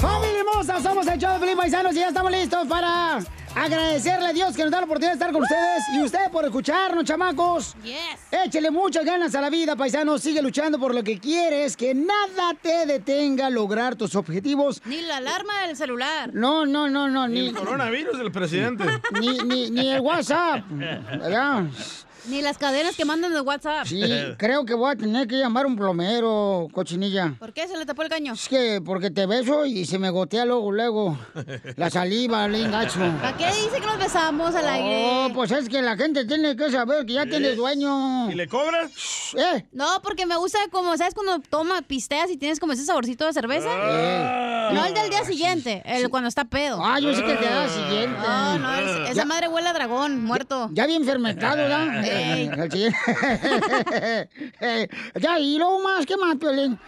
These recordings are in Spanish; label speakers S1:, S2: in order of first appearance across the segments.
S1: ¡Familia hermosa! Somos el show de Felipe Paisanos y ya estamos listos para agradecerle a Dios que nos da la oportunidad de estar con ustedes y ustedes por escucharnos, chamacos. Échele muchas ganas a la vida, paisanos. Sigue luchando por lo que quieres, que nada te detenga a lograr tus objetivos.
S2: Ni la alarma del celular.
S1: No, no, no, no. Ni,
S3: El coronavirus del presidente.
S1: ni, ni, ni el WhatsApp. ¿verdad?
S2: Ni las cadenas que mandan de WhatsApp.
S1: Sí, creo que voy a tener que llamar a un plomero, cochinilla.
S2: ¿Por qué se le tapó el caño?
S1: Es que porque te beso y se me gotea luego, luego. La saliva, le engacho.
S2: ¿Para qué dice que nos besamos al
S1: Oh,
S2: aire?
S1: pues es que la gente tiene que saber que ya tienes dueño.
S3: Eh. ¿Y le cobras?
S1: ¿Eh?
S2: No, porque me gusta como, ¿sabes? Cuando toma, pisteas y tienes como ese saborcito de cerveza.
S3: Ah.
S2: No el del día siguiente, el cuando está pedo.
S1: Ah, yo sí que te da siguiente.
S2: No, no, es- esa madre huele a dragón, muerto.
S1: Ya bien fermentado, ¿verdad?
S2: Ey.
S1: El siguiente. Eh, ya, y luego más, ¿qué más, Piolín?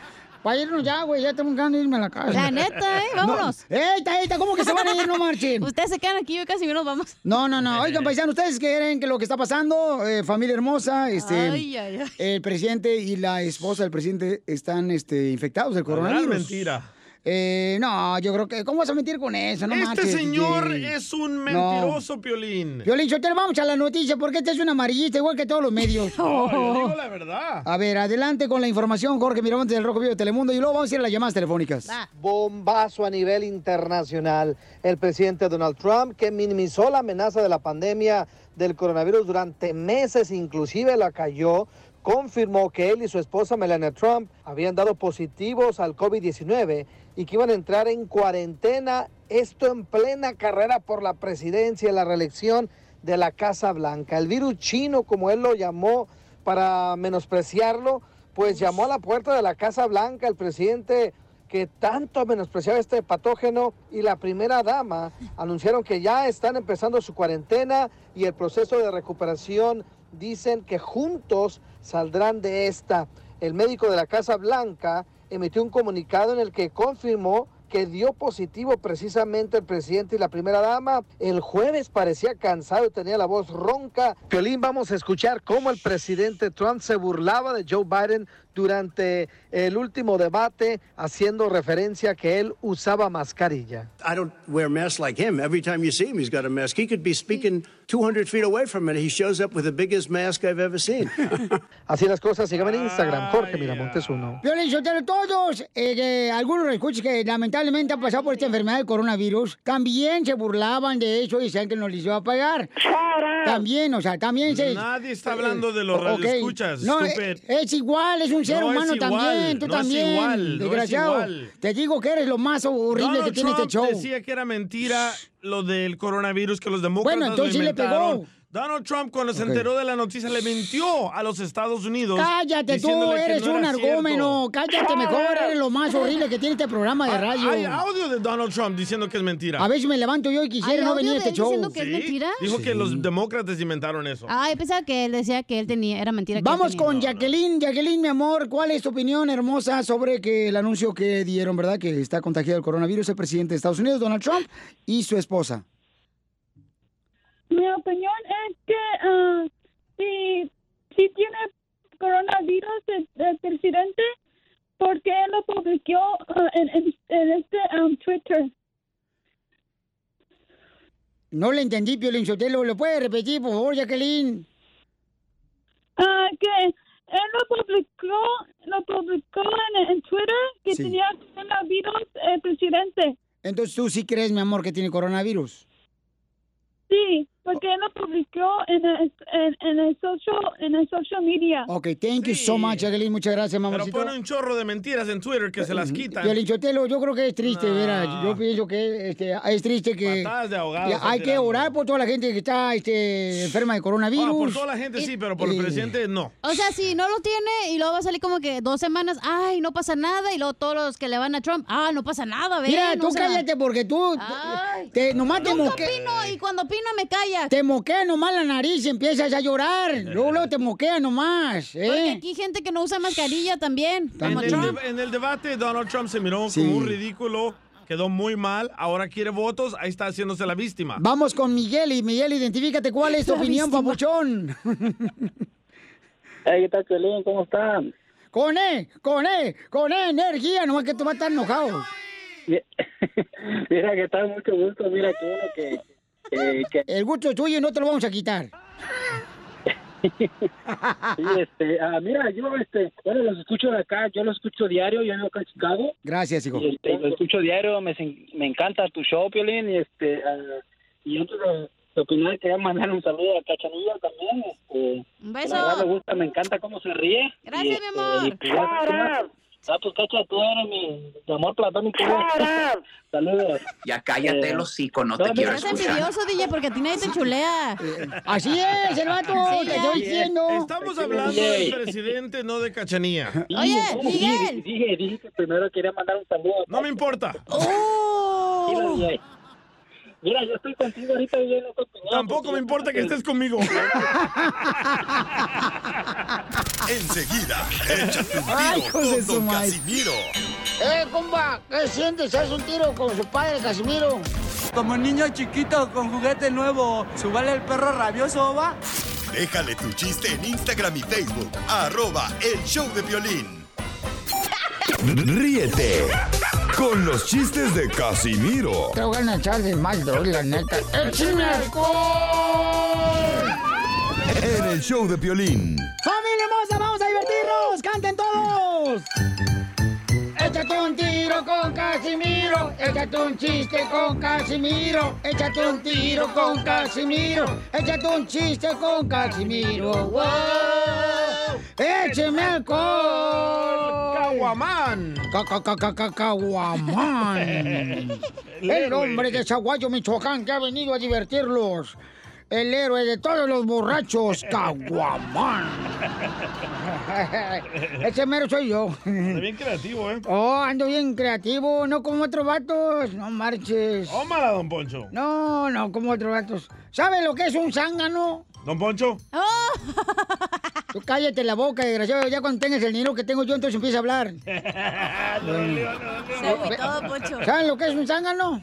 S1: Para irnos ya, güey, ya tengo ganas de irme a la casa.
S2: La neta, ¿eh? Vámonos.
S1: No. Eita, eita, ¿cómo que se van a ir? No marchen.
S2: Ustedes se quedan aquí, yo casi nos vamos.
S1: No, no, no.
S2: Eh.
S1: Oigan, paisano, ¿ustedes creen que lo que está pasando, eh, familia hermosa, este,
S2: Ay, ay, ay.
S1: el presidente y la esposa del presidente están este, infectados del
S3: Hablar
S1: coronavirus?
S3: mentira.
S1: Eh, no, yo creo que. ¿Cómo vas a mentir con eso? No
S3: Este
S1: marches,
S3: señor
S1: DJ.
S3: es un mentiroso, Piolín.
S1: Yo le dije, "Chotelo, vamos a la noticia porque este es un amarillista, igual que todos los medios.
S3: No, yo digo la verdad.
S1: A ver, adelante con la información, Jorge Miramontes del Rojo Vivo de Telemundo. Y luego vamos a ir a las llamadas telefónicas.
S2: Va.
S4: bombazo a nivel internacional. El presidente Donald Trump, que minimizó la amenaza de la pandemia del coronavirus durante meses, inclusive la cayó, confirmó que él y su esposa Melania Trump habían dado positivos al COVID-19 y que iban a entrar en cuarentena, esto en plena carrera por la presidencia y la reelección de la Casa Blanca. El virus chino, como él lo llamó, para menospreciarlo, pues llamó a la puerta de la Casa Blanca el presidente que tanto menospreciaba este patógeno y la primera dama anunciaron que ya están empezando su cuarentena y el proceso de recuperación dicen que juntos saldrán de esta. El médico de la Casa Blanca emitió un comunicado en el que confirmó que dio positivo precisamente el presidente y la primera dama. El jueves parecía cansado y tenía la voz ronca. Piolín, vamos a escuchar cómo el presidente Trump se burlaba de Joe Biden durante el último debate, haciendo referencia que él usaba mascarilla.
S5: I don't wear masks like him. Every time you see him, he's got a mask. He could be speaking 200 feet away from it. He shows up with the biggest mask I've ever seen.
S4: Así las cosas, síganme en Instagram, Jorge Miramontes uno.
S1: Violín, Sotelo, todos, eh, que algunos escuches que lamentablemente han pasado por esta enfermedad del coronavirus, también se burlaban de eso y decían que no les iba a pagar. También, o sea, también se...
S3: Nadie está hablando de los
S1: Ok.
S3: radioescuchas,
S1: No, eh,
S3: stupid.
S1: es, es igual, es un ser
S3: No es
S1: humano
S3: igual,
S1: también, tú
S3: no es
S1: también.
S3: igual, no es
S1: desgraciado.
S3: igual.
S1: Te digo que eres lo más horrible
S3: Donald
S1: que tiene este
S3: Trump
S1: show.
S3: decía que era mentira lo del coronavirus, que los demócratas
S1: Bueno, entonces sí
S3: lo
S1: le
S3: inventaron.
S1: pegó.
S3: Donald Trump, cuando se
S1: Ok.
S3: enteró de la noticia, le mintió a los Estados Unidos.
S1: Cállate tú,
S3: diciéndole que
S1: eres
S3: no
S1: un
S3: era
S1: argómeno.
S3: cierto. Ah,
S1: Cállate mejor, eres lo más horrible que tiene este programa de radio.
S3: Hay audio de Donald Trump diciendo que es mentira.
S1: A ver si me levanto yo y
S2: ¿Hay
S1: quisiera no
S2: audio
S1: venir a
S2: de
S1: este
S2: él
S1: show.
S2: diciendo que es mentira?
S3: Dijo que los demócratas inventaron eso.
S2: Ay, pensaba que él decía que él tenía, era mentira. que él
S1: Vamos
S2: tenía.
S1: con Jacqueline. Jacqueline, mi amor, ¿cuál es tu opinión hermosa sobre que el anuncio que dieron, verdad, que está contagiado el coronavirus el presidente de Estados Unidos, Donald Trump, y su esposa?
S6: Mi opinión es que ah, si, si tiene coronavirus el, el presidente, porque él lo publicó ah, en, en- en este um, Twitter.
S1: No le entendí, Piolín Sotelo. ¿Lo puede repetir, por favor, Jacqueline?
S6: Ah, que él lo publicó, lo publicó en, en Twitter que
S1: Sí.
S6: tenía coronavirus el presidente.
S1: Entonces tú sí crees, mi amor, que tiene coronavirus.
S6: Sí, porque él lo publicó en el, en, en el social en el social media.
S1: Ok, thank you so much, Jacqueline. Muchas gracias,
S3: Pero
S1: mamacito.
S3: pone un chorro de mentiras en Twitter que se las quitan.
S1: Piolín Sotelo, yo creo que es triste,
S3: No.
S1: verás. Yo pienso que este, es triste que.
S3: Patadas de ahogado
S1: Ya,
S3: están
S1: hay que
S3: tirando.
S1: orar por toda la gente que está este, enferma de coronavirus.
S3: Ah, por toda la gente sí, pero por el presidente no.
S2: O sea, si no lo tiene y luego va a salir como que dos semanas, ay, no pasa nada, y luego todos los que le van a Trump, ah, no pasa nada, ¿ves?
S1: Mira, tú cállate porque tú. Te, nomás te
S2: Nunca
S1: moque-
S2: opino y cuando opino me callas.
S1: Te moquea nomás la nariz y empiezas a llorar. Luego, luego te moquea nomás.
S2: Porque
S1: ¿eh?
S2: aquí hay gente que no usa mascarilla también,
S3: En
S2: como
S3: el,
S2: Trump.
S3: de- en el debate, Donald Trump se miró como un ridículo, quedó muy mal, ahora quiere votos, ahí está haciéndose la víctima.
S1: Vamos con Miguel y Miguel, identifícate cuál es tu
S3: La
S1: opinión,
S3: víctima.
S1: papuchón.
S7: Hey, ¿qué tal, Piolín? ¿Cómo están?
S1: Con E, con E, con E, energía, nomás que tú vas a estar enojado.
S7: Mira que tal, mucho gusto. Mira que uno que... que- que-
S1: El gusto es tuyo y no te lo vamos a quitar.
S7: sí, este, ah, mira, yo este, bueno, los escucho de acá, yo los escucho diario, yo vivo acá en Chicago.
S1: Gracias, hijo.
S7: Y, este, lo escucho diario, me, sen- me encanta tu show, Piolín, y este, ah, y antes de, de opinar, quería mandar un saludo a Cachanilla también, este,
S2: Un
S7: que
S2: beso.
S7: la verdad me gusta, me encanta cómo se ríe.
S2: Gracias,
S7: Y,
S2: mi
S7: este,
S2: amor.
S7: y pues, ya,
S2: Cara.
S7: Ah, pues Cacha, tú eres mi, mi amor platónico. Saludos.
S8: Ya cállate
S7: Eh,
S8: el hocico, no te quiero
S2: Estás
S8: escuchar.
S2: envidioso, DJ, porque a ti nadie te chulea.
S1: Eh, Así es, el vato,
S2: Así es.
S1: te estoy diciendo.
S3: Estamos hablando del presidente, no de cachanía.
S2: Oye,
S7: Miguel. Dije, dije que primero quería mandar un saludo.
S3: No me importa.
S1: Oh.
S7: Mira, yo estoy contigo ahorita y yo no
S3: Tampoco me importa que estés conmigo.
S9: Enseguida, échate un tiro
S1: Ay, hijos de
S9: con
S1: su
S9: Don
S1: madre.
S9: Casimiro.
S1: ¡Eh, compa! ¿Qué sientes? ¿Haz un tiro con su padre, Casimiro?
S10: Como niño chiquito con juguete nuevo, subale el perro rabioso, va.
S9: Déjale tu chiste en Instagram y Facebook. Arroba el show de violín.
S11: Ríete con los chistes de Casimiro
S1: Tengo ganas de echarle más droga, la neta.
S11: ¡Échame en el show de violín.
S1: ¡Familia hermosa, vamos a divertirnos! ¡Canten todos! Échate un tiro con Casimiro, échate un chiste con Casimiro, échate un tiro con Casimiro, échate un chiste con Casimiro. ¡Wow! ¡Écheme alcohol!
S3: ¡Caguamán!
S1: ¡Caguamán! El hombre de Chaguayo, Michoacán, que ha venido a divertirlos. El héroe de todos los borrachos, Caguamán. Ese mero soy yo.
S3: Está bien creativo, ¿eh?
S1: Oh, ando bien creativo, no como otros vatos, no marches.
S3: Tómala, Oh, don Poncho.
S1: No, no, como otros vatos. ¿Sabes lo que es un zángano?
S3: Don Poncho.
S1: Tú cállate la boca, desgraciado. Ya cuando tengas el dinero que tengo yo, entonces empieza a hablar.
S2: Se agüitó, Pocho.
S1: ¿Sabes lo que es un zángano?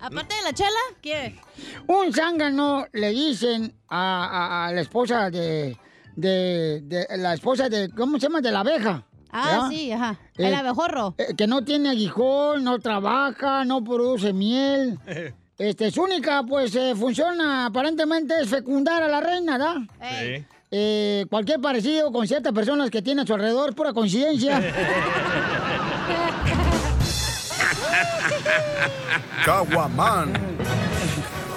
S2: Aparte de la chela, ¿qué?
S1: Un zángano le dicen a, a- a la esposa de, de, de- La esposa de. ¿Cómo se llama? De la abeja.
S2: Ah,
S1: ¿verdad?
S2: sí, ajá. El
S1: Eh,
S2: abejorro.
S1: eh, que no tiene aguijón, no trabaja, no produce miel. Este, su única, pues, eh, funciona aparentemente es fecundar a la reina, ¿da?
S3: Sí.
S1: Eh, cualquier parecido con ciertas personas que tiene a su alrededor es pura coincidencia.
S11: Caguamán.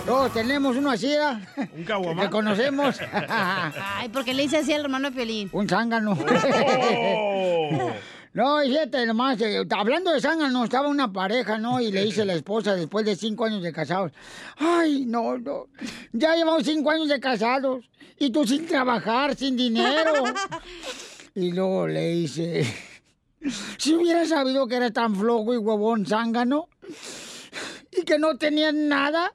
S1: Todos tenemos uno así, ¿da?
S3: Un
S1: Que
S3: caguamán.
S1: conocemos.
S2: Ay, porque le hice así al hermano de Piolín. Oh.
S1: Un zángano. No, y fíjate nomás, eh, hablando de zángano, estaba una pareja, ¿no? Y le dice la esposa después de cinco años de casados, ay, no, no, ya llevamos cinco años de casados y tú sin trabajar, sin dinero. Y luego le dice, si hubiera sabido que eres tan flojo y huevón zángano y que no tenías nada,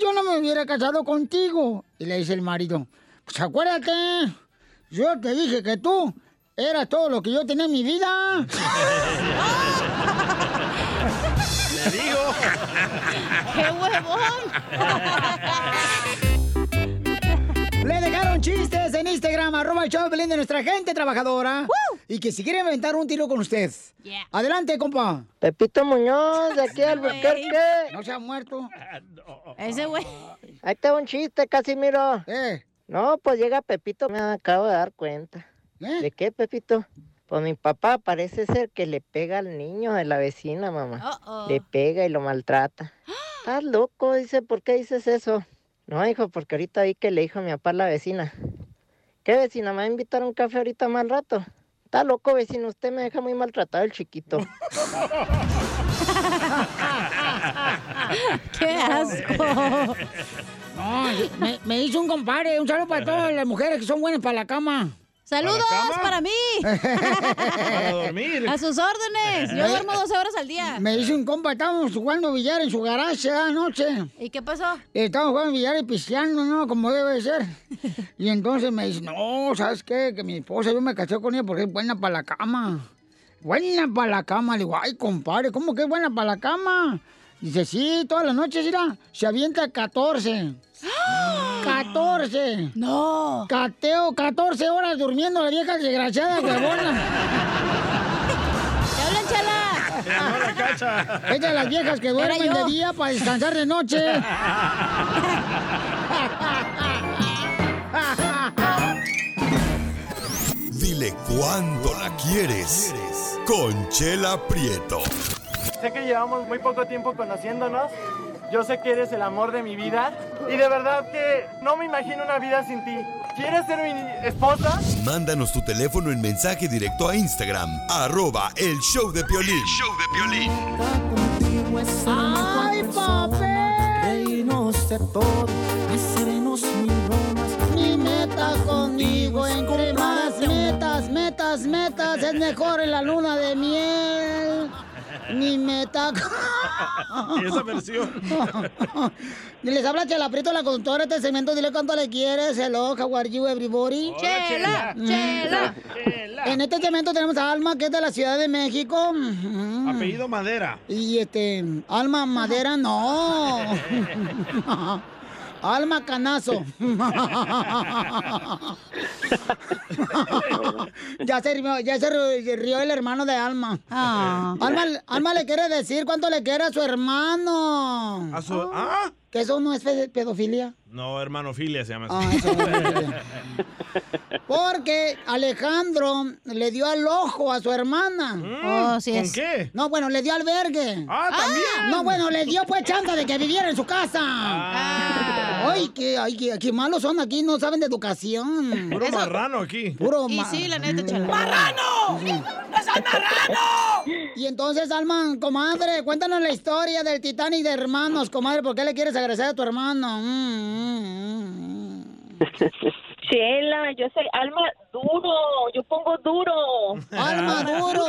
S1: yo no me hubiera casado contigo. Y le dice el marido, pues acuérdate, yo te dije que tú eras todo lo que yo tenía en mi vida.
S3: Te digo.
S2: ¡Qué huevón!
S1: Le dejaron chistes en Instagram, arroba el show de Pelín de nuestra gente trabajadora. Y que si quiere inventar un tiro con usted. Adelante, compa.
S12: Pepito Muñoz, de aquí al Albuquerque.
S1: No se ha muerto.
S2: Ese güey.
S12: Ahí te va un chiste, Casimiro. No, pues llega Pepito, me acabo de dar cuenta. ¿De qué, Pepito? Pues mi papá parece ser que le pega al niño de la vecina, mamá.
S2: Uh-oh.
S12: Le pega y lo maltrata. Estás loco, dice, ¿por qué dices eso? No, hijo, porque ahorita vi que le dijo a mi papá la vecina. ¿Qué vecina? ¿Me va a invitar a un café ahorita más rato? Está loco, vecino. Usted me deja muy maltratado el chiquito.
S2: ¡Qué asco!
S1: No, yo- me, me hizo un compadre. Un saludo para todas las mujeres que son buenas para la cama.
S2: ¡Saludos ¿Para la cama? para mí!
S1: para
S2: dormir. A sus órdenes. pues. Yo duermo 12 horas al día.
S1: Eh, Me hizo un compa. Estábamos jugando billar en su garaje ¿eh? anoche.
S2: ¿Y qué pasó?
S1: Estábamos jugando billar y pisteando, ¿no? Como debe de ser. Y entonces me dice, no, ¿sabes qué? Que mi esposa, yo me casé con ella porque es buena para la cama. Buena para la cama. Le digo, ay, compadre, ¿cómo que es buena para la cama? Dice, sí, todas las noches, mira, se avienta 14. 14.
S2: No.
S1: Cateo, 14 horas durmiendo la vieja desgraciada, huevona.
S2: ¡Te hablan, chala!
S3: No la cacha.
S1: Es de las viejas que duermen de día para descansar de noche.
S9: Dile cuándo la quieres. Conchela Prieto.
S8: Sé que llevamos muy poco tiempo conociéndonos. Yo sé que eres el amor de mi vida. Y de verdad que no me imagino una vida sin ti. ¿Quieres ser mi esposa?
S9: Mándanos tu teléfono en mensaje directo a Instagram, arroba el show de Piolín. show de
S1: ¡Ay, papel!
S13: de todo, hacernos mil bromas.
S1: Mi meta conmigo, entre más metas, metas, metas, es mejor en la luna de miel. Mi meta.
S3: Y esa versión.
S1: Y Les habla Chela Prieto, la conductora de este segmento. Dile cuánto le quieres. Hello, how are you, everybody?
S2: Chela,
S1: Mm.
S2: Chela.
S1: En este segmento tenemos a Alma, que es de la Ciudad de México. Mm.
S3: Apellido Madera.
S1: Y este, Alma Madera, no. Alma Canazo. ya se rió, ya se rió- rió el hermano de Alma.
S2: Ah.
S1: Alma. Alma le quiere decir cuánto le quiere a su hermano.
S3: ¿A su- ah?
S1: Que eso no es pe- pedofilia.
S3: No, hermano Filia se llama
S1: Ah,
S3: así.
S1: eso Porque Alejandro le dio al ojo a su hermana.
S3: Mm,
S2: Oh, sí ¿con es. qué?
S1: No, bueno, le dio albergue.
S2: Ah, también.
S1: No, bueno, le dio pues chanta de que viviera en su casa.
S3: Ah.
S1: Ay, qué, ay, qué, qué malos son aquí, no saben de educación.
S3: Puro marrano aquí.
S1: Puro ma- Mm. ¡Marrano! marrano! Y entonces, Alma, comadre, cuéntanos la historia del Titanic de hermanos, comadre. ¿Por qué le quieres agradecer a tu hermano? Mm, mm, mm.
S14: Chela, yo soy alma duro, yo pongo duro.
S1: Alma duro.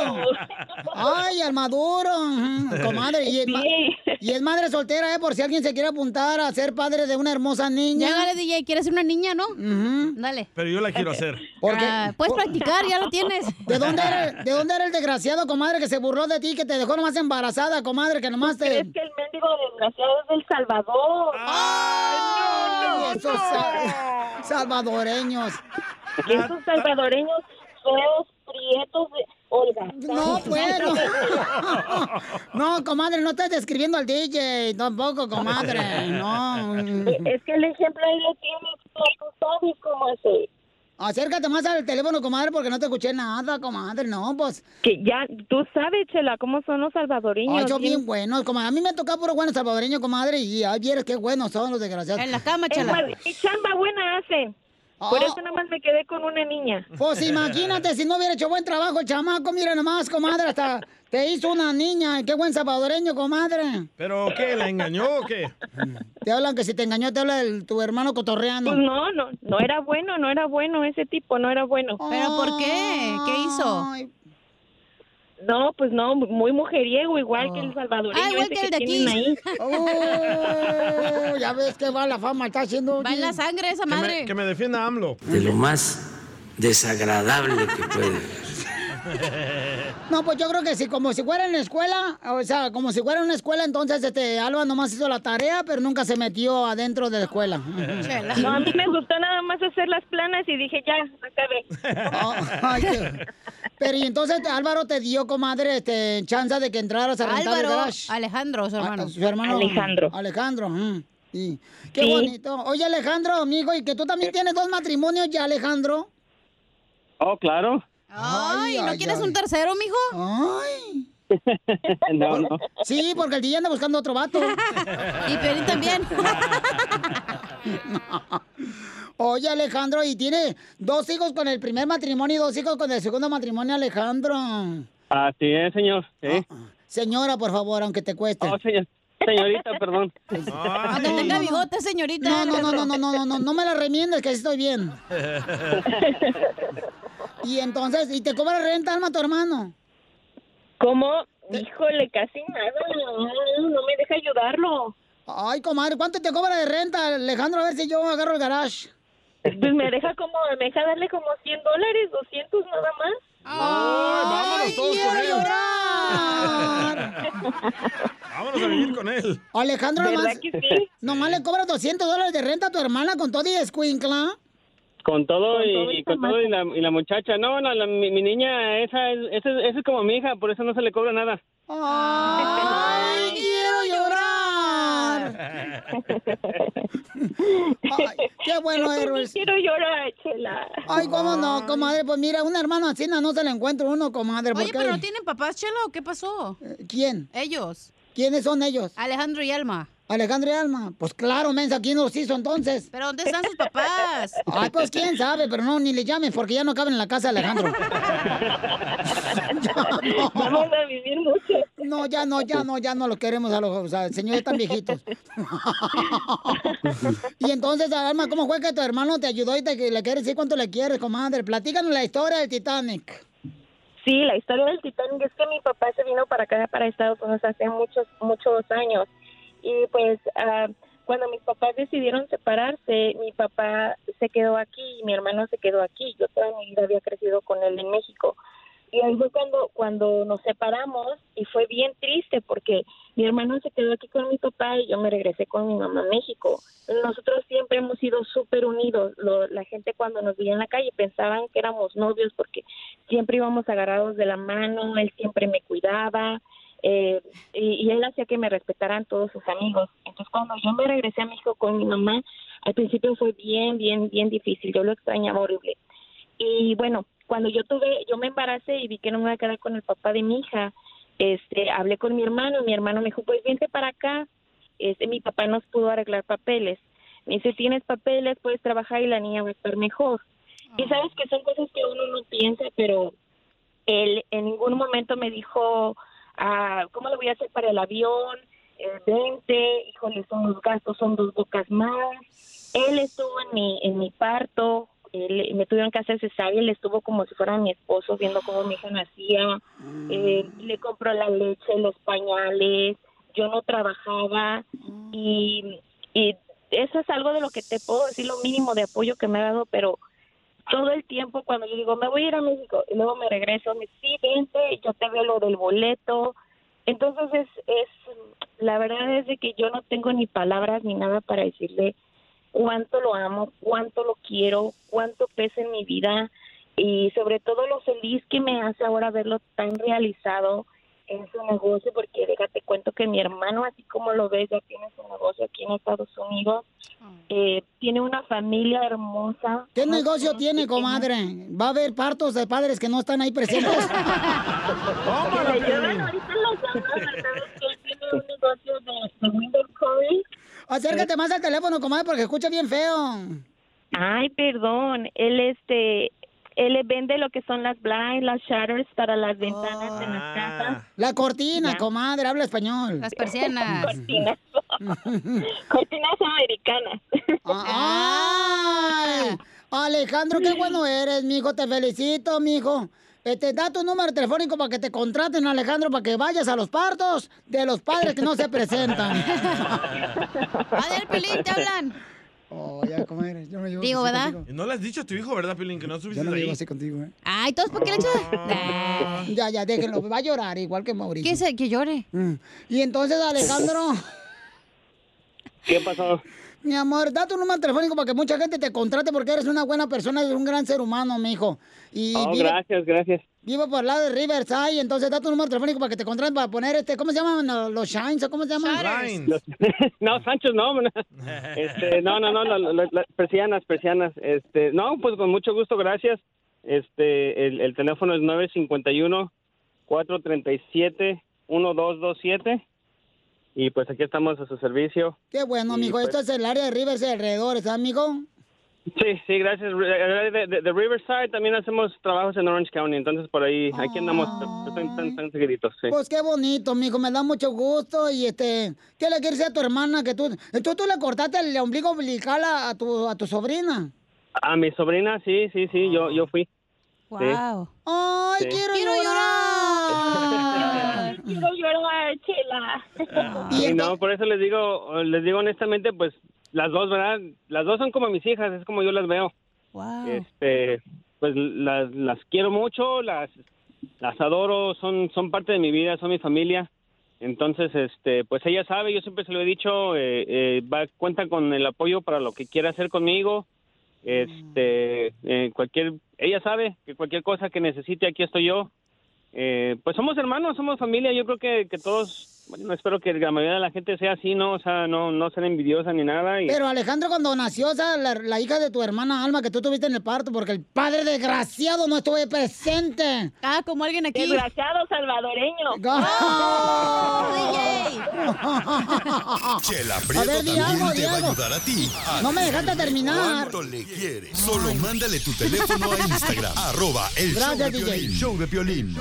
S1: Ay, alma duro. Ujú, Comadre. Y es, ma- y es madre soltera, ¿eh? Por si alguien se quiere apuntar a ser padre de una hermosa niña.
S2: Ya, dale, DJ, ¿quieres ser una niña, no? Dale.
S3: Pero yo la quiero hacer.
S1: ¿Por qué?
S2: Ah, puedes practicar, ya lo tienes.
S1: ¿De dónde, era, ¿De dónde era el desgraciado, comadre, que se burló de ti, que te dejó nomás embarazada, comadre, que nomás te... Es
S14: que el mendigo desgraciado es del Salvador.
S1: ¡Ay, esos sa- salvadoreños!
S14: Esos salvadoreños feos, prietos, de- Olga.
S1: No, pues, no. No, comadre, no estás describiendo al DJ, tampoco, comadre, no.
S14: Es que el ejemplo ahí lo tienes, pero tú sabes cómo es él.
S1: Acércate más al teléfono, comadre, porque no te escuché nada, comadre, no, pues.
S14: Que ya, tú sabes, Chela, cómo son los salvadoreños.
S1: Ay, son
S14: bien-
S1: bien buenos, comadre. A mí me toca puro bueno salvadoreño, comadre, y ay, vieras qué buenos son los desgraciados. En la cama,
S14: Es más, Y chamba buena hacen. Por eso nada más me quedé con una niña.
S1: Pues imagínate, si no hubiera hecho buen trabajo el chamaco, mira nomás, comadre, hasta te hizo una niña. Qué buen salvadoreño, comadre.
S3: ¿Pero qué? ¿La engañó o qué?
S1: Te hablan que si te engañó, te habla el- tu hermano cotorreando.
S14: Pues no, no, no era bueno, no era bueno ese tipo, no era bueno.
S2: ¿Pero por qué? ¿Qué hizo?
S14: No, pues no, muy mujeriego, igual que el salvadoreño
S2: Ah, igual
S14: ese
S2: que el de
S14: tienen
S2: aquí.
S14: ahí.
S1: Oh, ya ves que va la fama, está haciendo... Va en la
S2: sangre esa
S3: Que me, que me defienda AMLO.
S15: de lo más desagradable que puede.
S1: No, pues yo creo que sí, como si fuera en la escuela, o sea, como si fuera en una escuela, entonces este Alba nomás hizo la tarea, pero nunca se metió adentro de la escuela.
S14: No, a mí me gustó nada más hacer las planas y dije, ya, acabé.
S1: Ay, qué- Pero y entonces Álvaro te dio, comadre, este, chance de que entraras a rentar el
S2: Álvaro,
S1: garage.
S2: Alejandro, su hermano.
S1: Ah, su hermano.
S2: Alejandro.
S1: Alejandro. mm, sí. Qué
S2: Sí.
S1: bonito. Oye, Alejandro, amigo, y que tú también tienes dos matrimonios ya, Alejandro.
S16: Oh, claro.
S1: Ay,
S2: ¿no quieres un tercero, mijo?
S1: Ay.
S16: No, no.
S1: Sí, porque el día anda buscando otro vato. y
S2: Pelín también.
S1: Oye, Alejandro, y tiene dos hijos con el primer matrimonio y dos hijos con el segundo matrimonio, Alejandro.
S16: Así es, señor. Oh, ¿eh?
S1: Ah, Señora, por favor, aunque te cueste. Ah,
S16: Señorita, perdón.
S2: Aunque tenga bigote, señorita.
S1: No, no, no, no, no, no, no, no, no me la remiendes, que así estoy bien. Y entonces, ¿y te cobra renta, Alma, tu hermano?
S14: ¿Cómo? Híjole, casi nada. No, no me deja ayudarlo.
S1: Ay, comadre, ¿cuánto te cobra de renta, Alejandro? A ver si yo agarro el garage.
S14: Pues me deja como, me deja darle como 100 dólares, 200 nada más.
S1: ¡Ay, quiero llorar!
S3: Vámonos a vivir con él.
S1: Alejandro,
S3: ¿Verdad
S1: nomás,
S3: que sí?
S1: nomás le cobra 200 dólares de renta a tu hermana con todo y escuincla.
S16: Con todo
S1: Con
S16: y,
S1: todo y
S16: y con todo y la, y la muchacha. No, no, la- mi, mi niña, esa es, esa, es, esa es como mi hija, por eso no se le cobra nada.
S1: ¡Ay, quiero llorar!
S16: Oh,
S1: Ay, ¡Qué bueno, Errol!
S14: Quiero llorar, chela.
S1: Ay, cómo no, comadre. Pues mira, un hermano así no no se le encuentra uno, comadre.
S2: Oye,
S1: porque-
S2: pero ¿no tienen papás, Chelo? ¿Qué pasó?
S1: Eh. ¿Quién?
S2: Ellos.
S1: ¿Quiénes son ellos?
S2: Alejandro y Alma.
S1: Alejandro y Alma. Pues claro, mensa, ¿quién los hizo entonces?
S2: ¿Pero dónde están sus papás?
S1: Ay, pues quién sabe, pero no, ni le llames porque ya no caben en la casa de Alejandro.
S14: Vamos a vivir mucho.
S1: No, ya no, ya no, ya no los queremos a los o sea, señores tan viejitos. y entonces, Alma, ¿cómo fue que tu hermano te ayudó y te, que le quieres decir cuánto le quieres, comadre? Platícanos la historia del Titanic.
S14: Sí, la historia del Titanic es que mi papá se vino para acá, para Estados Unidos hace muchos, muchos años. Y pues ah, cuando mis papás decidieron separarse, mi papá se quedó aquí y mi hermano se quedó aquí. Yo toda mi vida había crecido con él en México. Y ahí fue cuando, cuando nos separamos y fue bien triste porque mi hermano se quedó aquí con mi papá y yo me regresé con mi mamá a México. Nosotros siempre hemos sido súper unidos. Lo- la gente cuando nos veía en la calle pensaban que éramos novios porque siempre íbamos agarrados de la mano, él siempre me cuidaba eh, y, y él hacía que me respetaran todos sus amigos. Entonces cuando yo me regresé a México con mi mamá, al principio fue bien, bien, bien difícil. Yo lo extrañaba horrible. Y bueno, cuando yo tuve, yo me embaracé y vi que no me iba a quedar con el papá de mi hija, este, hablé con mi hermano, mi hermano me dijo, pues vente para acá, este, mi papá nos pudo arreglar papeles. Me dice, tienes papeles, puedes trabajar y la niña va a estar mejor. Y sabes que son cosas que uno no piensa, pero él en ningún momento me dijo, ah, ¿cómo lo voy a hacer para el avión? Eh, vente, híjole, son los gastos, son dos bocas más. Él estuvo en mi, en mi parto, él- me tuvieron que hacer cesárea, él estuvo como si fuera mi esposo, viendo cómo mi hija nacía. Eh, le compró la leche, los pañales, yo no trabajaba y, y eso es algo de lo que te puedo decir, lo mínimo de apoyo que me ha dado, pero todo el tiempo cuando yo digo, me voy a ir a México y luego me regreso, me dice, sí, vente, yo te veo lo del boleto. Entonces es, es, la verdad es de que yo no tengo ni palabras ni nada para decirle cuánto lo amo, cuánto lo quiero, cuánto pesa en mi vida y sobre todo lo feliz que me hace ahora verlo tan realizado en su negocio, porque déjate cuento que mi hermano, así como lo ves, ya tiene su negocio aquí en Estados Unidos, eh, tiene una familia hermosa.
S1: ¿Qué negocio tiene, comadre? ¿Va a haber partos de padres que no están ahí presentes?
S14: Que me llevan ahorita los dos, ¿verdad? Que él tiene un negocio de, de window coverings.
S1: Acércate más al teléfono, comadre, porque escucha bien feo.
S14: Ay, perdón. Él este él le vende lo que son las blinds, las shutters para las ventanas de las casas.
S1: La cortina,
S14: Ya.
S1: comadre, habla español.
S2: Las persianas.
S14: Cortinas. cortinas americanas.
S1: ¡Ay! Alejandro, qué bueno eres, mijo. Te felicito, mijo. Este, da tu número telefónico para que te contraten, Alejandro, para que vayas a los partos de los padres que no se presentan.
S2: Del Pelín te hablan.
S1: Oh, ya, ¿cómo eres? Yo no llevo
S2: Digo,
S1: así
S2: ¿verdad?
S1: contigo.
S3: Y No le has dicho a tu hijo, ¿verdad, Pilín? Que no subiste
S1: Yo no
S3: ahí.
S1: llevo así contigo, ¿eh?
S2: Ay, todos por qué le echan.
S16: Ah.
S1: Ya, ya, déjenlo. Va a llorar igual que Mauricio.
S2: Que se- que llore.
S1: Y entonces, Alejandro,
S16: ¿Qué pasó?
S1: mi amor, da tu número telefónico para que mucha gente te contrate porque eres una buena persona, eres un gran ser humano, mijo. Y
S16: Oh,
S1: vive-
S16: gracias, gracias.
S1: Vivo por el lado de Riverside, entonces da tu número telefónico para que te contraten para poner este, ¿cómo se llaman uh, los shines o cómo se llaman?
S16: Los- no, Sancho, no. no. Este, no, no, no, la- la- la- persianas, persianas. Este, no, pues con mucho gusto, gracias. Este, el, el teléfono es 951 437 1227 Y pues aquí estamos a su servicio.
S1: Qué bueno,
S16: Y,
S1: mijo.
S16: pues-
S1: Esto es el área de Rivers y alrededores, amigo?
S16: Sí, sí, gracias. Re- eh, De, de- de Riverside también hacemos trabajos en Orange County, entonces por ahí, aquí andamos tan, tan, tan seguiditos, sí.
S1: Pues qué bonito, mijo. Me da mucho gusto. Y este, ¿qué le quieres decir a tu hermana? Que tú, eh, tú, tú le cortaste el ombligo umbilical a, a tu, a tu sobrina.
S16: A mi sobrina, sí, sí, sí, yo, yo fui. Sí.
S1: Ay,
S16: Sí.
S1: quiero, llorar.
S14: quiero llorar, chela.
S16: Y no, por eso les digo, les digo honestamente, pues las dos, ¿verdad? Las dos son como mis hijas, es como yo las veo. Este, pues las, las quiero mucho, las, las adoro, son, son parte de mi vida, son mi familia. Entonces, este, pues ella sabe, yo siempre se lo he dicho, eh, eh, va, cuenta con el apoyo para lo que quiera hacer conmigo. Este, eh, cualquier, ella sabe que cualquier cosa que necesite, aquí estoy yo. Eh, pues somos hermanos, somos familia. Yo creo que, que todos, bueno, espero que la mayoría de la gente sea así, ¿no? O sea, no, no ser envidiosa ni nada. Y,
S1: Pero Alejandro, cuando nació esa- la, la hija de tu hermana Alma que tú tuviste en el parto, porque el padre desgraciado no estuvo presente.
S2: Ah, como alguien aquí.
S14: Desgraciado salvadoreño.
S9: Chela
S1: A
S9: Prieto
S1: ver, di
S9: también
S1: algo,
S9: te
S1: di
S9: va a
S1: algo.
S9: ayudar a ti. a
S1: No me
S9: decirle
S1: dejaste terminar.
S9: cuánto le quieres. Solo mándale tu teléfono a Instagram. arroba el show
S1: Gracias,
S9: de
S1: DJ.
S9: Piolín. Show de Piolín.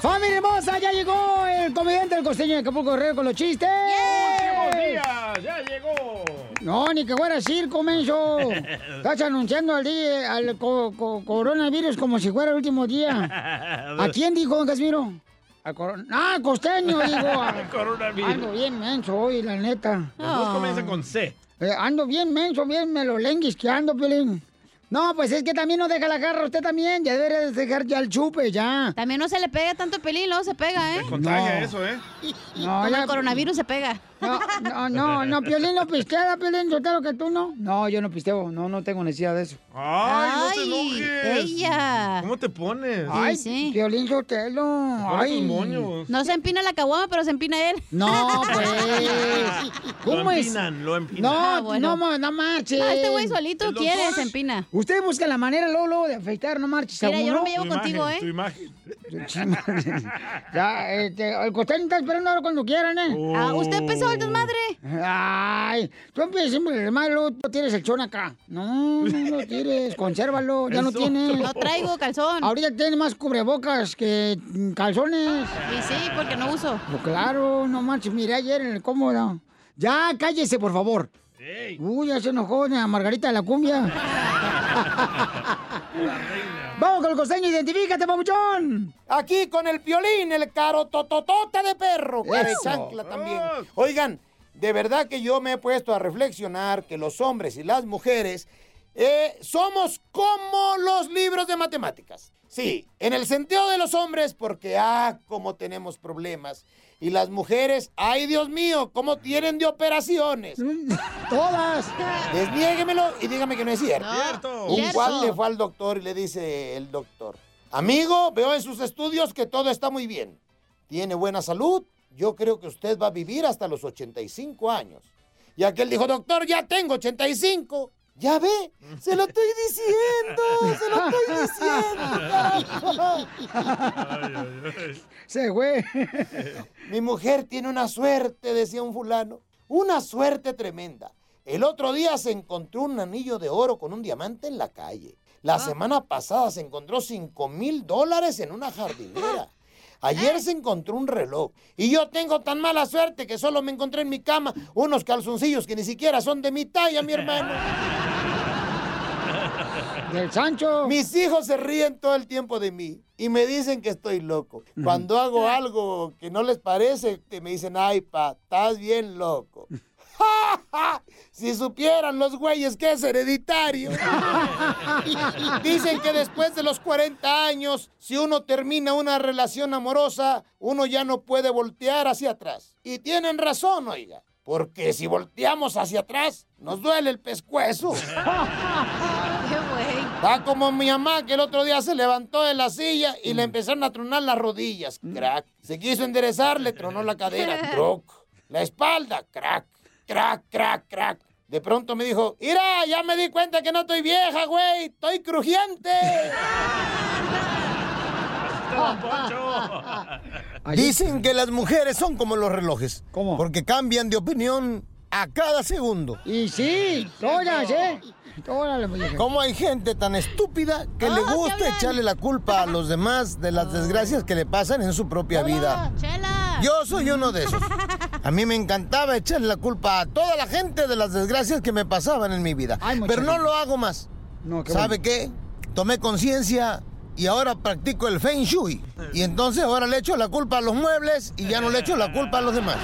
S1: ¡Familia hermosa! ¡Ya llegó el comediante del costeño de Acapulco Correo con los chistes!
S3: ¡Buenos días! ¡Ya llegó!
S1: No, ni que fuera circo, menso. Estás anunciando al, día, al co- co- coronavirus como si fuera el último día. ¿A quién dijo, don Casimiro? Al coron- ¡Ah, costeño, digo! A-
S3: Coronavirus.
S1: Ando bien menso hoy, la neta. Ah.
S3: Los dos
S2: Oh.
S3: comienzan con C.
S1: Eh, ando bien menso, bien me lo lenguis que ando, Pelín. No, pues es que también no deja la garra usted también. Ya debería dejar ya el chupe, ya.
S2: También no se le pega tanto pelín, luego se pega, ¿eh?
S3: Contagia
S1: No.
S3: eso, ¿eh?
S1: No,
S2: Como
S1: ya-
S2: el coronavirus se pega.
S1: No, no, no, no, Piolín no pistea, Piolín, yo lo que tú no. No, yo no pisteo, no, no tengo necesidad de eso.
S3: ¡Ay,
S1: Ay,
S3: no te enojes!
S2: ella.
S3: ¿Cómo te pones?
S1: Ay, Piolín Sotelo,
S3: pone
S1: ay.
S3: tus moños.
S2: No se empina la caguama, pero se empina él.
S1: No, pues. ¿Cómo
S3: lo
S1: es?
S3: empinan, lo empinan.
S1: No,
S2: Ah, bueno.
S1: no, ma- no marches.
S2: Ah, este güey solito ¿En los quiere, dos? se empina.
S1: Usted busca la manera, luego, luego, de afeitar, no marches.
S2: Mira,
S1: ¿a
S2: yo no
S1: uno?
S2: me llevo Tu contigo, imagen, ¿eh? tu
S1: ya, este, el costeño está esperando ahora cuando quieran, ¿eh?
S2: Ah, usted empezó el desmadre.
S1: Ay, tú empiezas siempre el desmadre, luego tú tienes el chón acá. No, no lo tienes, consérvalo, ya no
S2: Eso.
S1: tienes.
S2: No traigo calzón.
S1: Ahorita tienes más cubrebocas que mm, calzones.
S2: Y sí, porque no uso.
S1: Pues claro, no manches, miré ayer en el cómodo. Ya, cállese, por favor. Uy, ya se enojó doña Margarita de la cumbia. Vamos con el costeño, identifícate, papuchón.
S17: Aquí con el piolín, el caro tototote de perro, cara de
S1: Eso.
S17: chancla también. Ah. Oigan, de verdad que yo me he puesto a reflexionar que los hombres y las mujeres eh, somos como los libros de matemáticas. Sí, en el sentido de los hombres, porque ah, cómo tenemos problemas. Y las mujeres, ay Dios mío, cómo tienen de operaciones.
S1: Todas.
S17: Desniéguemelo y dígame que no es cierto.
S3: No, Cierto.
S17: Un
S3: cierto.
S17: cual le fue al doctor y le dice el doctor, amigo, veo en sus estudios que todo está muy bien. Tiene buena salud, yo creo que usted va a vivir hasta los 85 años. Y aquel dijo, doctor, ya tengo 85. Ya ve, se lo estoy diciendo, se lo estoy diciendo.
S1: Se fue.
S17: Mi mujer tiene una suerte, decía un fulano, una suerte tremenda. El otro día se encontró un anillo de oro con un diamante en la calle. La
S1: Ah.
S17: semana pasada se encontró 5 mil dólares en una jardinera. Ayer se encontró un reloj. Y yo tengo tan mala suerte que solo me encontré en mi cama unos calzoncillos que ni siquiera son de mi talla, mi hermano.
S1: Del Sancho.
S17: Mis hijos se ríen todo el tiempo de mí y me dicen que estoy loco. Cuando hago algo que no les parece, te- me dicen, ay, pa, estás bien loco. si supieran los güeyes que es hereditario. Dicen que después de los 40 años, si uno termina una relación amorosa, uno ya no puede voltear hacia atrás. Y tienen razón, oiga. Porque si volteamos hacia atrás, nos duele el pescuezo. Está como mi mamá que el otro día se levantó de la silla y le empezaron a tronar las rodillas. Crack. Se quiso enderezar, le tronó la cadera. Croc. La espalda. Crack. Crack, crack, crack. De pronto me dijo, ¡Ira! Ya me di cuenta que no estoy vieja, güey. Estoy crujiente. Dicen que las mujeres son como los relojes. ¿Cómo? Porque cambian de opinión a cada segundo.
S1: Y sí, todas, ¿eh? Todas las mujeres.
S17: ¿Cómo hay gente tan estúpida que le gusta echarle la culpa a los demás de las desgracias que le pasan en su propia vida?
S2: ¡Chela!
S17: Yo soy uno de esos. A mí me encantaba echarle la culpa a toda la gente de las desgracias que me pasaban en mi vida. Pero no lo hago más.
S1: qué
S17: ¿Sabe
S1: bueno.
S17: qué? Tomé conciencia y ahora practico el Feng Shui. Y entonces ahora le echo la culpa a los muebles y ya no le echo la culpa a los demás.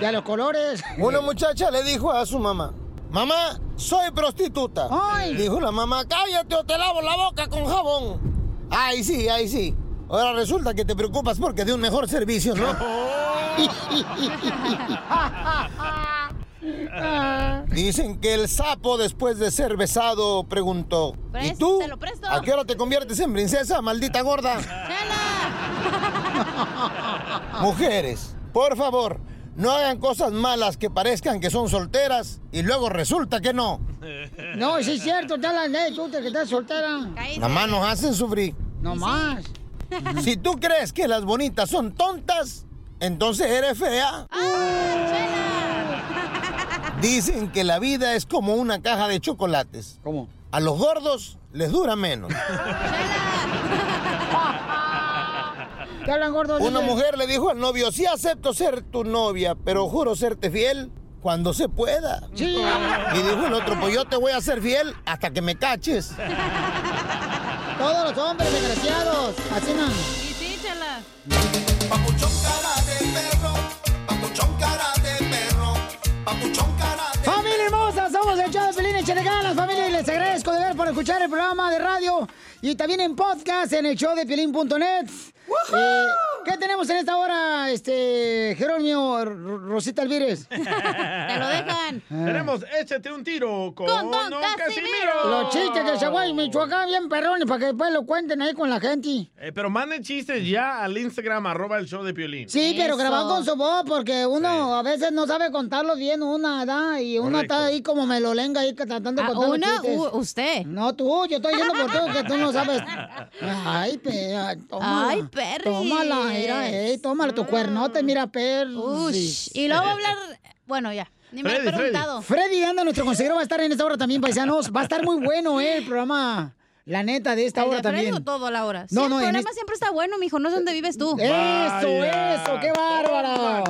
S1: Y a los colores.
S17: Una muchacha le dijo a su mamá, mamá, soy prostituta. Dijo la mamá, cállate o te lavo la boca con jabón. Ay, sí, ay, sí. Ahora resulta que te preocupas porque de un mejor servicio, ¿no? Dicen que el sapo después de ser besado preguntó, ¿y tú? ¿A qué hora te conviertes en princesa, maldita gorda? Mujeres, por favor, no hagan cosas malas que parezcan que son solteras y luego resulta que no.
S1: No, sí es cierto, está la ley, tú te que estás soltera.
S17: Nada más nos hacen sufrir.
S1: No más.
S17: Si tú crees que las bonitas son tontas, entonces eres fea.
S1: ¡Ah,
S17: Dicen que la vida es como una caja de chocolates.
S1: ¿Cómo?
S17: A los gordos les dura menos.
S1: Te hablan gordo.
S17: Una
S1: dile.
S17: mujer le dijo al novio, sí acepto ser tu novia, pero juro serte fiel cuando se pueda. Y dijo el otro, pues yo te voy a ser fiel hasta que me caches.
S1: Todos los hombres desgraciados. Así no.
S2: Y sí, chela.
S1: ¡Familia hermosa! Somos el show de Pelín Échale ganas, familia. Y les agradezco de ver por escuchar el programa de radio y también en podcast en el show de Piolín.net. Eh, ¿Qué tenemos en esta hora, este, Jerónimo R- Rosita Alvírez? Ah. Te
S3: lo
S1: dejan.
S3: Tenemos Échate un tiro con,
S1: Don
S3: Don
S1: Casimiro.
S3: Casimiro.
S1: Los chistes de Chihuahua, Michoacán, bien perrones, para que después lo cuenten ahí con la gente.
S3: Eh, pero manden chistes ya al Instagram, arroba el show de Piolín.
S1: Sí, pero grabado con su voz, porque uno a veces no sabe contarlos bien, una, ¿verdad? Y uno está ahí como melolenga ahí tratando de
S2: Ah,
S1: contar los
S2: una,
S1: chistes.
S2: u- usted.
S1: No, tú, yo estoy diciendo por ti que tú no sabes. Ay, pe, ay, tómala.
S2: Ay, perris. Mm.
S1: Tómala, mira, ey, tómala, tu cuernote, mira, perris.
S2: Ush, y luego va a hablar. Bueno, ya. Ni me lo he preguntado.
S1: Freddy anda, nuestro consejero, va a estar en esta hora también, paisanos. Va a estar muy bueno eh, el programa, la neta, de esta
S2: ¿El
S1: hora
S2: de Freddy
S1: también.
S2: o todo la hora?
S1: No,
S2: No,
S1: no,
S2: no,
S1: en
S2: el programa
S1: este-
S2: siempre está bueno, mijo. No sé dónde vives tú.
S1: Eso, eso, qué bárbaro.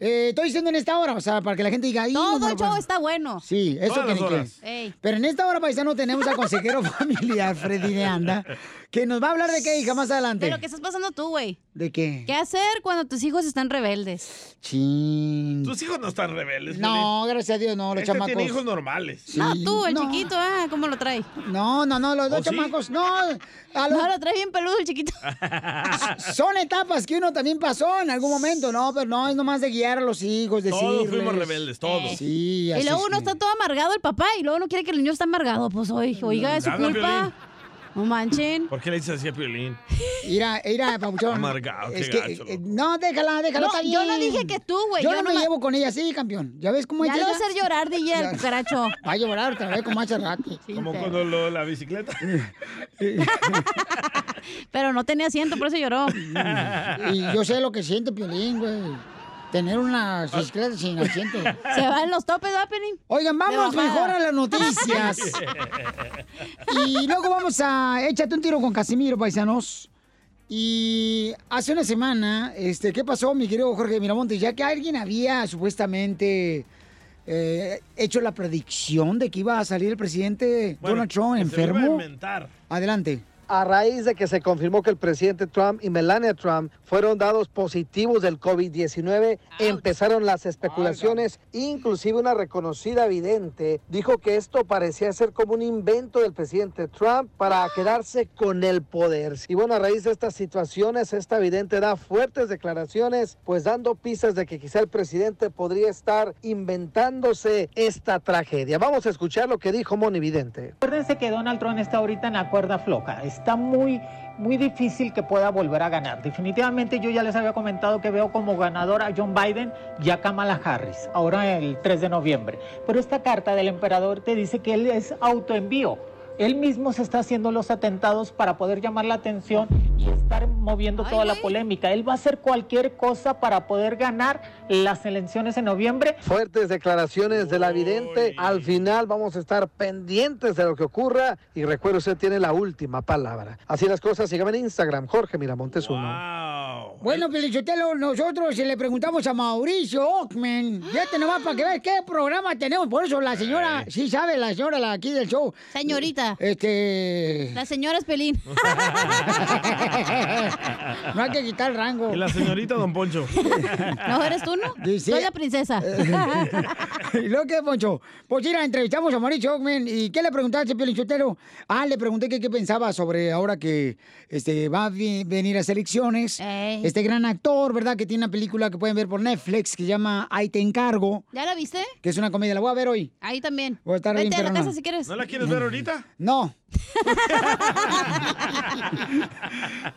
S1: Eh, estoy diciendo en esta hora, o sea, para que la gente diga... Todo el show está
S2: bueno.
S1: Sí, eso
S2: Todas
S1: tiene
S2: las
S1: que...
S2: horas. Ey.
S1: Pero en esta hora, paisano, tenemos al consejero familiar, Freddy de Anda, que nos va a hablar de qué, hija, más adelante.
S2: De lo que estás pasando tú, güey.
S1: ¿De qué?
S2: ¿Qué hacer cuando tus hijos están rebeldes?
S1: Chin.
S3: Tus hijos no están rebeldes.
S1: No, gracias a Dios, no, los
S3: Pues Este
S1: chamacos.
S3: tiene hijos normales.
S2: No, tú, el chiquito, ah, ¿cómo lo trae?
S1: No, no, no, los dos
S3: ¿Oh, sí?
S1: chamacos, no. A
S2: No, lo trae bien peludo el chiquito.
S1: Son etapas que uno también pasó en algún momento, ¿no? Pero no, es nomás de guiar a los hijos, decirles.
S3: Todos fuimos rebeldes, todos.
S1: Sí,
S2: Y
S1: así
S2: luego
S1: es
S2: uno
S1: que-
S2: está todo amargado el papá y luego uno quiere que el niño esté amargado. Pues oye, oiga, es su
S3: Habla,
S2: culpa. No manchen.
S3: ¿Por qué le dices así a Piolín?
S1: Mira, mira, papuchón.
S3: Amargado,
S1: Es
S3: qué
S1: que,
S3: gacho.
S1: eh, no, déjala,
S2: No,
S1: déjala, está
S2: yo no
S1: bien.
S2: dije que tú, güey,
S1: Yo,
S2: yo
S1: no me
S2: nomás-
S1: llevo con ella así, campeón. ¿Ya ves cómo es
S2: Ya lo va
S1: ella?
S2: a hacer llorar, DJ, el
S1: Ya.
S2: cucaracho.
S1: Va a llorar otra vez como hace rato.
S3: Como cuando lo- la bicicleta.
S2: Pero no tenía asiento, por eso lloró.
S1: Y yo sé lo que siente Piolín, güey. Tener una bicicleta Ah, sin asiento.
S2: Se van los topes, ¿verdad, Piolín?
S1: Oigan, vamos
S2: De bajada.
S1: mejor a las noticias. Y luego vamos a échate un tiro con Casimiro, paisanos. Y hace una semana, este, ¿qué pasó, mi querido Jorge Miramontes? Ya que alguien había supuestamente eh, hecho la predicción de que iba a salir el presidente Donald Trump
S3: que se lo iba a
S1: enfermo.
S3: inventar.
S1: Adelante.
S4: a raíz de que se confirmó que el presidente Trump y Melania Trump fueron dados positivos del COVID-19, empezaron las especulaciones, inclusive una reconocida vidente dijo que esto parecía ser como un invento del presidente Trump para quedarse con el poder. Y bueno, a raíz de estas situaciones, esta vidente da fuertes declaraciones, pues dando pistas de que quizá el presidente podría estar inventándose esta tragedia. Vamos a escuchar lo que dijo Moni Vidente.
S18: Acuérdense que Donald Trump está ahorita en la cuerda floja. Está muy, muy difícil que pueda volver a ganar. Definitivamente yo ya les había comentado que veo como ganador a John Biden y a Kamala Harris, ahora el 3 de noviembre. Pero esta carta del emperador te dice que él es autoenvío. Él mismo se está haciendo los atentados para poder llamar la atención y estar moviendo toda la polémica. Él va a hacer cualquier cosa para poder ganar las elecciones en noviembre.
S4: Fuertes declaraciones de la vidente. Al final vamos a estar pendientes de lo que ocurra. Y recuerde, usted tiene la última palabra. Así las cosas. Síganme en Instagram, Jorge Miramontes uno.
S1: Bueno, Pelichotelo, nosotros le preguntamos a Mauricio Ockman. Ya tenemos para que ver qué programa tenemos. Por eso la señora, sí sabe, la señora la aquí del show.
S2: Señorita.
S1: Este.
S2: La señora es Pelín.
S1: No hay que quitar el rango.
S3: Y la señorita Don Poncho.
S2: ¿No eres tú, no?
S1: Dice-
S2: Soy la princesa.
S1: ¿Y luego qué, Poncho? Pues mira, entrevistamos a Mauricio Ockman. ¿Y qué le preguntaste, Pelichotero? Ah, le pregunté que qué pensaba sobre ahora que este, va a vi- venir a selecciones. Este gran actor, ¿verdad? Que tiene una película que pueden ver por Netflix que se llama Ahí te encargo,
S2: ¿Ya la viste?
S1: que es una comedia. La voy a ver hoy.
S2: Ahí también.
S1: Voy a estar
S2: Vete
S1: bien
S2: a la
S1: perrona.
S2: casa si quieres.
S3: ¿No la quieres ver ahorita?
S1: No.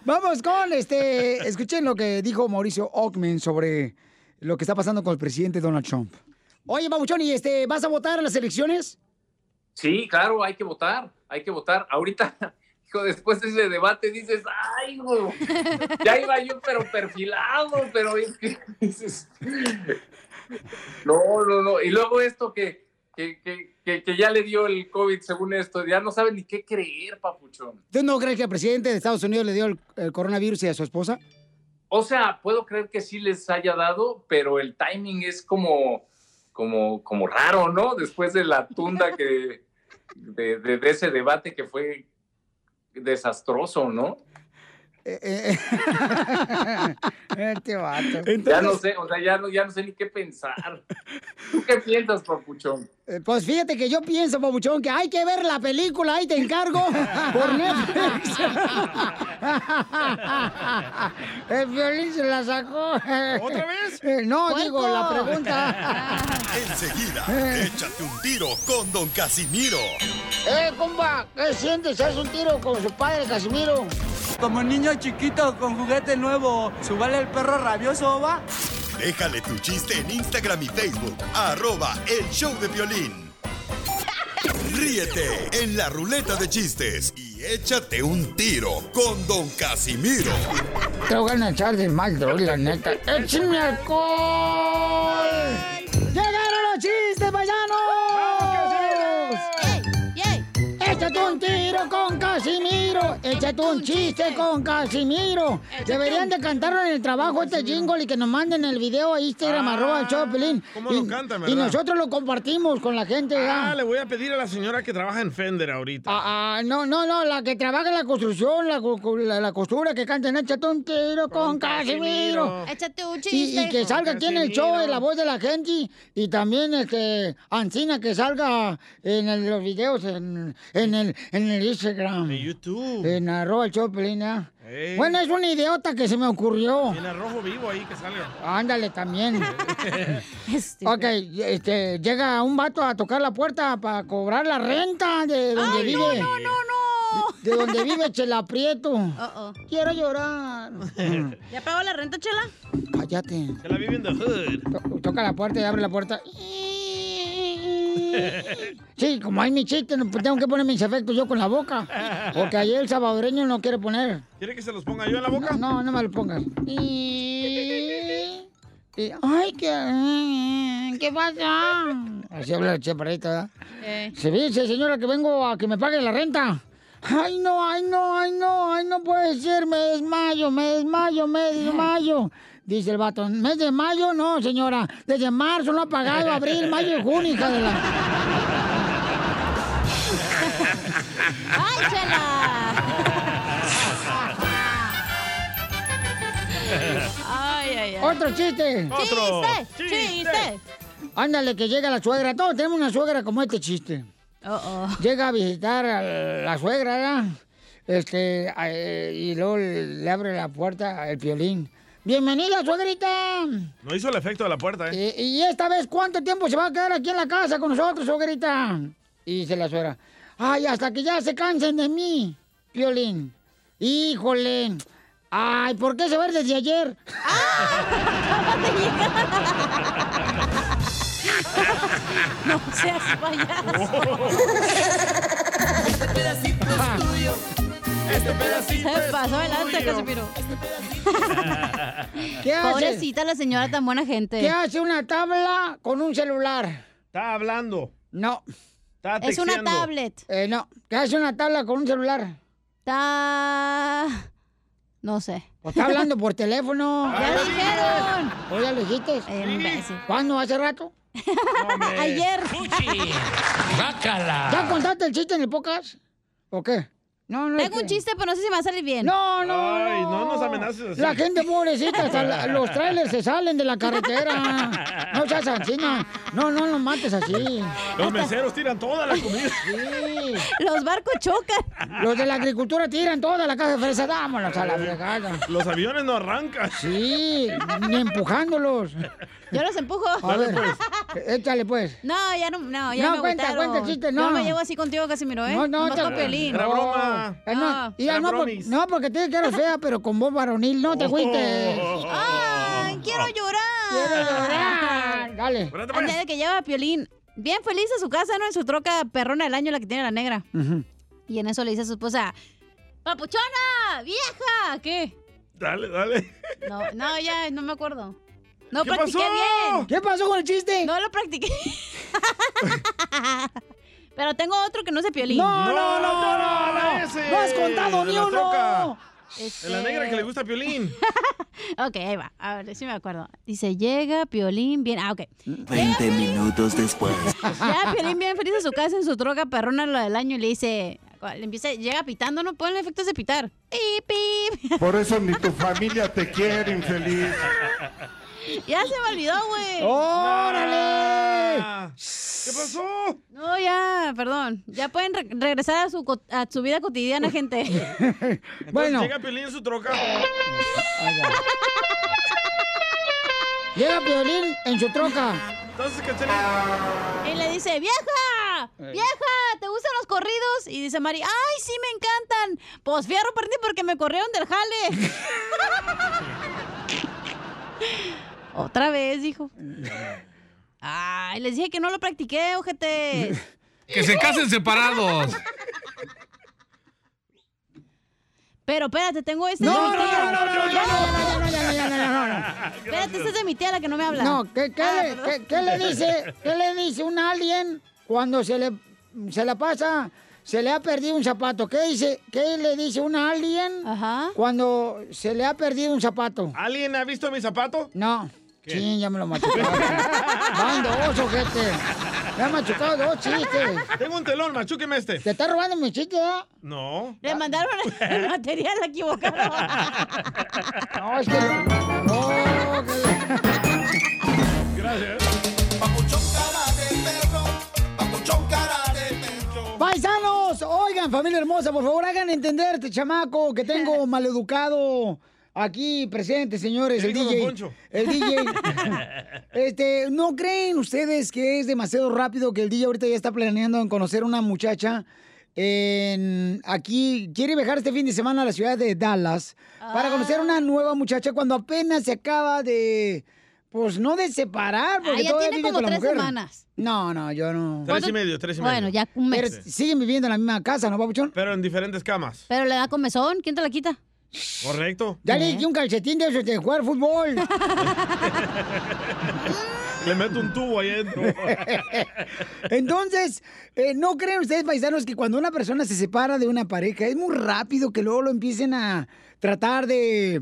S1: Vamos con este. Escuchen lo que dijo Mauricio Ockman sobre lo que está pasando con el presidente Donald Trump. Oye, Babuchón, ¿y este, vas a votar en las elecciones?
S19: Sí, claro, hay que votar, hay que votar. Ahorita, hijo, después de ese debate dices, ay, güey, ya iba yo, pero perfilado, pero es que dices, no, no, no. Y luego esto que, que, que, que, que ya le dio el COVID, según esto, ya no saben ni qué creer, papuchón.
S1: ¿Tú no crees que al presidente de Estados Unidos le dio el, el coronavirus y a su esposa?
S19: O sea, puedo creer que sí les haya dado, pero el timing es como, como, como raro, ¿no? Después de la tunda que, de, de- de ese debate que fue desastroso, ¿no?
S1: Eh, eh, este vato.
S19: ya no sé, o sea, ya no, ya no sé ni qué pensar. ¿Tú qué piensas, papuchón?
S1: Eh, Pues fíjate que yo pienso, Babuchón, que hay que ver la película, ahí te encargo, por Netflix. El violín se la sacó. ¿Otra vez? No, digo, la pregunta.
S9: Enseguida, échate un tiro con Don Casimiro.
S1: Eh, compa, ¿qué sientes? ¿Haz un tiro con su padre, Casimiro?
S10: Como niño chiquito con juguete nuevo, ¿subale el perro rabioso va?
S9: Déjale tu chiste en Instagram y Facebook, arroba el show de violín. Ríete en la ruleta de chistes y échate un tiro con Don Casimiro.
S1: Te voy a echar de mal, la neta. ¡Échame alcohol! ¡Llegaron los chistes, paisanos! Échate un tiro con Casimiro, échate un chiste con Casimiro. Deberían de cantarlo en el trabajo este jingle y que nos manden el video a Instagram, arroba el show de Piolín.
S3: ¿cómo
S1: Y-
S3: lo cantan,
S1: Y
S3: verdad?
S1: nosotros lo compartimos con la gente. ¿verdad?
S3: Ah, le voy a pedir a la señora que trabaja en Fender ahorita.
S1: Ah, ah, no, no, no, la que trabaja en la construcción, la, cu- cu- la- la costura, que canten, échate un tiro con, Casimiro.
S2: Échate un chiste.
S1: Y, y que salga aquí en el show en la voz de la gente y- y también este Ancina que salga en el- los videos en, en el, en el Instagram. En
S3: YouTube.
S1: En arroba el show, Pelín, ¿ah?
S3: Ey.
S1: Bueno, es una idiota que se me ocurrió.
S3: Tiene rojo vivo ahí que salga.
S1: Ándale también. ok, este, llega un vato a tocar la puerta para cobrar la renta de donde
S2: Ay,
S1: vive.
S2: no, no, no, no.
S1: De donde vive Chela Prieto.
S2: Oh, oh.
S1: Quiero llorar.
S2: ¿Ya pagó la renta, Chela?
S1: Cállate.
S3: Chela vive en the hood.
S1: Toca la puerta y abre la puerta. Sí, como hay mi chiste, no, pues tengo que poner mis efectos yo con la boca. Porque ayer el salvadoreño no quiere poner.
S3: ¿Quiere que se los ponga yo en la boca?
S1: No, no, no me lo pongas. Y- y- ay, eh, qué, qué pasa. Así habla el chaparrito, ¿verdad?
S3: Eh.
S1: Se dice, señora, que vengo a que me pague la renta. Ay, no, ay, no, ay, no, ay, no puede ser, me desmayo, me desmayo, me desmayo. Dice el vato, ¿mes de mayo? No, señora, desde marzo no ha pagado, abril, mayo y junio, hija de la...
S2: ¡Ay, Ay, ay, ay.
S1: Otro chiste. Otro.
S2: Chiste, chiste.
S1: Ándale, que llega la suegra. Todos tenemos una suegra como este chiste. Llega a visitar a la suegra, ¿verdad? Este, a- eh, y luego le abre la puerta al violín. Bienvenida, suegrita.
S3: No hizo el efecto de la puerta, ¿eh?
S1: Y, y esta vez cuánto tiempo se va a quedar aquí en la casa con nosotros, suegrita? Y dice la suegra, ay, hasta que ya se cansen de mí, violín. Híjole. Ay, ¿por qué se va desde ayer?
S2: No seas payaso.
S13: Este pedacito es tuyo. Este pedacito
S2: Se pasó adelante, Casimiro.
S1: ¿Qué hace?
S2: Pobrecita la señora, tan buena gente.
S1: ¿Qué hace una tabla con un celular?
S3: Está hablando.
S1: No.
S3: Está
S2: Es una
S3: texteando.
S2: tablet.
S1: Eh, no. ¿Qué hace una tabla con un celular?
S2: Está... No sé.
S1: O está hablando por teléfono.
S2: ¡Ya
S3: Ah,
S2: dijeron! Eh,
S1: ¿O ya lo dijiste? ¿Cuándo? ¿Hace rato?
S2: Ayer.
S13: ¡Bácala!
S1: ¿Ya contaste el chiste en el podcast? ¿O qué? No, no.
S2: Tengo un chiste, pero no sé si me va a salir bien.
S1: No, no.
S3: Ay, no nos amenaces así.
S1: La gente pobrecita, hasta la- los trailers se salen de la carretera. No seas así, no. No, no los mates así.
S3: Los meseros tiran toda la comida.
S1: Los barcos chocan. Los de la agricultura tiran toda la caja de fresa. Dámonos a la fregada.
S3: Los aviones no arrancan.
S1: Sí, ni empujándolos.
S2: Yo los empujo.
S1: A ver, échale pues.
S2: No, ya no, no, ya
S1: No,
S2: me
S1: cuenta,
S2: agotaron.
S1: cuenta el chiste, no.
S2: Yo me llevo así contigo, Casimiro, ¿eh?
S1: No, no,
S2: Más
S1: te-
S2: con Piolín. Ah.
S1: No, eh, no,
S2: No.
S1: mira, no, por- no, porque tiene que ser fea, pero con voz varonil no te fuiste.
S2: ¡Ay, quiero llorar!
S1: pues, Quiero llorar. Dale.
S2: Al día de que lleva a Piolín. Bien feliz a su casa, ¿no? En su troca perrona del año, la que tiene la negra. Y en eso le dice a su esposa, ¡Papuchona! ¡Vieja! ¿Qué?
S3: Dale, dale.
S2: No, no, ya, no me acuerdo. No
S3: ¿Qué
S2: practiqué
S3: pasó?
S2: bien.
S1: ¿Qué pasó con el chiste?
S2: No lo practiqué. Pero tengo otro que no es de Piolín.
S1: No, no, no, no, no, no.
S3: ese.
S1: No has contado
S3: De
S1: ni
S3: la
S1: uno.
S3: troca.
S2: Este-
S3: De la negra que le gusta a Piolín.
S2: Ok, ahí va. A ver, sí me acuerdo. Dice, llega Piolín bien... Ah, ok.
S13: 20 minutos después.
S2: Ya Piolín bien feliz a su casa en su troca perrona lo del año y le dice... Le empieza, llega pitando, no ponle efectos de pitar. Pip, pip.
S20: Por eso ni tu familia te quiere, infeliz.
S2: Ya se me olvidó, güey.
S1: ¡Órale!
S3: ¿Qué pasó?
S2: No, ya, perdón. Ya pueden re- regresar a su, co- a su vida cotidiana, gente.
S3: Bueno. Llega Piolín en su troca.
S1: Llega Piolín en su troca.
S3: Entonces, Cachanilla.
S2: Y le dice, vieja,
S1: Eh.
S2: vieja, ¿te gustan los corridos? Y dice Mari, ay, sí, me encantan. Pues fierro perdí porque me corrieron del jale. Otra vez, dijo. Ay, les dije que no lo practiqué, ojete.
S21: Que se casen separados.
S2: Pero espérate, tengo este.
S1: No,
S2: de mi
S1: no,
S2: tía.
S1: no, no, no, ya no, ya no, ya no, ya no, ya no, ya
S2: Espérate, este es de mi tía la que no me habla.
S1: no. No, ¿qué, qué,
S2: Ah,
S1: le-
S2: perdón.
S1: qué- qué le dice, qué le dice un alien cuando se le se la pasa, se le ha perdido un zapato? ¿Qué dice, qué le dice un alien cuando se le ha perdido un zapato?
S3: ¿Alguien ha visto mi zapato?
S1: No. Sí, ya me lo machucaron. Van dos, ojete. Me han machucado dos chistes.
S3: Tengo un telón, machúqueme este.
S1: Te está robando mi ¿eh? chiste, ¿verdad?
S3: No.
S2: Le mandaron el material equivocado. Ah.
S1: No, es que...
S3: Gracias.
S1: Paisanos, oigan, familia hermosa, por favor, hagan entender este chamaco que tengo maleducado aquí presente, señores,
S13: ¿Qué
S1: el
S13: dijo
S1: DJ.
S13: don Poncho?
S1: El DJ. este, ¿no creen ustedes que es demasiado rápido que el DJ ahorita ya está planeando en conocer una muchacha en aquí quiere viajar este fin de semana a la ciudad de Dallas para conocer
S2: Ah.
S1: una nueva muchacha cuando apenas se acaba de pues no de separar porque
S2: Ah, ya
S1: todavía
S2: tiene
S1: vive
S2: como
S1: con la
S2: tres
S1: mujer.
S2: semanas.
S1: No, no, yo no.
S3: Tres y medio, tres y medio. Bueno, ya un mes.
S1: Pero siguen viviendo en la misma casa, ¿no, papuchón?
S3: Pero en diferentes camas.
S2: Pero le da comezón, ¿quién te la quita? ¿Eh?
S3: ¿Correcto?
S1: Ya le dije un calcetín de esos de jugar fútbol.
S3: Le meto un tubo ahí adentro.
S1: Entonces, eh, ¿no creen ustedes, paisanos, que cuando una persona se separa de una pareja es muy rápido que luego lo empiecen a tratar de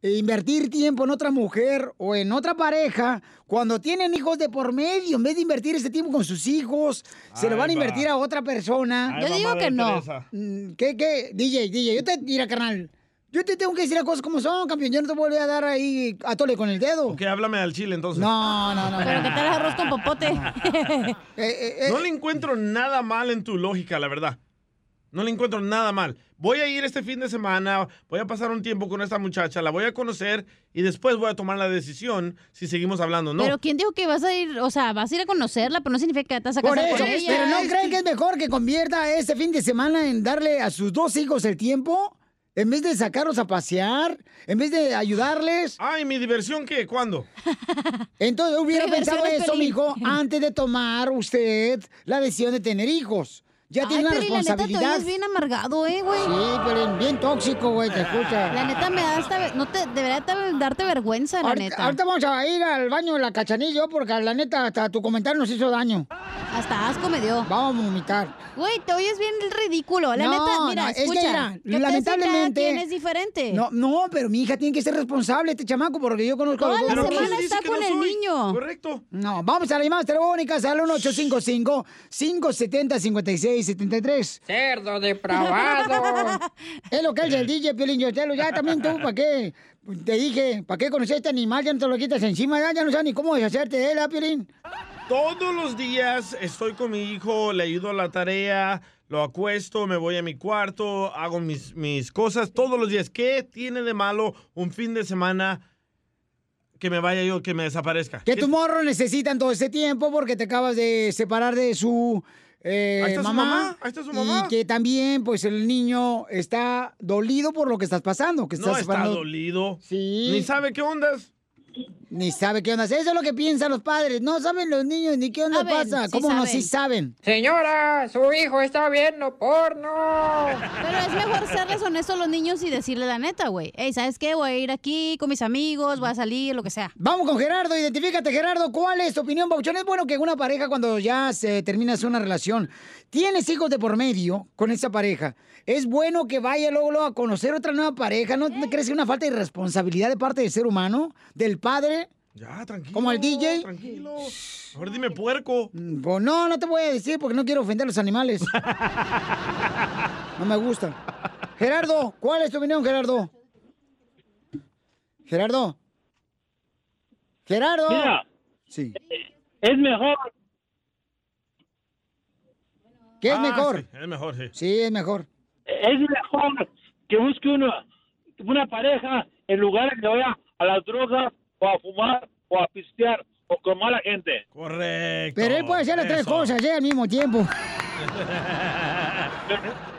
S1: eh, invertir tiempo en otra mujer o en otra pareja? Cuando tienen hijos de por medio, en vez de invertir ese tiempo con sus hijos, se lo
S13: Ahí
S1: van a
S13: va.
S1: invertir a otra persona.
S13: Ahí Yo va digo Madre que no. Teresa.
S1: Mm, ¿Qué, qué? DJ, DJ, yo te mira, carnal. Yo te tengo que decir las cosas como son, campeón. Yo no te voy a dar ahí a tole con el dedo.
S3: Ok, háblame al chile entonces.
S1: No, no, no. Pero que te hagas arroz con popote. Eh,
S3: no le encuentro nada mal en tu lógica, la verdad. No le encuentro nada mal. Voy a ir este fin de semana, voy a pasar un tiempo con esta muchacha, la voy a conocer y después voy a tomar la decisión si seguimos hablando o no.
S2: Pero ¿quién dijo que vas a ir? O sea, vas a ir a conocerla, pero no significa que te vas a
S1: Por
S2: casar
S1: eso,
S2: con ella.
S1: pero ¿no creen que es mejor que convierta este fin de semana en darle a sus dos hijos el tiempo? En vez de sacarlos a pasear, en vez de ayudarles.
S3: Ay, mi diversión, ¿qué? ¿Cuándo?
S1: Entonces hubiera
S3: Sí,
S1: pensado
S3: versiones
S1: eso,
S3: feliz.
S1: mijo, antes de tomar usted la decisión de tener hijos. ya tiene una
S2: Ay, Piolín, la neta, te
S1: responsabilidad.
S2: oyes bien amargado, ¿eh, güey?
S1: Sí, Piolín, bien tóxico, güey, te escucha.
S2: La neta, me da hasta... No te... Debería te- darte vergüenza, la
S1: ahorita,
S2: neta.
S1: ahorita vamos a ir al baño de la cachanillo porque la neta hasta tu comentario nos hizo daño.
S2: Hasta asco me dio.
S1: Vamos a vomitar.
S2: Güey, te oyes bien ridículo. La
S1: No,
S2: neta, mira,
S1: no, es que
S2: escucha. ¿qué
S1: mira,
S2: tal si
S1: lamentablemente-
S2: cada quien es diferente.
S1: No, no, pero mi hija tiene que ser responsable este chamaco porque yo conozco
S2: Toda
S1: los
S2: la
S1: dos.
S2: semana ¿Pero quién está dice que con no el soy? niño.
S1: Correcto. No, vamos a las llamadas telefónicas al 1855 570 5673.
S22: Cerdo depravado.
S1: es lo que es el
S3: Eh.
S1: DJ Piolín Yotelo. Ya también tú, ¿para qué? Pues Te dije, ¿para qué conoces este animal? Ya no te lo quitas encima, ya, ya no sabes ni cómo deshacerte de él, ¿ah, Piolín?
S3: Todos los días estoy con mi hijo, le ayudo a la tarea, lo acuesto, me voy a mi cuarto, hago mis, mis cosas todos los días. ¿Qué tiene de malo un fin de semana que me vaya yo, que me desaparezca?
S1: Que tu morro necesitan todo ese tiempo porque te acabas de separar de su eh,
S3: Ahí está su
S1: mamá.
S3: mamá, ahí está su mamá.
S1: Y que también, pues, el niño está dolido por lo que estás pasando. Que
S3: No
S1: estás
S3: está
S1: separando-
S3: dolido.
S1: Sí.
S3: Ni sabe qué ondas.
S1: Ni sabe qué onda. Eso es lo que piensan los padres. No saben los niños ni qué onda pasa.
S22: sí
S1: ¿Cómo no?
S22: saben.
S1: Sí saben.
S22: Señora, su hijo está viendo porno.
S2: Pero es mejor serles honestos a los niños y decirle la neta, güey. Ey, ¿sabes qué? Voy a ir aquí con mis amigos, voy a salir, lo que sea.
S1: Vamos con Gerardo, identifícate Gerardo, ¿cuál es tu opinión, Bauchón? Es bueno que una pareja cuando ya se termina una relación, tienes hijos de por medio con esa pareja, es bueno que vaya luego, luego a conocer otra nueva pareja, ¿no te crees que es una falta de responsabilidad de parte del ser humano, del padre?
S3: Ya, tranquilo.
S1: Como el DJ.
S3: Tranquilo. Ahora dime puerco.
S1: Pues no, no te voy a decir porque no quiero ofender a los animales. No me gusta. Gerardo, ¿cuál es tu opinión, Gerardo? Gerardo. Gerardo.
S7: Mira.
S1: Sí.
S7: Es mejor.
S1: ¿Qué es
S7: Ah,
S1: mejor?
S7: sí,
S3: es mejor, sí.
S1: Sí, es mejor.
S7: Es mejor que busque una, una pareja en lugar de que vaya a las drogas o a fumar o a pistear o con mala gente.
S3: Correcto.
S1: Pero él puede hacer las tres cosas ¿eh? al mismo tiempo.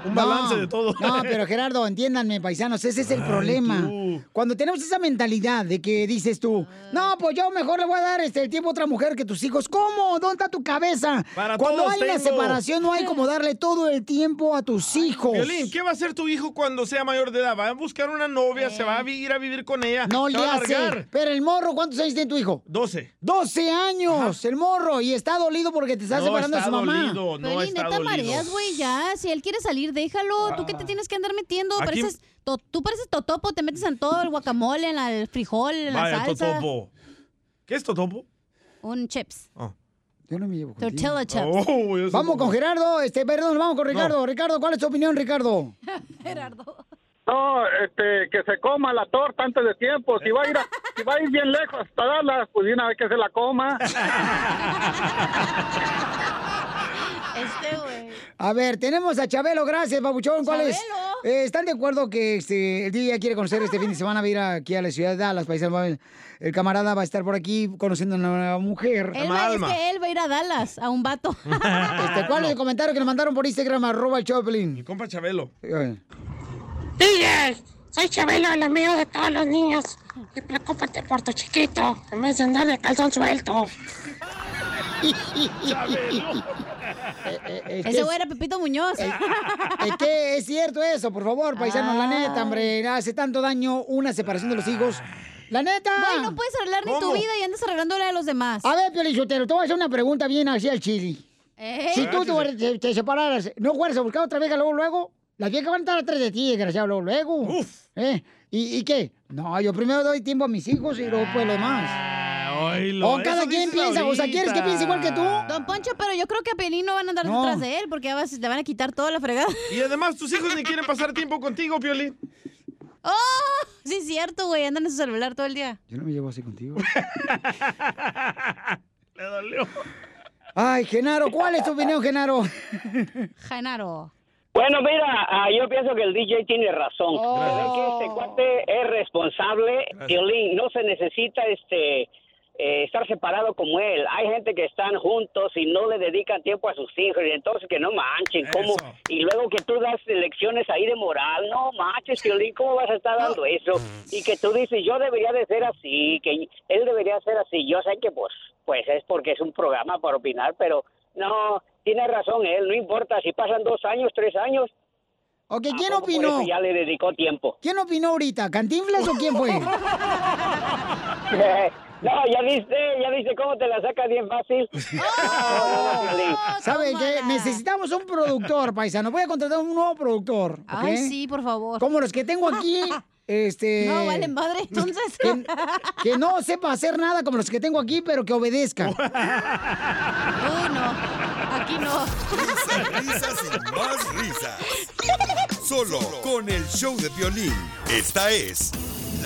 S3: Un balance
S1: No,
S3: de todo.
S1: No, pero Gerardo, entiéndanme, paisanos, ese es el problema. Cuando tenemos esa mentalidad de que dices tú, no, pues yo mejor le voy a dar este, el tiempo a otra mujer que tus hijos. ¿Cómo? ¿Dónde está tu cabeza?
S3: Para
S1: Cuando
S3: todos
S1: hay la
S3: tengo.
S1: separación no hay como darle todo el tiempo a tus hijos.
S3: Violín, ¿qué va a hacer tu hijo cuando sea mayor de edad? Va a buscar una novia, se va a vi- ir a vivir con ella.
S1: Eh. No
S3: se
S1: le
S3: va a
S1: hace.
S3: largar.
S1: Pero el morro, ¿cuántos años tiene tu hijo?
S3: 12.
S1: 12 años, el morro. Y está dolido porque te está
S3: No
S1: separando de
S3: está
S1: su mamá.
S3: dolido, no
S2: Piolín,
S3: está
S2: neta
S3: dolido. Ah.
S2: mareas, güey, ya. Si él quiere salir, déjalo. ¿Tú qué te tienes que andar metiendo?
S3: Aquí-
S2: Pareces to- tú pareces totopo, te metes en todo, el guacamole, en la- el frijol, en la
S3: Vaya,
S2: salsa.
S3: Totopo. ¿Qué es Totopo?
S2: Un chips.
S1: Yo no me llevo
S2: contigo. Tortilla chips.
S3: Oh, yo soy
S1: vamos
S3: Totopo.
S1: con Gerardo, este, perdón, vamos con Ricardo. Ricardo, ¿cuál es tu opinión, Ricardo?
S5: No, este, que se coma la torta antes de tiempo. Si va a ir, a- si va a ir bien lejos hasta darla, pues de una vez que se la coma.
S2: Este, güey.
S1: A ver, tenemos a Chabelo, gracias, Babuchón. ¿Cuál es? Eh, ¿Están de acuerdo que este, el DJ quiere conocer este fin de semana? Va a ir aquí a la ciudad de Dallas, paisanos. El camarada va a estar por aquí conociendo a una nueva
S3: Ah,
S1: mujer.
S2: Él va, es que él va a ir a Dallas, a un vato.
S1: Este, ¿Cuál es el comentario que nos mandaron por Instagram, arroba el Choplin? Mi
S3: compa Chabelo.
S1: Eh.
S5: ¡Días! Soy Chabelo, el amigo de todos los niños. Y preocúpate por tu chiquito, en vez de andar de calzón suelto.
S1: Eh,
S2: Ese güey era Pepito Muñoz.
S1: Es que es cierto eso, por favor, paisanos,
S2: Ah.
S1: la neta, hombre. Hace tanto daño una separación de los hijos. ¡La neta!
S2: Güey, no puedes arreglar ni tu
S1: ¿Cómo?
S2: vida y andas arreglando la de los demás.
S1: A ver, Piolichotero, te voy a hacer una pregunta bien así al chili.
S2: Ey.
S1: Si tú
S2: Sáquese.
S1: te, te- te separaras, ¿no fueras a buscar otra vieja luego, luego? Las viejas van a estar atrás de ti, desgraciado, luego, luego. ¿Eh? ¿Y, y qué? No, yo primero doy tiempo a mis hijos y luego pues lo más.
S3: oílo,
S1: O cada
S3: eso
S1: quien
S3: dices
S1: piensa, o sea,
S3: ahorita.
S1: ¿quieres que piense igual que tú?
S2: Don Poncho, pero yo creo que a Pelín no van a andar
S3: No.
S2: detrás de él porque ya vas- le van a quitar toda la fregada.
S3: Y además, tus hijos ni quieren pasar tiempo contigo, Piolín.
S2: ¡Oh! Sí, es cierto, güey. Andan en su celular todo el día.
S1: Yo no me llevo así contigo. Ay, Genaro, ¿cuál es tu opinión, Genaro?
S2: Genaro.
S23: Bueno, mira, ah, yo pienso que el DJ tiene razón. Se ve que este cuate es responsable. Piolín, no se necesita este eh, estar separado como él. Hay gente que están juntos y no le dedican tiempo a sus hijos. Y entonces que no manchen. ¿cómo?
S24: Eso.
S23: Y luego que tú das lecciones ahí de moral. No manches, Piolín, ¿cómo vas a estar dando eso? Y que tú dices, yo debería de ser así, que él debería ser así. Yo sé que pues, pues es porque es un programa para opinar, pero No, tiene razón él, no importa si pasan dos años, tres años.
S1: Ok, ¿quién
S23: Tampoco por
S1: opinó?
S23: eso ya le dedicó tiempo.
S1: ¿Quién opinó ahorita? ¿Cantinflas o quién fue?
S23: no, ya viste, ya viste cómo te la sacas bien fácil. No, no, no, Piolín.
S1: ¿Sabe qué? Necesitamos un productor, paisano. Voy a contratar un nuevo productor. ¿ok?
S2: Ay, sí, por favor.
S1: Como los que tengo aquí. Este,
S2: No, vale madre, entonces.
S1: Que, que no sepa hacer nada como los que tengo aquí, pero que obedezca.
S2: Aquí no.
S9: Risas, risas y más risas. Solo con el show de violín. Esta es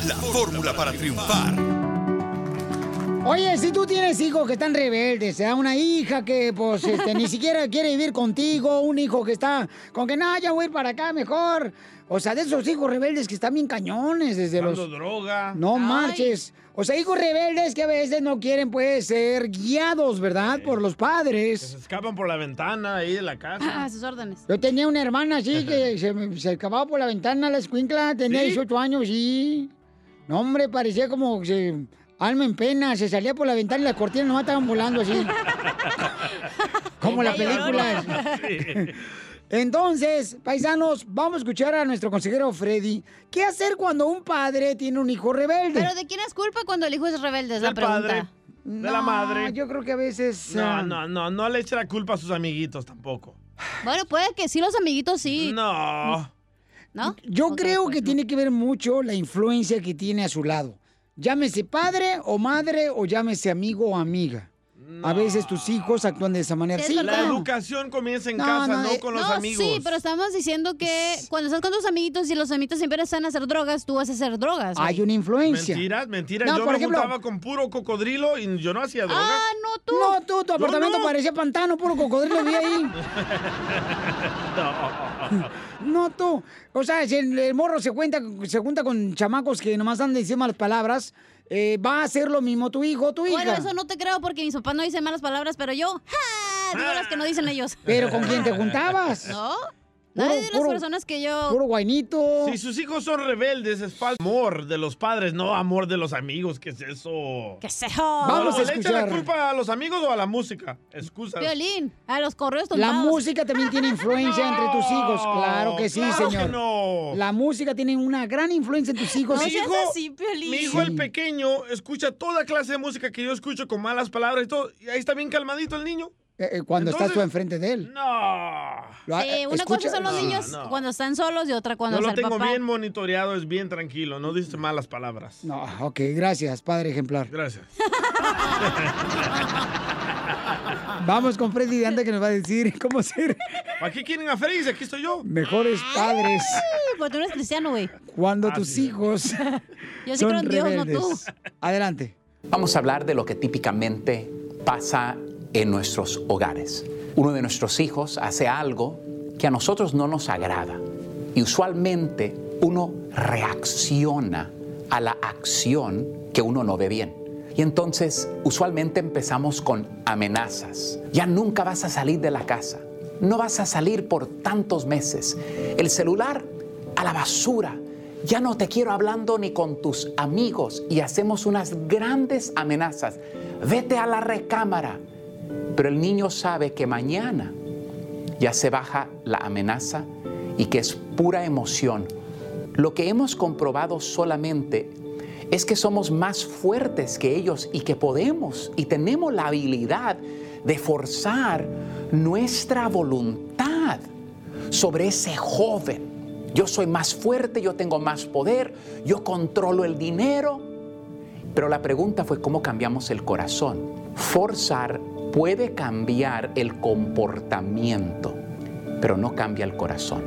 S9: la fórmula para triunfar.
S1: Oye, si tú tienes hijos que están rebeldes, sea una hija que pues este, ni siquiera quiere vivir contigo, un hijo que está con que nada, ya voy a ir para acá mejor. O sea, de esos hijos rebeldes que están bien cañones desde los...
S3: Dando droga.
S1: No marches. O sea, hijos rebeldes que a veces no quieren pues ser guiados, ¿verdad? Por los padres.
S3: Se escapan por la ventana ahí de la casa.
S1: Ah,
S2: sus órdenes.
S1: Yo tenía una hermana así que se, me- se escapaba por la ventana la escuincla, tenía
S3: ¿Sí?
S1: 18 años y... No, hombre, parecía como que se- alma en pena, se salía por la ventana y las cortinas nomás estaban volando así. como las películas. Entonces, paisanos, vamos a escuchar a nuestro consejero Freddy. ¿Qué hacer cuando un padre tiene un hijo rebelde?
S2: Pero ¿de quién es culpa cuando el hijo es rebelde? Es la
S3: Del
S2: pregunta.
S3: padre, de la madre.
S1: Yo creo que a veces.
S3: No,
S1: ah,
S3: no, no, no le eche la culpa a sus amiguitos tampoco.
S2: Bueno, puede que sí, los amiguitos sí.
S3: No.
S2: ¿No?
S1: Yo creo que tiene que ver mucho la influencia que tiene a su lado. Llámese padre o madre o llámese amigo o amiga. A veces tus hijos actúan de esa manera. Sí,
S3: la
S1: claro.
S3: educación comienza en
S1: No,
S3: casa,
S1: no,
S3: no,
S1: eh,
S3: con los
S2: no,
S3: amigos.
S2: sí, pero estamos diciendo que cuando estás con tus amiguitos y los amiguitos siempre están a hacer drogas, tú vas a hacer drogas. güey.
S1: Hay una influencia.
S3: Mentiras, mentiras.
S1: No,
S3: yo
S1: por
S3: me
S1: ejemplo-
S3: juntaba con puro cocodrilo y yo no hacía drogas.
S2: Ah, no tú.
S1: No, tú, tu
S3: Yo
S1: apartamento
S3: no.
S1: parecía pantano, puro cocodrilo vi ahí. No, tú. O sea, si el, el morro se cuenta, se junta con chamacos que nomás andan diciendo malas palabras, eh, va a hacer lo mismo tu hijo o tu hija.
S2: Bueno, eso no te creo porque mis papás no dicen malas palabras, pero yo, ¡ja! Digo las que no dicen ellos.
S1: Ah. Pero ¿con quién te juntabas?
S2: ¿No?
S1: Puro-
S2: Nadie de las
S1: puro-
S2: personas que yo...
S1: Puro guainito.
S3: Si sus hijos son rebeldes, es falso amor de los padres, no amor de los amigos. ¿Qué es eso?
S2: ¿Qué es eso?
S1: Vamos a
S3: ¿Le echan la
S1: escuchar.
S3: culpa a los amigos o a la música? Excusa.
S2: Violín, a los correos
S1: La
S2: tumbados.
S1: música también tiene influencia entre tus hijos, claro que sí,
S3: claro
S1: señor.
S3: que no.
S1: La música tiene una gran influencia en tus hijos.
S3: mi hijo, mi hijo el pequeño escucha toda clase de música que yo escucho con malas palabras y todo, y ahí está bien calmadito el niño.
S1: Eh, eh, cuando estás tú
S3: Entonces-
S1: enfrente de él.
S3: No.
S1: Lo-
S2: Sí,
S1: eh,
S2: una cosa
S1: escucha-
S2: son los
S3: No,
S2: niños
S3: no.
S2: cuando están solos y otra cuando
S3: Yo lo
S2: está el
S3: tengo
S2: papá.
S3: bien monitoreado, es bien tranquilo, no dice malas palabras.
S1: No, ok, gracias, padre ejemplar.
S3: Gracias.
S1: Vamos con Freddy de Anda que nos va a decir cómo ser
S3: ¿Para qué quieren a Freddy? Si Aquí estoy yo.
S1: mejores padres
S2: Ay, Porque tú no eres cristiano, güey.
S1: cuando
S17: Ah,
S1: tus hijos
S2: Yo sí creo
S1: son
S2: en Dios, no
S1: rebeldes.
S2: tú.
S1: Adelante.
S6: Vamos a hablar de lo que típicamente pasa en nuestros hogares. Uno de nuestros hijos hace algo que a nosotros no nos agrada y usualmente uno reacciona a la acción que uno no ve bien. Y entonces usualmente empezamos con amenazas. Ya nunca vas a salir de la casa. No vas a salir por tantos meses. El celular a la basura. Ya no te quiero hablando ni con tus amigos y hacemos unas grandes amenazas. Vete a la recámara. Pero el niño sabe que mañana ya se baja la amenaza y que es pura emoción. Lo que hemos comprobado solamente es que somos más fuertes que ellos y que podemos y tenemos la habilidad de forzar nuestra voluntad sobre ese joven. Yo soy más fuerte, yo tengo más poder, yo controlo el dinero. Pero la pregunta fue cómo cambiamos el corazón. Forzar puede cambiar el comportamiento, pero no cambia el corazón.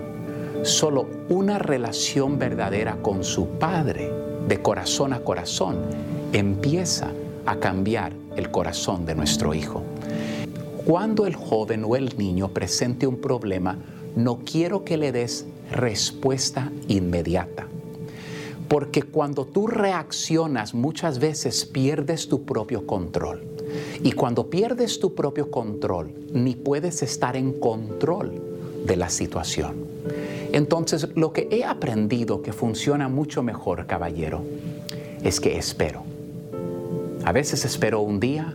S6: Solo una relación verdadera con su padre, de corazón a corazón, empieza a cambiar el corazón de nuestro hijo. Cuando el joven o el niño presente un problema, no quiero que le des respuesta inmediata. Porque cuando tú reaccionas muchas veces pierdes tu propio control. Y cuando pierdes tu propio control, ni puedes estar en control de la situación. Entonces, lo que he aprendido que funciona mucho mejor, caballero, es que espero. A veces espero un día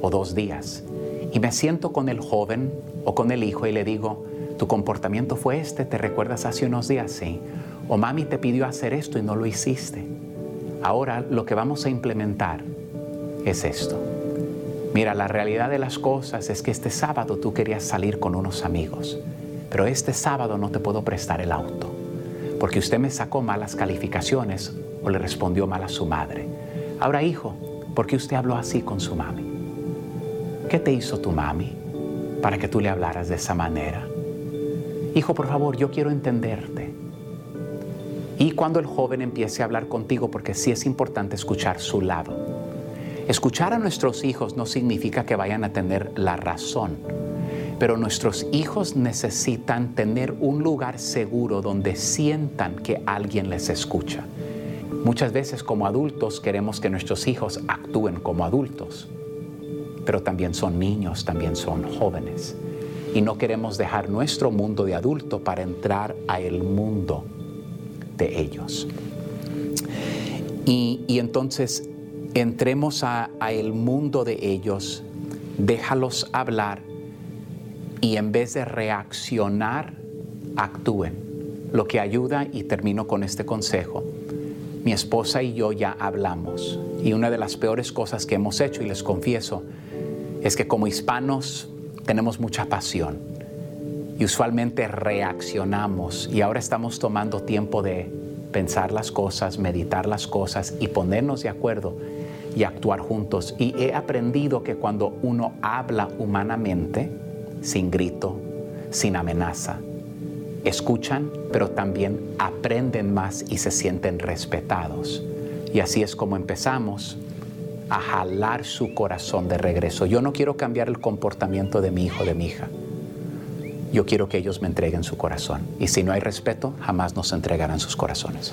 S6: o dos días Y me siento con el joven o con el hijo y le digo, tu comportamiento fue este, ¿te recuerdas hace unos días? Sí. O mami te pidió hacer esto y no lo hiciste. Ahora lo que vamos a implementar es esto. Mira, la realidad de las cosas es que este sábado tú querías salir con unos amigos, pero este sábado no te puedo prestar el auto, porque usted me sacó malas calificaciones o le respondió mal a su madre. Ahora, hijo, ¿por qué usted habló así con su mami? ¿Qué te hizo tu mami para que tú le hablaras de esa manera? Hijo, por favor, yo quiero entenderte. Y cuando el joven empiece a hablar contigo, porque sí es importante escuchar su lado. Escuchar a nuestros hijos no significa que vayan a tener la razón, pero nuestros hijos necesitan tener un lugar seguro donde sientan que alguien les escucha. Muchas veces como adultos queremos que nuestros hijos actúen como adultos, pero también son niños, también son jóvenes. Y no queremos dejar nuestro mundo de adulto para entrar a el mundo de ellos. Y, y entonces entremos a, a, el mundo de ellos, déjalos hablar y en vez de reaccionar, actúen. Lo que ayuda, y termino con este consejo, mi esposa y yo ya hablamos y una de las peores cosas que hemos hecho, y les confieso, es que como hispanos tenemos mucha pasión y usualmente reaccionamos y ahora estamos tomando tiempo de pensar las cosas, meditar las cosas y ponernos de acuerdo y actuar juntos. Y he aprendido que cuando uno habla humanamente, sin grito, sin amenaza, escuchan, pero también aprenden más y se sienten respetados. Y así es como empezamos a jalar su corazón de regreso. Yo no quiero cambiar el comportamiento de mi hijo, de mi hija. Yo quiero que ellos me entreguen su corazón. Y si no hay respeto, jamás nos entregarán sus corazones.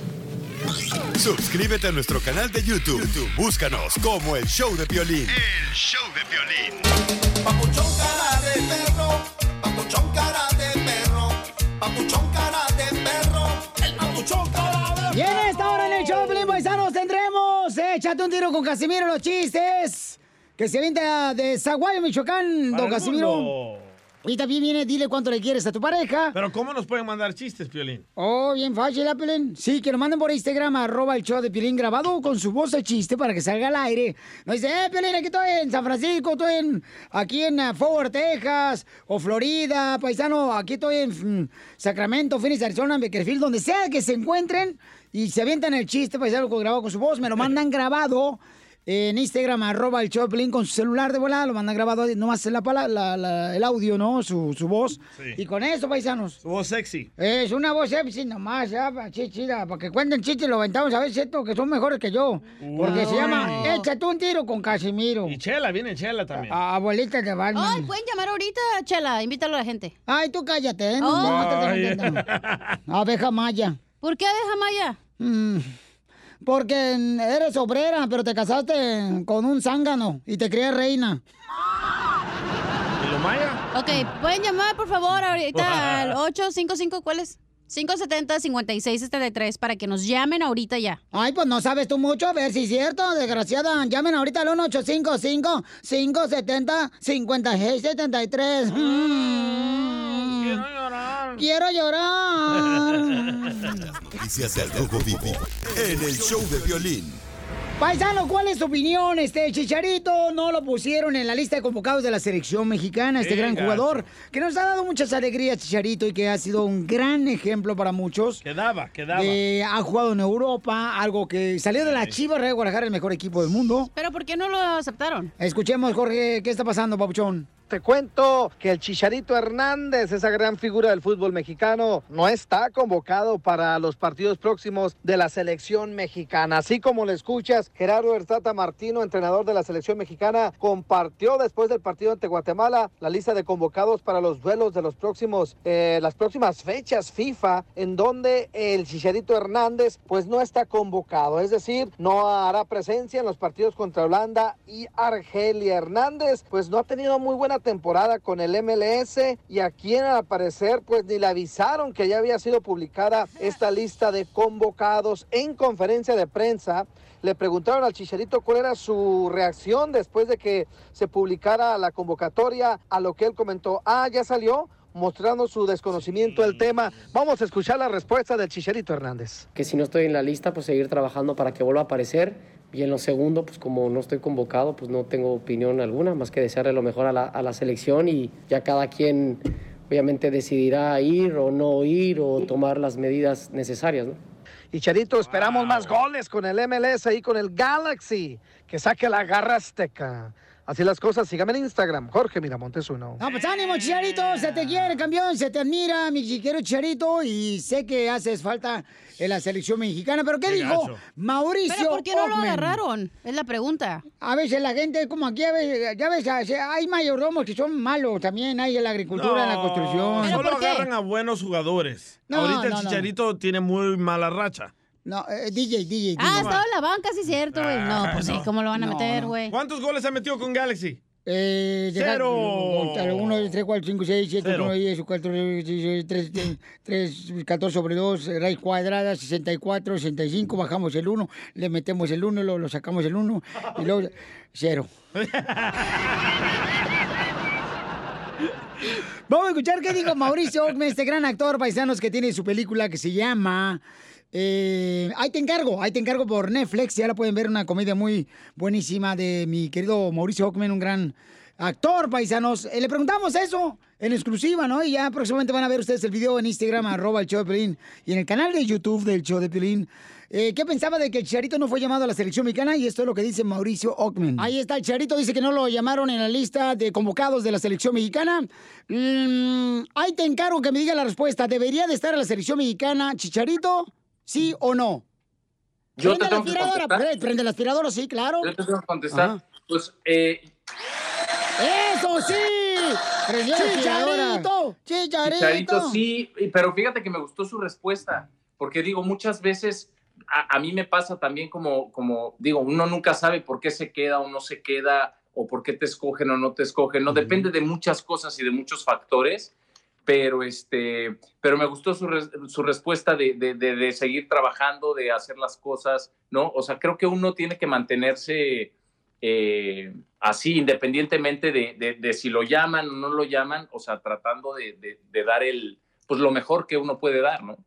S9: Suscríbete a nuestro canal de YouTube. YouTube, Búscanos como el show de violín. El show de violín.
S13: Papuchón cara de perro, papuchón cara de perro, papuchón cara de perro, el papuchón cara de perro.
S1: Y en esta hora en el show de Piolín, paisanos tendremos Échate un tiro con Casimiro los chistes que se avienta de Zaguayo, Michoacán,
S3: Para
S1: don
S3: el
S1: Casimiro.
S3: mundo.
S1: Y también viene, dile cuánto le quieres a tu pareja.
S3: Pero ¿cómo nos pueden mandar chistes, Piolín?
S1: Oh, bien fácil, ¿ah, Piolín? Sí, que lo manden por Instagram, arroba el show de Piolín grabado con su voz de chiste para que salga al aire. No dice, eh, Piolín, aquí estoy en San Francisco, estoy en, aquí en ah, Fort Worth, Texas, o Florida, paisano, aquí estoy en mm, Sacramento, Phoenix, Arizona, en Beckerfield, donde sea que se encuentren y se avientan el chiste, paisano, con- grabado con su voz, me lo mandan grabado. En Instagram, arroba el show de Piolín con su celular de volada, lo mandan grabado, nomás la, pala- la- la- el audio, ¿no? Su, su voz.
S3: Sí.
S1: Y con eso, paisanos.
S3: Su voz sexy.
S1: Es una voz sexy nomás, ya, así chida, para que cuenten chistes y lo aventamos a ver esto, que son mejores que yo. Porque se
S3: Uy.
S1: llama Échate un tiro con Casimiro.
S3: Y Chela, viene Chela también.
S1: A- abuelita de
S2: Ay,
S1: Batman.
S2: pueden llamar ahorita, Chela. Invítalo a la gente.
S1: Ay, tú cállate, ¿eh? No, no te
S2: Oh.
S1: dejes de- Abeja Maya.
S2: ¿Por qué abeja Maya?
S1: Mm, porque mm, eres obrera, pero te casaste con un zángano y te crees reina.
S3: ¿Y lo maya?
S2: Ok, pueden llamar, por favor, ahorita al 855, ¿cuál es? 570-5673 para que nos llamen ahorita ya.
S1: Ay, pues no sabes tú mucho, a ver si es cierto, desgraciada. Llamen ahorita al 1-855-570-5673. Mm. Quiero llorar. Quiero llorar.
S9: Noticias del Rojo Vivo en el show de violín.
S1: Paisano, ¿cuál es tu opinión? Este Chicharito no lo pusieron en la lista de convocados de la selección mexicana, este
S3: Qué
S1: gran
S3: gacho.
S1: jugador que nos ha dado muchas alegrías, Chicharito, y que ha sido un gran ejemplo para muchos.
S3: Quedaba, quedaba.
S1: Eh, ha jugado en Europa, algo que salió de la Chivas Real Guadalajara, el mejor equipo del mundo.
S2: Pero ¿por qué no lo aceptaron?
S1: Escuchemos, Jorge, ¿qué está pasando, Papuchón?
S4: Te cuento que el Chicharito Hernández, esa gran figura del fútbol mexicano, no está convocado para los partidos próximos de la selección mexicana. Así como lo escuchas, Gerardo Erzata Martino, entrenador de la selección mexicana, compartió después del partido ante Guatemala la lista de convocados para los duelos de los próximos, eh, las próximas fechas FIFA, en donde el Chicharito Hernández pues no está convocado. Es decir, no hará presencia en los partidos contra Holanda y Argelia. Hernández pues no ha tenido muy buena buena temporada con el MLS y a quien al parecer pues ni le avisaron que ya había sido publicada esta lista de convocados en conferencia de prensa. Le preguntaron al Chicharito cuál era su reacción después de que se publicara la convocatoria, a lo que él comentó, ah, ya salió, mostrando su desconocimiento del tema. Vamos a escuchar la respuesta del Chicharito Hernández.
S8: que si no estoy en la lista, pues seguir trabajando para que vuelva a aparecer. Y en lo segundo, pues como no estoy convocado, pues no tengo opinión alguna, más que desearle lo mejor a la, a la selección y ya cada quien obviamente decidirá ir o no ir o tomar las medidas necesarias. ¿no?
S4: Y Charito, esperamos más goles con el MLS y con el Galaxy, que saque la garra azteca. Así las cosas, sígame en Instagram, Jorge Miramontes uno.
S1: No, pues ánimo, Chicharito, se te quiere, campeón, se te admira, mi chiquero Chicharito, y sé que haces falta en la selección mexicana, pero ¿qué,
S2: Qué
S1: dijo
S2: gacho.
S1: Mauricio
S2: Pero, ¿por qué no lo
S1: Ockman?
S2: agarraron? Es la pregunta.
S1: A veces la gente es como aquí, a veces, ya ves, a- se- hay mayordomos que son malos también, hay en la agricultura, en la construcción.
S3: Solo agarran a buenos jugadores.
S1: No,
S3: Ahorita el
S1: no, no.
S3: Chicharito tiene muy mala racha.
S1: No, eh, DJ, DJ.
S2: Ah,
S3: no.
S2: estaba en la banca, sí, cierto, güey. No, pues sí, ¿cómo lo van a meter, güey?
S3: ¿Cuántos goles ha metido con Galaxy?
S1: Eh, deja-
S3: Cero.
S1: Contar, Uno, dos, tres, cuatro, cinco, seis, siete,
S3: Cero.
S1: ocho, nueve, diez, cuatro, seis, seis, tres, tres, tres, catorce sobre dos, eh, raíz cuadrada, 64, 65, bajamos el uno, le metemos el uno, lo, lo sacamos el uno, y luego cero. Vamos a escuchar qué dijo Mauricio Ockman, este gran actor paisanos que tiene su película que se llama. eh, ahí te encargo, ahí te encargo por Netflix. Y ahora pueden ver una comedia muy buenísima de mi querido Mauricio Ockman, un gran actor paisanos. Eh, le preguntamos eso en exclusiva, ¿no? Y ya próximamente van a ver ustedes el video en Instagram, arroba el show de Pelín, y en el canal de YouTube del show de Pelín. Eh, ¿Qué pensaba de que el Charito no fue llamado a la selección mexicana? Y esto es lo que dice Mauricio Ockman. Ahí está, el Charito dice que no lo llamaron en la lista de convocados de la selección mexicana. Mm, ahí te encargo que me diga la respuesta. ¿Debería de estar en la selección mexicana Chicharito? ¿Sí o no?
S19: Yo te
S1: prende la
S19: tengo que
S1: aspiradora,
S19: contestar.
S1: pre- prende la aspiradora, sí, claro.
S19: Yo te tengo que contestar.
S1: Ajá.
S19: Pues eh,
S1: ¡Eso sí! Prendió la ¡Chicharito! ¡Chicharito!
S19: Chicharito sí, y- pero fíjate que me gustó su respuesta, porque digo, muchas veces a, a mí me pasa también como, como, digo, uno nunca sabe por qué se queda o no se queda, o por qué te escogen o no te escogen, no depende de muchas cosas y de muchos factores, pero este, pero me gustó su, res- su respuesta de, de- de- de seguir trabajando, de hacer las cosas, ¿no? O sea, creo que uno tiene que mantenerse eh, así, independientemente de, de- de si lo llaman o no lo llaman, o sea, tratando de, de- de dar el, pues lo mejor que uno puede dar, ¿no?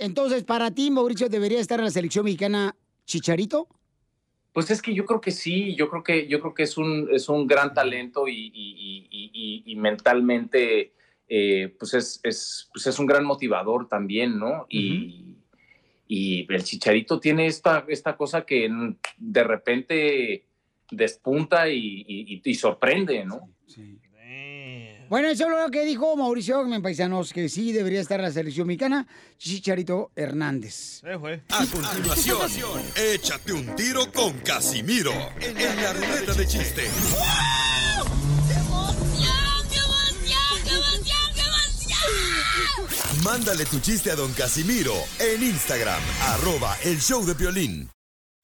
S1: Entonces, para ti, Mauricio, ¿debería estar en la selección mexicana Chicharito?
S19: Pues es que yo creo que sí, yo creo que, yo creo que es un, es un gran talento y, y- y- y- y- y mentalmente, eh, pues, es, es- pues es un gran motivador también, ¿no? Y, y el chicharito tiene esta, esta cosa que mm, de repente despunta y, y- y- y sorprende, ¿no?
S1: Bueno, eso es lo que dijo Mauricio Ogmen, paisanos, que sí debería estar en la selección mexicana Chicharito Hernández.
S9: A continuación, échate un tiro con Casimiro en la ruleta de chiste. Mándale tu chiste a don Casimiro en Instagram, arroba el show de violín.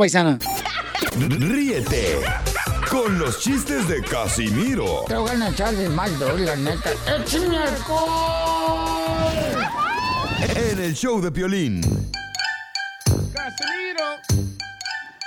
S1: paisana.
S9: Ríete con los chistes de Casimiro
S1: Tengo ganas de echarle mal, la neta. ¡Échame alcohol!
S9: en el show de violín.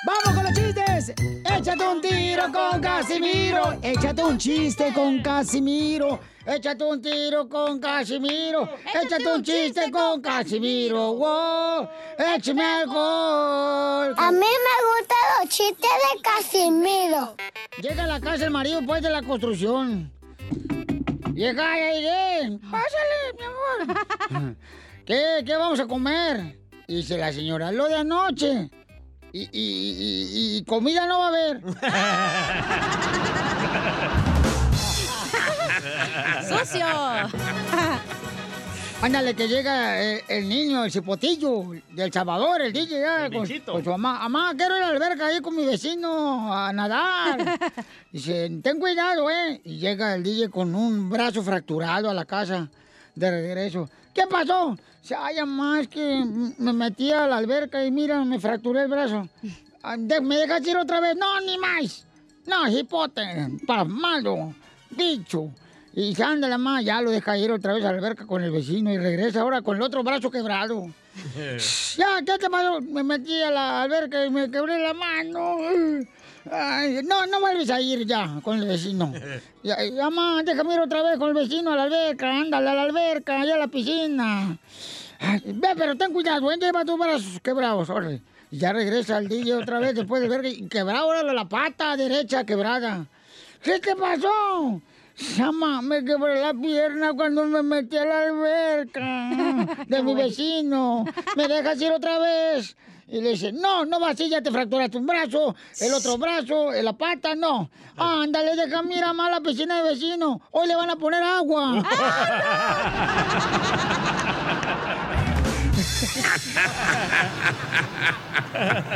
S1: ¡Vamos con los chistes! ¡Échate un tiro con Casimiro! ¡Échate un chiste con Casimiro! ¡Échate un tiro con Casimiro! ¡Échate un chiste con Casimiro! ¡Wow! ¡Échame alcohol!
S11: A mí me gustan los chistes de Casimiro.
S1: Llega a la casa el marido pues de la construcción. Llega, ya llegué. Pásale, mi amor. ¿Qué, ¿Qué vamos a comer? Dice la señora, lo de anoche. Y, y- y- y- y comida no va a haber.
S2: ¡Socio!
S1: Ándale, que llega el, el niño, el cipotillo del Salvador, el DJ, ya, con, con su mamá. Mamá, quiero ir a la alberca ahí con mi vecino a nadar. Dice, ten cuidado, ¿eh? Y llega el DJ con un brazo fracturado a la casa de regreso. ¿Qué pasó? Se haya más que me metí a la alberca y mira, me fracturé el brazo. Ah, de- ¿Me dejas ir otra vez? No, ni más. No, hipote, para malo, bicho. Y se anda la más, ya lo deja ir otra vez a la alberca con el vecino y regresa ahora con el otro brazo quebrado. Ya, ¿qué te pasó? Me metí a la alberca y me quebré la mano. Ay, no, no vuelves a ir ya con el vecino. Ya, ya, ma, déjame ir otra vez con el vecino a la alberca. Ándale a la alberca, allá a la piscina. Ay, ve, pero ten cuidado, ¿eh? lleva tus brazos quebrados. órale. Y ya regresa el DJ otra vez después de ver que- quebrado ahora la pata derecha quebrada. ¿Qué te pasó? Chama, me quebré la pierna cuando me metí a la alberca de mi vecino. ¿Me dejas ir otra vez? Y le dice, no, no vas a ir, ya te fracturaste un brazo, el otro brazo, eh, la pata, no. Ándale, deja, mira más la piscina de vecino. Hoy le van a poner agua.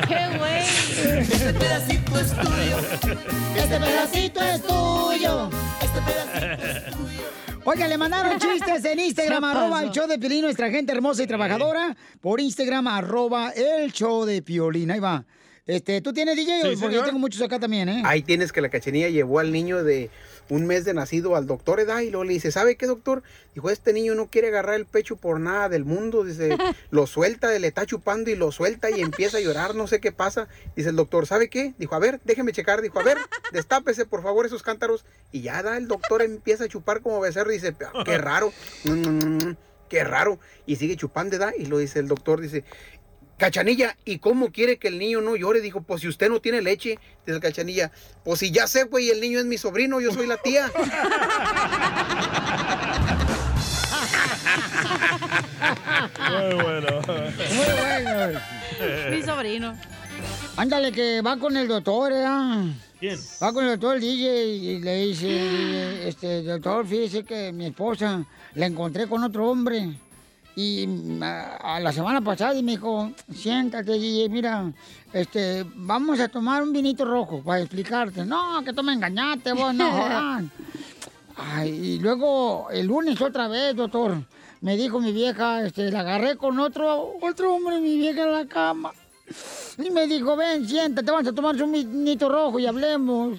S13: ¡Qué güey!
S1: Este pedacito es tuyo. Este pedacito es tuyo. Oiga, le mandaron chistes en Instagram,
S13: Ya pasó.
S1: arroba el show de Piolín, nuestra gente hermosa y trabajadora. Por Instagram, arroba el show de Piolín. Ahí va. Este, ¿tú tienes DJ?
S12: Sí,
S1: Porque yo
S12: señor.
S1: tengo muchos acá también, ¿eh?
S12: Ahí tienes que la cachenilla llevó al niño de un mes de nacido al doctor edad y luego le dice, ¿sabe qué doctor? Dijo, este niño no quiere agarrar el pecho por nada del mundo. Dice, lo suelta, le está chupando y lo suelta y empieza a llorar, no sé qué pasa. Dice el doctor, ¿sabe qué? Dijo, a ver, déjeme checar. Dijo, a ver, destápese por favor esos cántaros. Y ya da, el doctor empieza a chupar como becerro y dice, "Ah, qué raro. mm, Qué raro. Y sigue chupando, edad Y lo dice el doctor, dice, Cachanilla, ¿y cómo quiere que el niño no llore? Dijo, pues si usted no tiene leche, dice el Cachanilla, pues si ya sé, güey, el niño es mi sobrino, yo soy la tía.
S3: Muy bueno.
S1: Muy bueno.
S2: Mi sobrino.
S1: Ándale, que va con el doctor, ¿eh?
S3: ¿Quién?
S1: Va con el doctor el DJ y le dice, eh, este, doctor, fíjese que mi esposa la encontré con otro hombre. Y mm, a, a la semana pasada y me dijo, siéntate, DJ, mira, este, vamos a tomar un vinito rojo para explicarte. No, que tú me engañaste, vos, no, jodan. Este, ah. Ay, y luego el lunes otra vez, doctor, me dijo mi vieja, este, la agarré con otro, otro hombre, mi vieja en la cama. Y me dijo, ven, siéntate, vamos a tomar un vinito rojo y hablemos.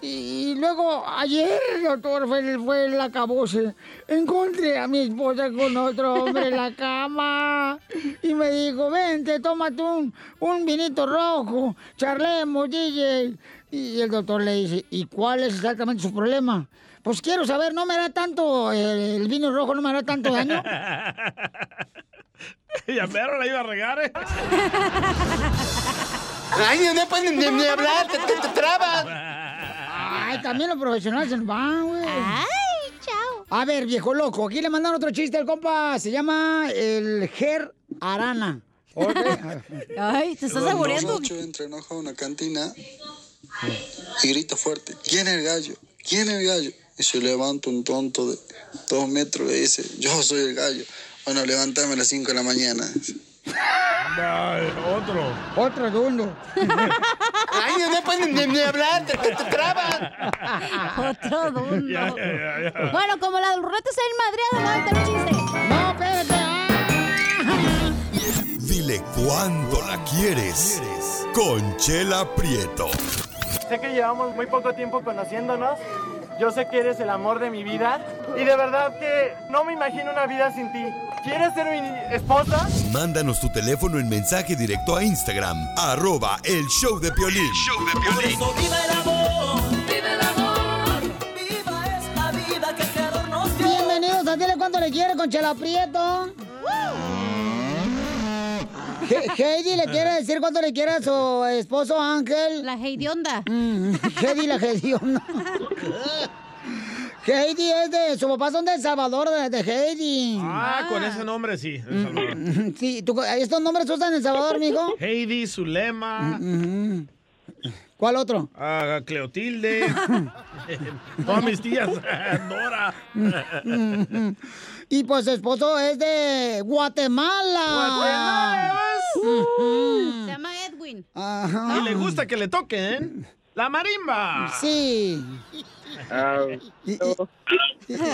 S1: Y, y luego ayer, doctor, fue, el- fue el acabose. Encontré a mi esposa con otro hombre en la cama. Y me dijo, vente, tómate un, un vinito rojo, charlemos, DJ. Y el doctor le dice, ¿y cuál es exactamente su problema? Pues quiero saber, ¿no me hará tanto, eh, el vino rojo no me hará tanto daño?
S3: Y a perro la iba a regar, ¿eh?
S1: Ay, no puedes ni, hablar, te, trabas. Ay, también los profesionales se nos van, güey. Ay, chao. A ver, viejo loco, aquí le mandaron otro chiste al compa. Se llama el Ger Arana. ¿Ok?
S2: Ay, te estás aburriendo.
S15: Borracho entra enojado a una cantina y grita fuerte, ¿quién es el gallo? ¿quién es el gallo? Y se levanta un tonto de dos metros y le dice, yo soy el gallo. Bueno, levántame a las 5 de la mañana.
S3: otro.
S1: Otro dundo.
S13: Ay, no pueden ni, hablar, te,
S2: Otro dundo. Bueno, como la ruleta está en Madrid, no un chiste.
S1: No, espérate. ah.
S9: Dile cuándo la quieres. Conchela Prieto.
S24: Sé que llevamos muy poco tiempo conociéndonos, Yo sé que eres el amor de mi vida y de verdad que no me imagino una vida sin ti. ¿Quieres ser mi esposa?
S9: Mándanos tu teléfono en mensaje directo a Instagram, arroba el show de Piolín.
S13: Por eso viva el amor, viva el amor, viva esta vida que creador nos dio.
S1: Bienvenidos a Dile Cuánto Le Quiere con Chela Prieto. He- Heidi le quiere decir cuánto le quiere a su esposo Ángel. La Heidionda. Heidi la Heidionda. Heidi es de... Su papá son de El Salvador, de, de Heidi.
S3: Ah, con ese nombre sí. El Salvador.
S1: Sí, ¿tú- ¿estos nombres usan en El Salvador, mijo?
S3: Heidi, Zulema.
S1: ¿Cuál otro?
S3: ah, Cleotilde. Todas mis tías. Dora.
S1: Y pues su esposo es de Guatemala.
S2: Se llama Edwin.
S3: Y le gusta que le toquen la marimba.
S1: Sí.
S7: Ah,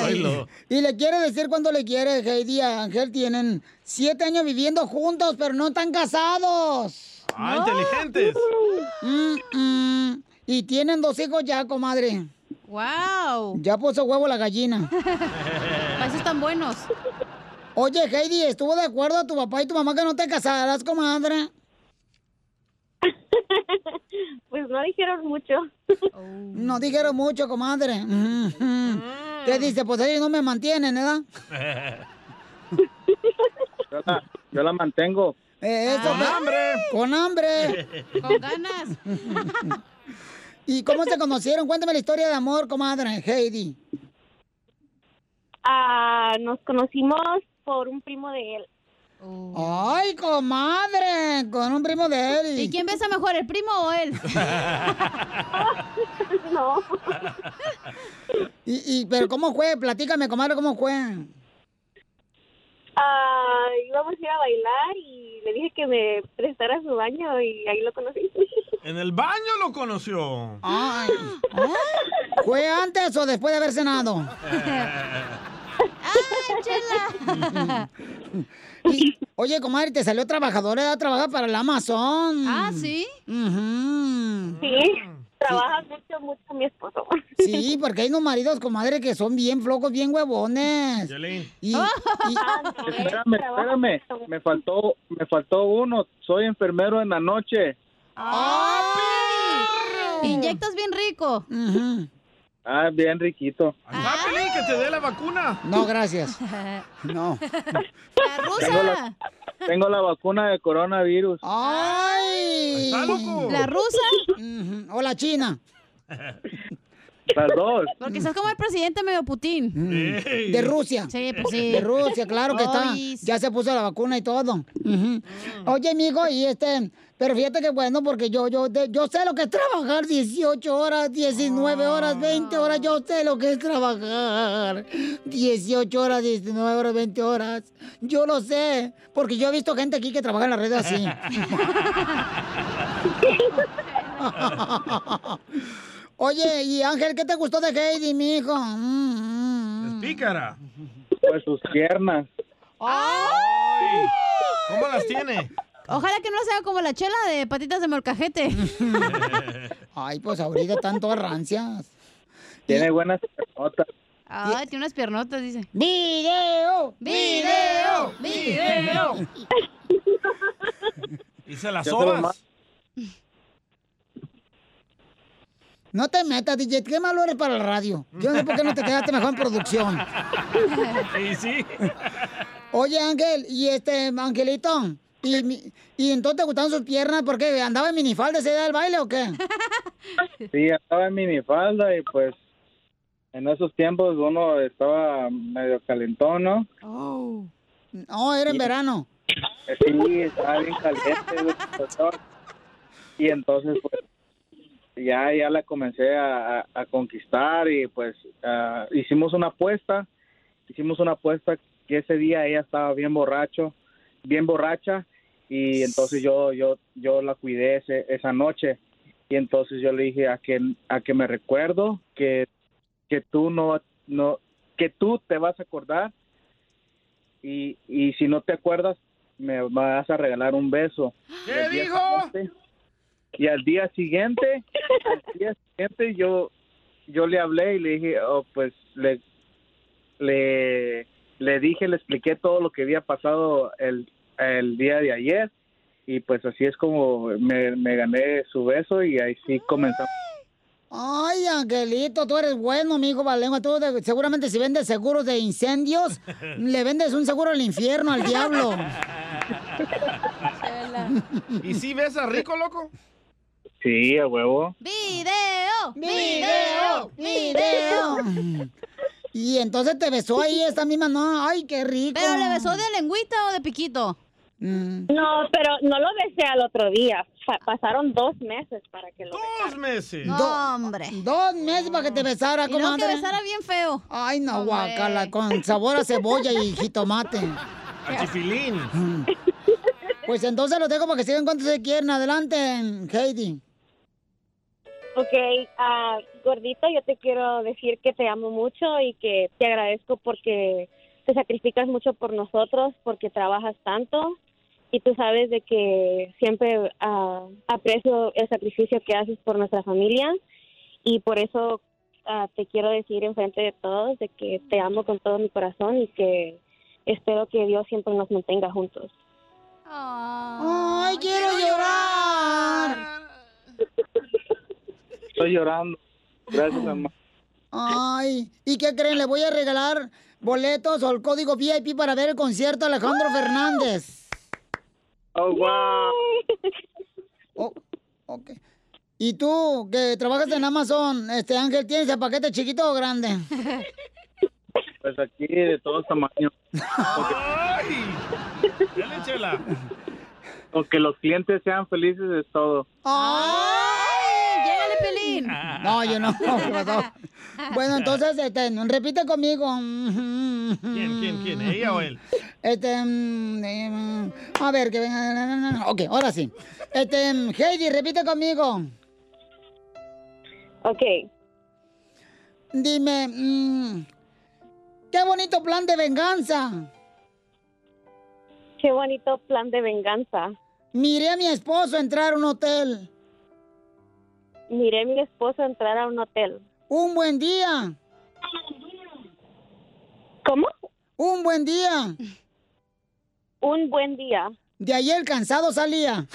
S3: Oilo.
S1: Y le quiere decir cuánto le quiere, Heidi y Ángel. Tienen siete años viviendo juntos, pero no están casados.
S3: Ah, inteligentes.
S1: Mm, mm. Y tienen dos hijos ya, comadre. ¡Wow! Ya puso huevo la gallina. Para eso están buenos. Oye, Heidi, ¿estuvo de acuerdo a tu papá y tu mamá que no te casarás, comadre?
S14: Pues no dijeron mucho.
S1: No dijeron mucho, comadre. Mm-hmm. ¿Qué dice? Pues ellos no me mantienen, ¿verdad?
S7: Yo la, yo la mantengo.
S1: Eh, eso
S7: Con
S1: te-
S7: hambre.
S1: Con hambre.
S7: Con
S1: ganas. ¿Y cómo se conocieron? Cuéntame la historia de amor, comadre, Heidi.
S14: Ah, nos conocimos por un primo de él.
S1: ¡Ay, comadre! Con un primo de él.
S2: ¿Y quién besa mejor, el primo o él?
S14: no.
S1: ¿Y, y, pero cómo fue? Platícame, comadre, cómo fue.
S14: Ah, íbamos a ir a bailar y le dije que me prestara su baño y ahí lo conocí.
S3: En el baño lo conoció.
S1: Ay. ¿Eh? ¿Fue antes o después de haber cenado? Y, oye, comadre, te salió trabajadora, a trabajar para el Amazon. Ah, sí.
S14: Sí, trabaja mucho, mucho mi esposo.
S1: Sí, porque hay unos maridos, comadre, que son bien flocos, bien huevones. Y-
S2: Ah.
S1: y-
S7: Espérame, espérame. Me faltó, me faltó uno. Soy enfermero en la noche.
S2: Inyectas bien rico.
S7: Ah, bien riquito.
S3: Rápido, Ah, que te dé la vacuna.
S1: No, gracias. No.
S7: Tengo la, tengo la vacuna de coronavirus.
S1: Ah. ¡Ay!
S7: Está loco.
S2: ¿La rusa?
S1: Ujú, O la mm, china.
S7: Las dos.
S2: Porque estás como el presidente medio Putin.
S7: Ey.
S1: Mm, De Rusia.
S2: Sí, pues sí.
S1: De Rusia, claro que está.
S2: Ay,
S1: Ya se puso la vacuna y todo. Ujú. Oye, amigo, y este, pero fíjate que bueno, porque yo, yo, de- yo sé lo que es trabajar 18 horas, 19 horas, 20 horas, yo sé lo que es trabajar 18 horas, 19 horas, 20 horas. Yo lo sé, porque yo he visto gente aquí que trabaja en la red así. Oye, y Ángel, ¿qué te gustó de Heidi, Mm. mi hijo?
S3: Es pícara.
S7: Pues sus piernas.
S3: ¿Cómo las tiene?
S2: Ojalá que no sea como la chela de patitas de molcajete.
S1: Ay, pues ahorita están todas rancias.
S7: Tiene buenas notas.
S2: Ay, tiene unas piernotas, dice.
S1: ¡Video!
S2: ¡Video! ¡Video!
S3: Y se las
S7: Yo se lo
S3: sobas.
S1: No te metas, DJ. Qué malo eres para la radio. Yo no sé por qué no te quedaste mejor en producción.
S3: Y sí.
S1: Oye, Ángel, y este, Angelito. Y, mi- y entonces te gustaban sus piernas porque andaba en minifalda ese día del baile o qué?
S7: Sí, estaba en minifalda y pues en esos tiempos uno estaba medio calentón, ¿no?
S1: Oh. No, era en verano.
S7: Sí, estaba bien caliente. güey, doctor. Y entonces, pues, ya, ya la comencé a, a- a conquistar y pues ah, hicimos una apuesta. Hicimos una apuesta que ese día ella estaba bien borracho, bien borracha y entonces yo yo yo la cuidé ese- esa noche y entonces yo le dije a que a que me recuerdo que que tú no no que tú te vas a acordar y, y si no te acuerdas me vas a regalar un beso.
S13: ¿Qué dijo?
S7: Y al día siguiente, al día siguiente yo yo le hablé y le dije, oh, pues le, le, le dije, le expliqué todo lo que había pasado el, el día de ayer y pues así es como me, me gané su beso y ahí sí comenzamos.
S1: Ay, Angelito, tú eres bueno, amigo Valengua. Tú de- seguramente si vendes seguros de incendios, le vendes un seguro al infierno, al diablo.
S3: ¿Y si besas rico, loco?
S7: Sí, a huevo.
S2: ¡Video!
S1: ¡Video! ¡Video! Y entonces te besó ahí esta misma, no, ay, qué rico.
S2: ¿Pero le besó de lengüita o de piquito?
S1: Mm.
S14: No, pero no lo besé al otro día. Fa- pasaron dos meses para que lo
S3: Dos meses.
S1: hombre. Dos meses para que te besara,
S2: Y no, que
S1: comadre.
S2: besara bien feo.
S1: Ay, no,
S2: Hombre.
S1: guacala, con sabor a cebolla y jitomate.
S3: A chifilín.
S1: Pues entonces los dejo para que sigan cuanto se quieren. Adelante, Heidi.
S14: Ok, ah, gordito, yo te quiero decir que te amo mucho y que te agradezco porque te sacrificas mucho por nosotros, porque trabajas tanto y tú sabes de que siempre ah, aprecio el sacrificio que haces por nuestra familia y por eso ah, te quiero decir enfrente de todos de que te amo con todo mi corazón y que espero que Dios siempre nos mantenga juntos.
S1: Ay, quiero
S2: Ah.
S1: llorar.
S7: Estoy llorando. Gracias, mamá.
S1: Ay, ¿y qué creen? Le voy a regalar boletos o el código VIP para ver el concierto de Alejandro Fernández.
S7: Oh, wow.
S1: Oh, Y tú, que trabajas en Amazon, este Ángel, ¿tienes el paquete chiquito o grande?
S7: Pues aquí de todos tamaños. Porque-
S3: Dale, chela.
S7: Aunque los clientes sean felices es todo.
S1: ¡Ay!
S2: ¡Llégale, Pelín!
S1: No, yo no. ¿qué pasó? Bueno, entonces, este, repite conmigo.
S3: ¿Quién, quién, quién?
S1: Mm.
S3: ¿Ella o él?
S1: Este, mm, em, a ver, que venga. Ok, ahora sí. Este, mm, Heidi, repite conmigo.
S14: Ok.
S1: Dime, mm, qué bonito plan de venganza.
S14: Qué bonito plan de venganza.
S1: Miré a mi esposo entrar a un hotel.
S14: Miré a mi esposo entrar a un hotel.
S1: Un buen día.
S14: ¿Cómo?
S1: Un buen día.
S14: Un buen día.
S1: De ayer cansado salía.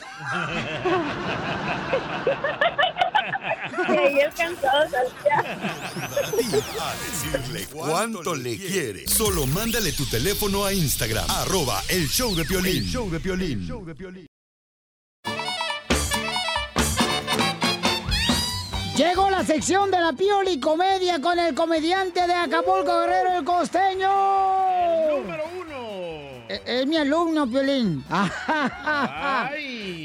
S9: A decirle cuánto le quiere. Solo mándale tu teléfono a Instagram. Arroba el show de Piolín.
S13: El
S9: show de Piolín.
S1: Llegó la sección de la Pioli Comedia con el comediante de Acapulco Guerrero, el costeño. número uno. Es, mi alumno, Piolín.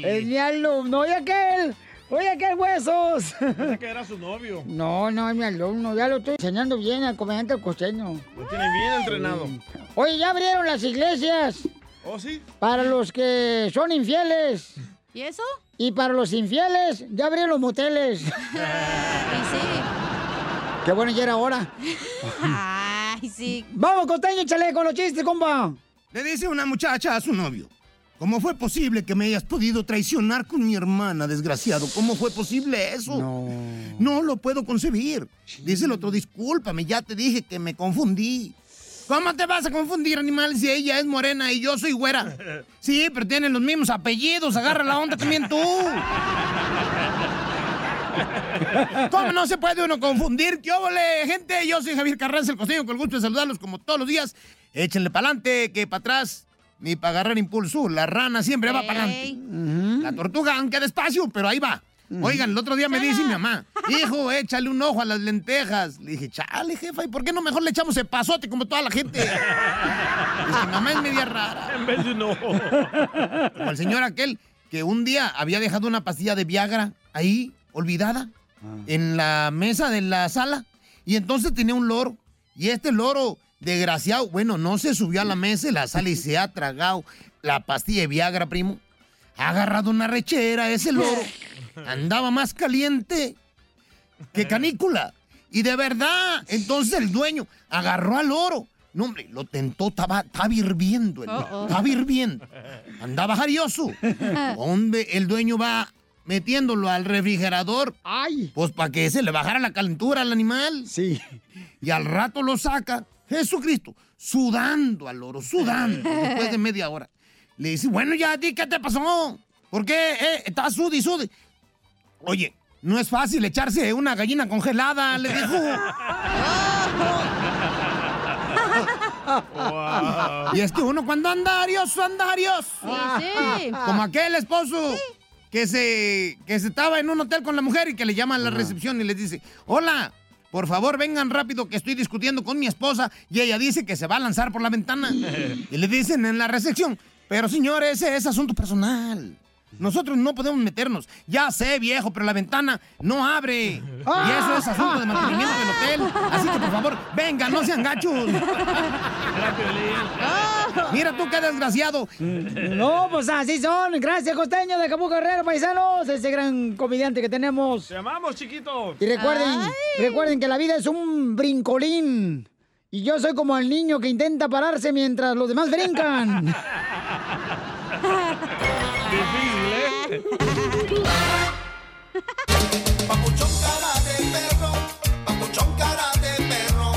S1: Es mi alumno. Oye, aquel. Oye, aquel huesos.
S3: Pensé que era su novio.
S1: No, no, es mi alumno. Ya lo estoy enseñando bien al comediante el costeño.
S3: Lo tiene bien entrenado.
S1: Oye, ya abrieron las iglesias.
S3: ¿Oh, sí?
S1: Para los que son infieles.
S2: ¿Y eso?
S1: Y para los infieles, ya abrieron los moteles. Qué bueno ya era hora.
S2: Ay, sí.
S1: Vamos, costeño, chale con los chistes, compa.
S17: Le dice una muchacha a su novio. ¿Cómo fue posible que me hayas podido traicionar con mi hermana, desgraciado? ¿Cómo fue posible eso? No. lo puedo concebir. Dice el otro, discúlpame, ya te dije que me confundí. ¿Cómo te vas a confundir, animal, si ella es morena y yo soy güera? Sí, pero tienen los mismos apellidos, agarra la onda también tú. ¿Cómo no se puede uno confundir? ¿Qué óvole, gente? Yo soy Javier Carranza, el costeño, con el gusto de saludarlos como todos los días. Échenle para adelante, que para atrás, ni para agarrar impulso. La rana siempre va para adelante. La tortuga, aunque despacio, pero ahí va. Oigan, el otro día me dice mi mamá, hijo, échale un ojo a las lentejas. Le dije, chale, jefa, ¿y por qué no mejor le echamos pasote como toda la gente? Dice, mi mamá es media rara. En vez de un ojo. Como el señor aquel que un día había dejado una pastilla de Viagra ahí, olvidada, en la mesa de la sala. Y entonces tenía un loro. Y este loro, desgraciado, bueno, no se subió a la mesa de la sala y se ha tragado la pastilla de Viagra, primo. Ha agarrado una rechera ese loro. Andaba más caliente que canícula. Y de verdad, entonces el dueño agarró al loro. No, hombre, lo tentó, estaba, estaba
S13: Oh,
S1: Oh,
S17: hirviendo, el loro,
S13: Uh-oh.
S17: estaba hirviendo. Andaba jarioso. Donde el dueño va metiéndolo al refrigerador. ¡Ay! Pues para que se le bajara la calentura al animal. Sí. Y al rato lo saca Jesucristo, sudando al loro, sudando, después de media hora. Le dice, bueno, ya, di, ¿qué te pasó? ¿Por qué eh, estás sudi, sudi? Oye, no es fácil echarse una gallina congelada, le dijo. Y es que uno cuando anda arioso, anda arioso.
S13: Sí, sí.
S17: Como aquel esposo que, se, que se estaba en un hotel con la mujer y que le llama a la recepción y les dice, hola, por favor vengan rápido que estoy discutiendo con mi esposa y ella dice que se va a lanzar por la ventana. y le dicen en la recepción, pero señor, ese es asunto personal. Nosotros no podemos meternos. Ya sé, viejo, pero la ventana no abre. Y eso es asunto de mantenimiento del hotel. Así que, por favor, vengan, no sean gachos. Mira tú qué desgraciado.
S1: No, pues así son. Gracias, costeño de Acapulco Guerrero, paisanos. Ese gran comediante que tenemos.
S3: Te amamos, chiquito.
S1: Y recuerden, recuerden que la vida es un brincolín. Y yo soy como el niño que intenta pararse mientras los demás brincan.
S13: Difícil, ¿eh? Papuchón cara de perro, papuchón cara de perro,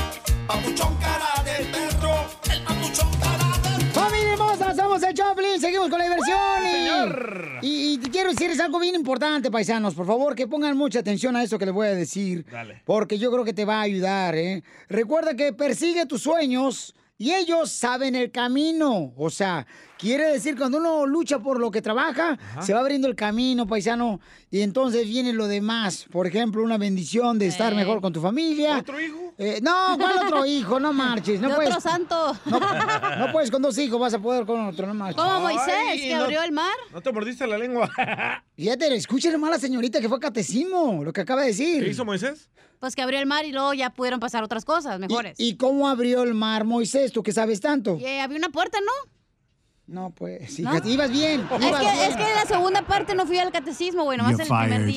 S13: papuchón cara de perro, el papuchón cara de
S1: ¡Familia hermosa! Somos el Choplin, seguimos con la diversión. Y, y, y quiero decirles algo bien importante, paisanos. Por favor, que pongan mucha atención a eso que les voy a decir.
S13: Dale.
S1: Porque yo creo que te va a ayudar, ¿eh? Recuerda que persigue tus sueños y ellos saben el camino. O sea, quiere decir, cuando uno lucha por lo que trabaja,
S13: Ajá.
S1: se va abriendo el camino, paisano. Y entonces viene lo demás. Por ejemplo, una bendición de estar
S2: Eh.
S1: mejor con tu familia.
S2: ¿Otro hijo?
S1: Eh, no, ¿cuál otro hijo? No marches. No
S2: De
S1: puedes.
S2: otro santo.
S1: No, no puedes con dos hijos, vas a poder con otro, no marches.
S2: Como Moisés, que abrió el mar.
S1: ¿No te mordiste la lengua? Fíjate, escuchen nomás a la señorita que fue a catecismo, lo que acaba de decir.
S2: ¿Qué hizo
S1: Moisés?
S2: Pues que abrió el mar y luego ya pudieron pasar otras cosas mejores.
S1: ¿Y cómo abrió el mar Moisés? ¿Tú que sabes tanto?
S2: Eh, había una puerta, ¿no?
S1: No, pues,
S2: ¿No?
S1: fíjate, ibas bien.
S2: Es
S1: ibas
S2: que,
S1: bien.
S2: es que la segunda parte no fui al catecismo, güey, nomás en el
S1: You're
S2: primer
S1: fired.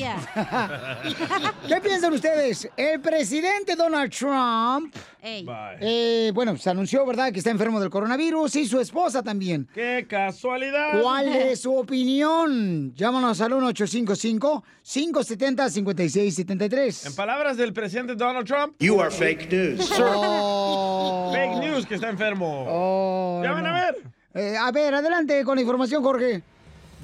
S2: día.
S1: ¿Qué piensan ustedes? El presidente Donald Trump,
S2: Ey.
S1: eh, bueno, se anunció, ¿verdad?, que está enfermo del coronavirus y su esposa también.
S3: ¡Qué casualidad!
S1: ¿Cuál es su opinión? Llámanos al 1-855-570-5673.
S3: En palabras del presidente Donald Trump.
S1: You are fake news.
S3: Sir.
S1: Oh.
S3: Fake news que está enfermo.
S1: Oh,
S3: Ya van
S1: no.
S3: a ver.
S1: Eh, a ver, adelante con la información, Jorge.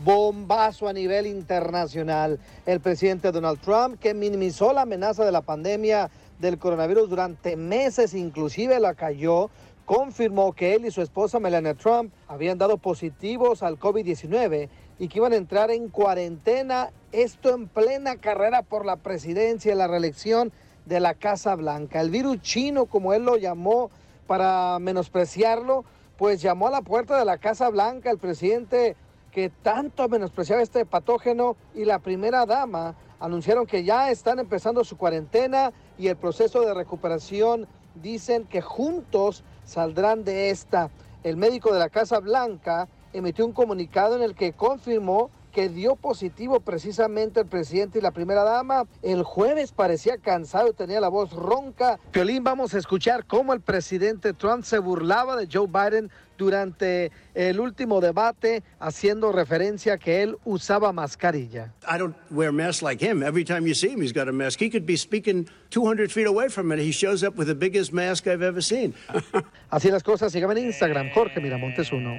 S4: bombazo a nivel internacional. El presidente Donald Trump, que minimizó la amenaza de la pandemia del coronavirus durante meses, inclusive la cayó, confirmó que él y su esposa Melania Trump habían dado positivos al COVID-19 y que iban a entrar en cuarentena, esto en plena carrera por la presidencia y la reelección de la Casa Blanca. El virus chino, como él lo llamó, para menospreciarlo, pues llamó a la puerta de la Casa Blanca el presidente que tanto menospreciaba este patógeno y la primera dama anunciaron que ya están empezando su cuarentena y el proceso de recuperación. Dicen que juntos saldrán de esta. El médico de la Casa Blanca emitió un comunicado en el que confirmó que dio positivo precisamente el presidente y la primera dama. El jueves parecía cansado, tenía la voz ronca. Piolín, vamos a escuchar cómo el presidente Trump se burlaba de Joe Biden durante el último debate, haciendo referencia a que él usaba mascarilla.
S11: I don't wear masks like him. Every time you see him, he's got a mask. He could be speaking 200 feet away from it. He shows up with the biggest mask I've ever seen.
S4: Así las cosas, síganme en Instagram, Jorge Miramontes uno.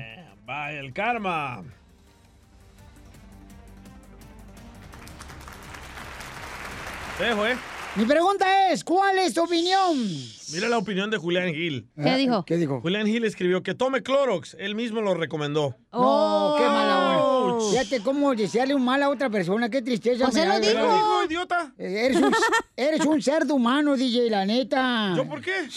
S3: Vaya, el karma. Dejo, ¿eh?
S1: Mi pregunta es, ¿cuál es tu opinión?
S3: Mira la opinión de Julián Gil.
S1: ¿Qué dijo? ¿Qué dijo?
S3: Julián Gil escribió que tome Clorox. Él mismo lo recomendó.
S1: Oh, No, qué mala onda. Fíjate cómo desearle un mal a otra persona, qué tristeza.
S3: Oh. Pues
S1: me
S3: él lo
S1: da.
S3: dijo. Él lo dijo, idiota.
S1: Eh, Eres un, eres un cerdo humano, DJ, la neta. ¿Yo por
S3: qué?
S2: Ah.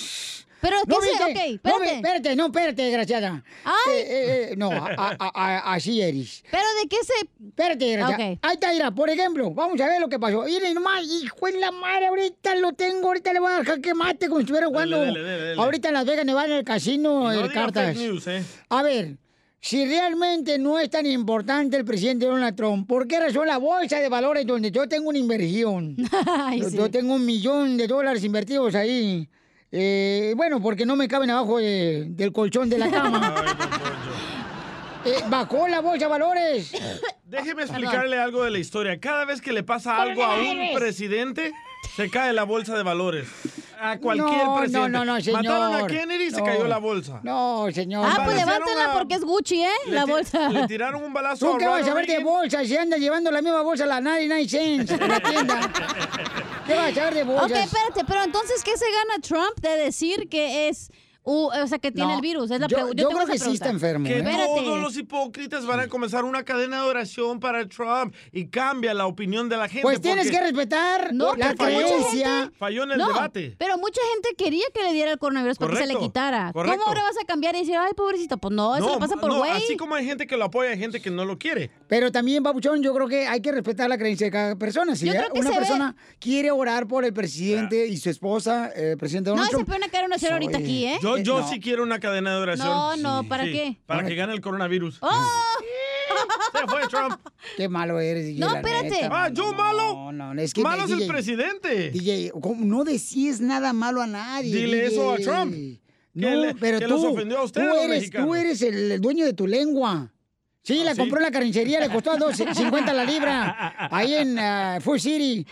S2: Pero es que
S1: no,
S2: sí,
S1: viste?
S2: ok,
S1: No,
S2: espérate.
S1: ve- espérate, no, espérate, desgraciada.
S2: Ay.
S1: Eh, eh, eh, no, a- a- a- así eres.
S2: ¿Pero de qué se...?
S1: Espérate, desgraciada.
S2: Ok.
S1: Ahí está, mira, por ejemplo, vamos a ver lo que pasó. Miren nomás, hijo de la madre, ahorita lo tengo, ahorita le voy a dejar que mate como si estuviera jugando.
S3: dale, dale, dale.
S1: Ahorita en Las Vegas, Nevada, en el casino,
S3: No
S1: el
S3: diga
S1: cartas.
S3: fake news, ¿eh?
S1: A ver, si realmente no es tan importante el presidente Donald Trump, ¿por qué razón la bolsa de valores donde yo tengo una inversión? yo,
S2: sí.
S1: yo tengo un millón de dólares invertidos ahí. Eh, bueno, porque no me caben abajo de- del colchón de la cama. Eh, bajó la bolsa de valores.
S3: Déjeme explicarle algo de la historia. Cada vez que le pasa algo a un
S1: Coronavirus.
S3: presidente, se cae la bolsa de valores. A cualquier
S1: No, no,
S3: presidente.
S1: no, no, señor.
S3: Mataron a Kennedy y se
S1: No.
S3: cayó la bolsa.
S1: No, señor.
S2: Ah, pues
S3: Le tiraron
S2: levántala
S3: a-
S2: porque es Gucci, ¿eh?
S3: le
S2: La
S3: ti-
S2: bolsa.
S3: Le tiraron un balazo
S1: ¿Tú qué
S3: a
S1: vas
S3: Ronald
S1: a ver de
S3: Reagan.
S1: bolsa si andas llevando la misma bolsa la 99 cents en la tienda? ¿Qué vas a echar de bolsas?
S2: Ok, espérate, pero entonces, ¿qué se gana Trump de decir que es, u- o sea, que tiene
S3: No,
S2: el virus? Es la
S3: yo-
S2: pregu-
S3: yo
S2: tengo
S3: creo
S2: esa
S3: que sí
S2: pregunta.
S3: está enfermo, Que ¿eh?
S2: Espérate.
S3: todos los hipócritas van a comenzar una cadena de oración para Trump y cambia la opinión de la gente.
S1: Pues tienes
S3: porque-
S1: que respetar
S2: No,
S1: la
S3: porque falló-
S1: creencia.
S3: Falló en el
S2: No,
S3: debate.
S2: Pero mucha gente quería que le diera el coronavirus para que se le
S3: Correcto,
S2: quitara.
S3: correcto.
S2: ¿Cómo ahora vas a cambiar y decir, ay, pobrecito? Pues no, eso le pasa por
S3: no,
S2: güey.
S3: así como hay gente que lo apoya, hay gente que no lo quiere.
S1: Pero también, Babuchón, yo creo que hay que respetar la creencia de cada persona. Si
S2: Yo creo que
S1: una
S2: se ve-
S1: persona quiere orar por el presidente y su esposa, eh, presidente
S2: No,
S1: Donald
S2: ese
S1: Trump...
S2: puede caer una cero ahorita
S1: Soy-
S2: aquí, ¿eh?
S3: Yo, yo
S1: no.
S3: sí quiero una cadena de oración.
S2: No, no,
S3: Sí,
S2: ¿para
S3: sí,
S2: qué?
S3: Para que gane el coronavirus.
S2: ¡Oh!
S3: Se fue Trump.
S1: Qué malo eres, DJ,
S3: No,
S1: la
S3: espérate.
S1: neta,
S3: Ah,
S1: mano.
S3: ¿yo malo?
S1: No, no, no, es que...
S3: Malo es el
S1: DJ,
S3: presidente.
S1: DJ, ¿cómo? no decías nada malo a nadie.
S3: Dile
S1: DJ.
S3: eso a Trump.
S1: No,
S3: Que le-
S1: pero
S3: que
S1: tú,
S3: los ofendió a ustedes,
S1: tú
S3: los
S1: eres,
S3: mexicanos.
S1: tú eres el, el dueño de tu lengua.
S3: Ah,
S1: Sí, la compró en la carnicería, le costó a 2.50 la libra. Ahí en ah, Food City.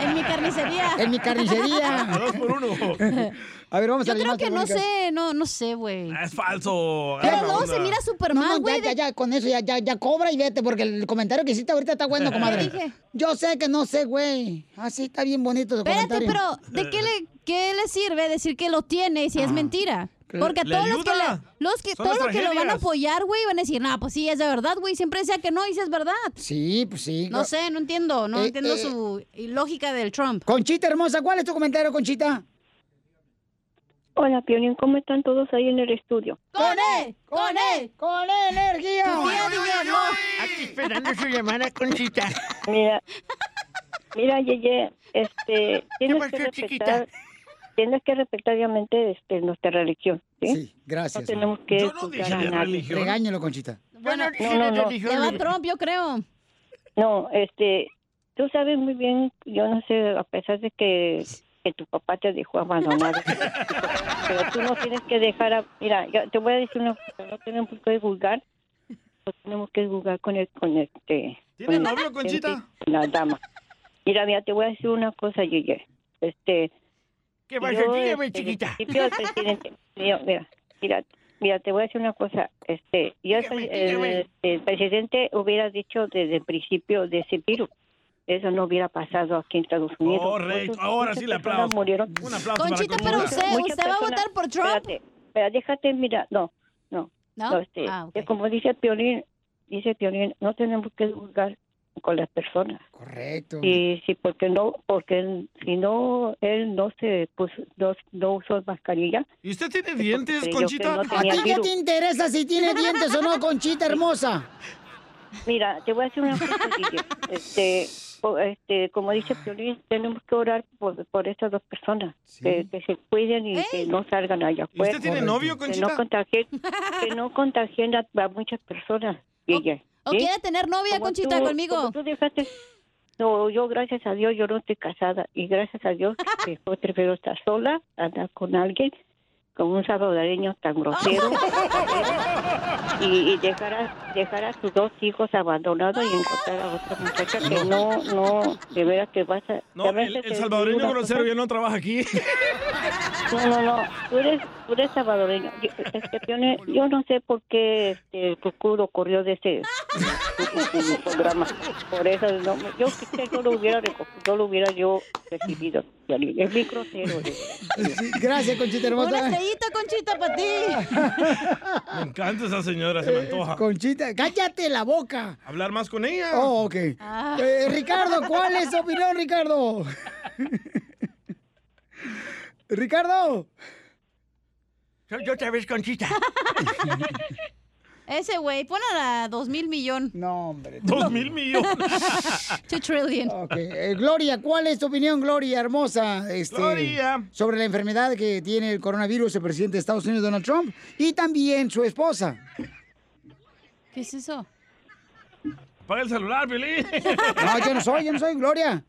S2: En mi carnicería.
S1: En mi carnicería.
S3: A dos por uno.
S1: A ver, vamos
S2: Yo
S1: a leer
S2: creo que
S1: más
S2: no
S1: telefónicas.
S2: sé, no, no sé, güey.
S3: Es falso.
S2: Pero
S3: Es
S2: luego
S3: una
S2: se mira
S3: onda.
S2: súper
S1: No,
S2: mal,
S1: no,
S2: güey.
S1: ya, ya, ya, con eso, ya, ya, ya cobra y vete, porque el comentario que hiciste ahorita está bueno, comadre.
S2: ¿Qué dije?
S1: Yo sé que no sé, güey. Así está bien bonito tu
S2: Espérate,
S1: comentario.
S2: pero ¿de qué le, qué le sirve decir que lo tiene si
S1: Ah.
S2: es mentira?
S1: claro.
S2: Porque a
S1: Le
S2: todos los que,
S1: ayuda.
S2: le- los que,
S1: Son las
S2: todos los que lo van a
S1: tragedias.
S2: apoyar, güey, van a decir, no, pues sí, es de verdad, güey. Siempre decía que no y si es verdad.
S1: Sí, pues sí.
S2: No sé, no entiendo, no
S1: Eh,
S2: entiendo
S1: eh.
S2: su lógica del Trump.
S1: Conchita hermosa, ¿cuál es tu comentario, Conchita?
S22: Hola, Piolín, ¿cómo están todos ahí en el estudio?
S2: ¡Con él! ¡Con él!
S1: ¡Con energía!
S22: Aquí esperando su llamada, Conchita. Mira, mira, Yeye, este, tienes que
S20: pasó,
S22: respetar,
S20: chiquita?
S22: tienes que respetar obviamente este, nuestra religión, ¿sí?
S1: Gracias.
S22: No tenemos que
S1: Yo no
S22: juzgar a nadie.
S1: Regáñalo, Conchita.
S22: Bueno,
S2: no, no, no. Le va Trump, yo creo.
S22: No, este, tú sabes muy bien, yo no sé, a pesar de que, que tu papá te dejó abandonado, pero tú no tienes que dejar a, mira, yo te voy a decir una cosa, no tenemos que juzgar, no tenemos que juzgar con el, con este.
S3: ¿Tiene
S22: con la
S3: novio,
S22: gente,
S3: Conchita?
S22: con La dama. Mira, mira, te voy a decir una cosa, Yeye, este.
S20: ¿Qué pasó?
S22: yo,
S20: Dígame,
S22: este,
S20: chiquita.
S22: al principio, el presidente, mira, mira, mira, mira, te voy a decir una cosa, este, yo
S20: Dígame,
S22: el-
S20: dígame.
S22: el presidente hubiera dicho desde el principio de ese virus. Eso no hubiera pasado aquí en Estados Unidos.
S3: Correcto.
S22: Muchas-
S3: Ahora
S22: muchas
S3: sí le
S22: personas
S3: aplauso.
S22: Murieron.
S3: Un aplauso para Conchita, pero Conchita.
S2: usted-
S22: Muchas
S2: ¿usted va a
S22: personas-
S2: votar por Trump?
S22: Espérate, espérate, déjate mira, No, no.
S2: ¿No?
S22: este,
S2: Ah, ok.
S22: que Como dice Piolín, dice Piolín, no tenemos que juzgar con las personas.
S1: Correcto.
S22: Y sí, porque no, porque él- si no, él no se puso, no, no usó mascarilla.
S3: ¿Y usted tiene dientes,
S22: creyó que
S3: Conchita?
S22: no
S1: ¿A
S22: tenía
S1: ti qué
S22: virus.
S1: te interesa si tiene dientes o no, Conchita hermosa?
S22: Mira, te voy a decir una cosa, Guille. este, o- este, como dice Piolín, tenemos que orar por, por estas dos personas, que, que se cuiden y que no salgan allá afuera.
S3: usted tiene novio,
S22: Que
S3: Conchita?
S22: no contagien, que no contagien a, a muchas personas, Guille.
S2: ¿O
S22: ¿sí?
S2: quiere tener novia,
S22: ¿Eh? Como
S2: Conchita,
S22: tú-
S2: conmigo?
S22: como tú dejaste- No, yo gracias a Dios, yo no estoy casada y gracias a Dios que yo prefiero estar sola, andar con alguien, con un salvadoreño tan grosero y, y dejar, a, dejar a sus dos hijos abandonados y encontrar a otra muchacha que no, no, de veras que vas a...
S3: No,
S22: que a
S3: el,
S22: veces
S3: el
S22: es
S3: salvadoreño
S22: una
S3: grosero ya no trabaja aquí.
S22: cosa- No, no, no, tú eres, tú eres salvadoreño. Yo, este, yo, no, yo no sé por qué este, Cucudo corrió de ese, de ese programa. Por eso, no, yo quisiera que no lo hubiera recogido, no lo hubiera yo recibido. Es mi grosero. de veras.
S1: Gracias, Conchita hermosa.
S2: Una estrellita, Conchita, para ti.
S3: Me encanta esa señora, se me antoja.
S1: Conchita, cállate la boca.
S3: Hablar más con ella.
S1: Oh, ok.
S2: Ah.
S1: Eh, Ricardo, ¿cuál es tu opinión, Ricardo? Ricardo.
S20: Yo otra vez, Conchita.
S2: Ese güey, ponla a dos mil millón.
S1: No, hombre.
S3: Dos mil millón.
S2: Two trillion.
S1: Ok, eh, Gloria, ¿cuál es tu opinión, Gloria, hermosa? Este,
S2: Gloria.
S1: Sobre la enfermedad que tiene el coronavirus el presidente de Estados Unidos, Donald Trump, y también su esposa.
S2: ¿Qué es eso?
S3: Apaga el celular, Billy.
S1: No, yo no soy, yo no soy, Gloria.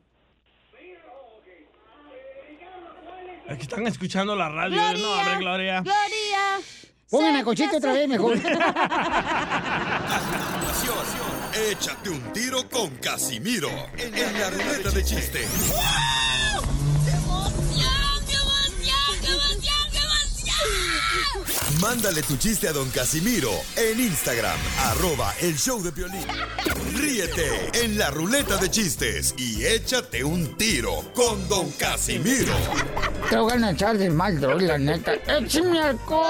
S3: Aquí están escuchando la radio.
S2: Gloria.
S3: ¿eh? no, hombre, Gloria.
S2: Gloria.
S1: Pongan a Conchita otra vez mejor.
S9: Échate un tiro con Casimiro en la ruleta de chiste. Mándale tu chiste a don Casimiro en Instagram, arroba el show de violín. Ríete en la ruleta de chistes y échate un tiro con don Casimiro.
S1: Te voy a echar de mal, doy, la neta. ¡Échame alcohol!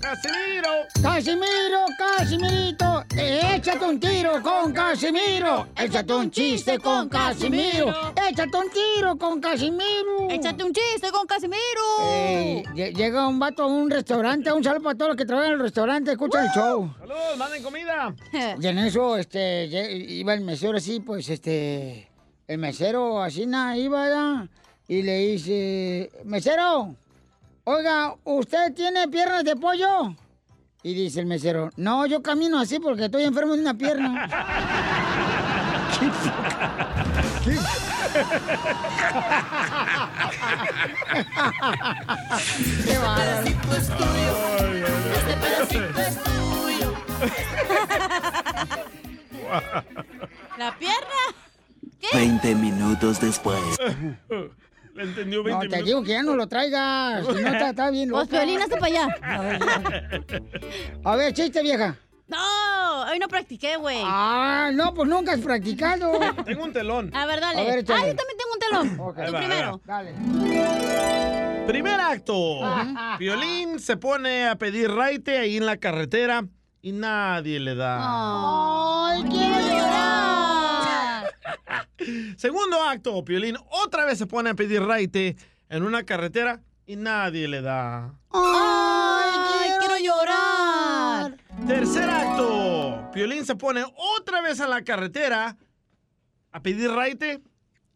S3: ¡Casimiro!
S1: ¡Casimiro, Casimirito! ¡Échate un tiro con Casimiro! ¡Échate un chiste con Casimiro! ¡Échate un tiro con Casimiro! ¡Échate un chiste con Casimiro! llega un vato a un restaurante, un saludo para todos los que trabajan en el restaurante, escucha el show.
S3: ¡Saludos! ¡Manden comida!
S1: Y en eso, este, lle- iba el mesero así, pues, este, el mesero así, na, iba ya, y le dice, mesero, oiga, ¿usted tiene piernas de pollo? Y dice el mesero, no, yo camino así porque estoy enfermo de una pierna.
S13: Este pedacito es tuyo. Este pedacito es tuyo. Este
S2: La pierna.
S7: 20 minutos después.
S3: Le entendió
S1: No,
S3: 20
S1: te
S3: minutos.
S1: digo que ya no lo traigas, si no está, está bien
S2: Pues,
S1: loca.
S2: Piolín, hazte pa' allá.
S1: Ay, ya. A ver, chiste, vieja.
S2: No, hoy no practiqué, güey.
S1: Ah, no, pues nunca has practicado.
S3: Tengo un telón.
S2: A ver, dale.
S3: A ver, échale.
S2: ah, yo también tengo un telón.
S3: Ahí
S2: Tú
S3: va, ahí
S2: primero.
S1: Dale.
S3: Primer acto.
S2: Ajá.
S3: Violín se pone a pedir raite ahí en la carretera y nadie le da.
S1: ¡Ay, quiero llorar!
S3: Segundo acto. Piolín otra vez se pone a pedir raite en una carretera y nadie le da.
S1: ¡Ay,
S2: quiero llorar!
S3: Tercer acto. Piolín se pone otra vez a la carretera a pedir raite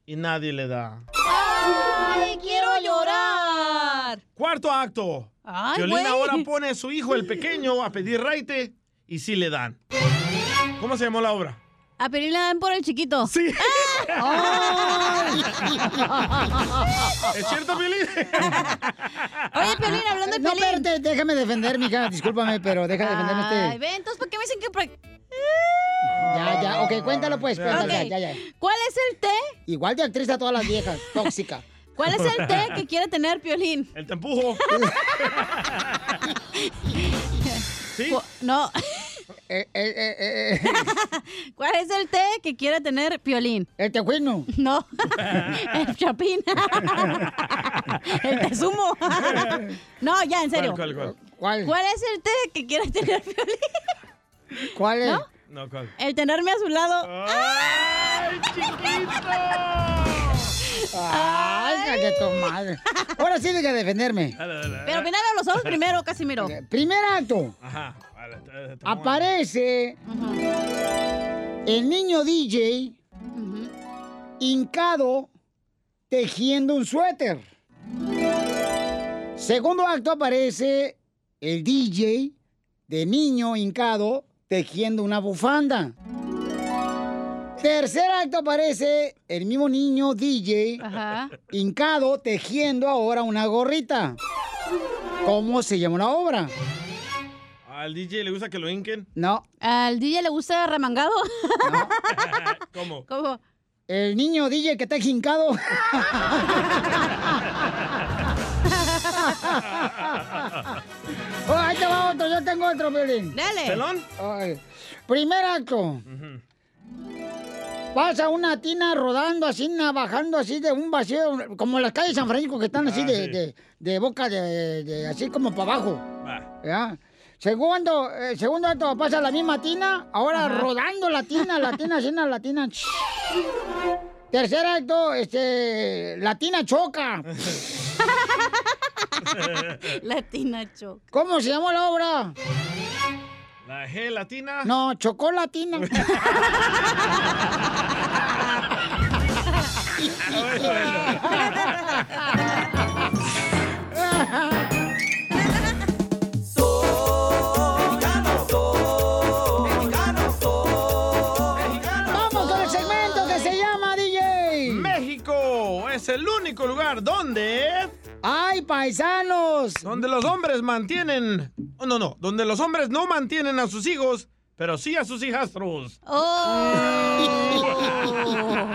S3: y nadie le da.
S2: ¡Ay, quiero llorar!
S3: Cuarto acto.
S2: Ay,
S3: Piolín
S2: güey.
S3: ahora pone a su hijo, el pequeño, a pedir raite y sí le dan. ¿Cómo se llamó la obra?
S2: A Piolín le dan por el chiquito.
S3: Sí.
S2: ¡Ay!
S3: ¿Es cierto, Piolín?
S2: Oye, Piolín, hablando de
S1: No,
S2: Piolín.
S1: espérate, déjame defender, mija. Discúlpame, pero deja de defenderme
S2: Ay,
S1: usted.
S2: ve, entonces, ¿por qué me dicen que prac-
S1: Ya, ya, ok, cuéntalo pues, cuéntalo,
S2: Ok.
S1: ya, ya, ya.
S2: ¿Cuál es el té?
S1: Igual de actriz a todas las viejas, tóxica.
S2: ¿Cuál es el té que quiere tener Piolín?
S3: El tempujo. ¿Sí?
S2: No.
S1: Eh,
S2: ¿Cuál es el té que quiere tener Piolín?
S1: El tejuino.
S2: No. El chapín. El tezumo. No, ya, en serio.
S3: ¿Cuál, cuál,
S1: cuál?
S2: ¿Cuál es el té que quiere tener Piolín?
S1: ¿Cuál es?
S2: ¿No?
S3: No, ¿cuál?
S2: El tenerme a su lado.
S3: ¡Ay,
S2: chiquito!
S1: Ay, calla tu madre. Ahora sí deja de defenderme.
S2: Pero míralo a los ojos primero, Casimiro.
S1: Primer acto.
S3: Ajá. vale, te- te- te-
S1: Aparece el niño DJ hincado tejiendo un suéter. Segundo acto aparece el DJ de niño hincado tejiendo una bufanda. Tercer acto aparece el mismo niño DJ hincado tejiendo ahora una gorrita. ¿Cómo se llama la obra?
S3: ¿Al DJ le gusta que lo hinquen?
S1: No.
S2: ¿Al DJ le gusta remangado?
S3: ¿Cómo?
S2: ¿Cómo?
S1: El niño DJ que está jincado. Oh, ahí te va otro, yo tengo otro, Piolín.
S2: Dale.
S3: ¿Pelón?
S1: Ay. Primer acto. Pasa una tina rodando así, na- bajando así de un vacío, como las calles de San Francisco que están así
S13: Ah,
S1: de,
S13: sí.
S1: de- de boca, de, de- así como para abajo.
S3: Va.
S1: ¿ya? Segundo, eh, segundo acto, pasa la misma tina, ahora
S13: Ajá.
S1: rodando la tina, la tina, así, na- la tina. Tercer acto, este, la tina choca.
S2: Latina choc.
S1: ¿Cómo se llamó la obra?
S3: ¿La G latina?
S1: No, chocolatina. Vamos con el segmento que se llama DJ.
S3: México es el único lugar donde
S1: ¡Ay, paisanos!
S3: Donde los hombres mantienen. oh, No, no, donde los hombres no mantienen a sus hijos, pero sí a sus hijastros.
S13: Oh.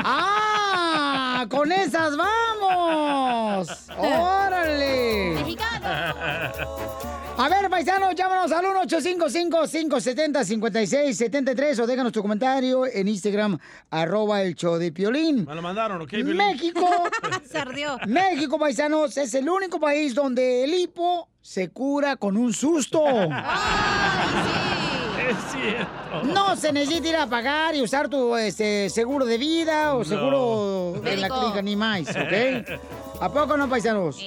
S1: ¡Ah! ¡Con esas vamos! ¡Órale! A ver, paisano, llámanos al 1-855-570-5673 o déjanos tu comentario en Instagram, arroba el show de Piolín.
S3: Me lo mandaron, ¿ok? Ah, Piolín?
S1: México. México, paisanos, es el único país donde el hipo se cura con un susto.
S3: Es cierto.
S1: No se necesita ir a pagar y usar tu este, seguro de vida o
S3: No.
S1: seguro en la
S3: Médico.
S1: clínica ni más, ¿ok? ¿A poco no, paisanos?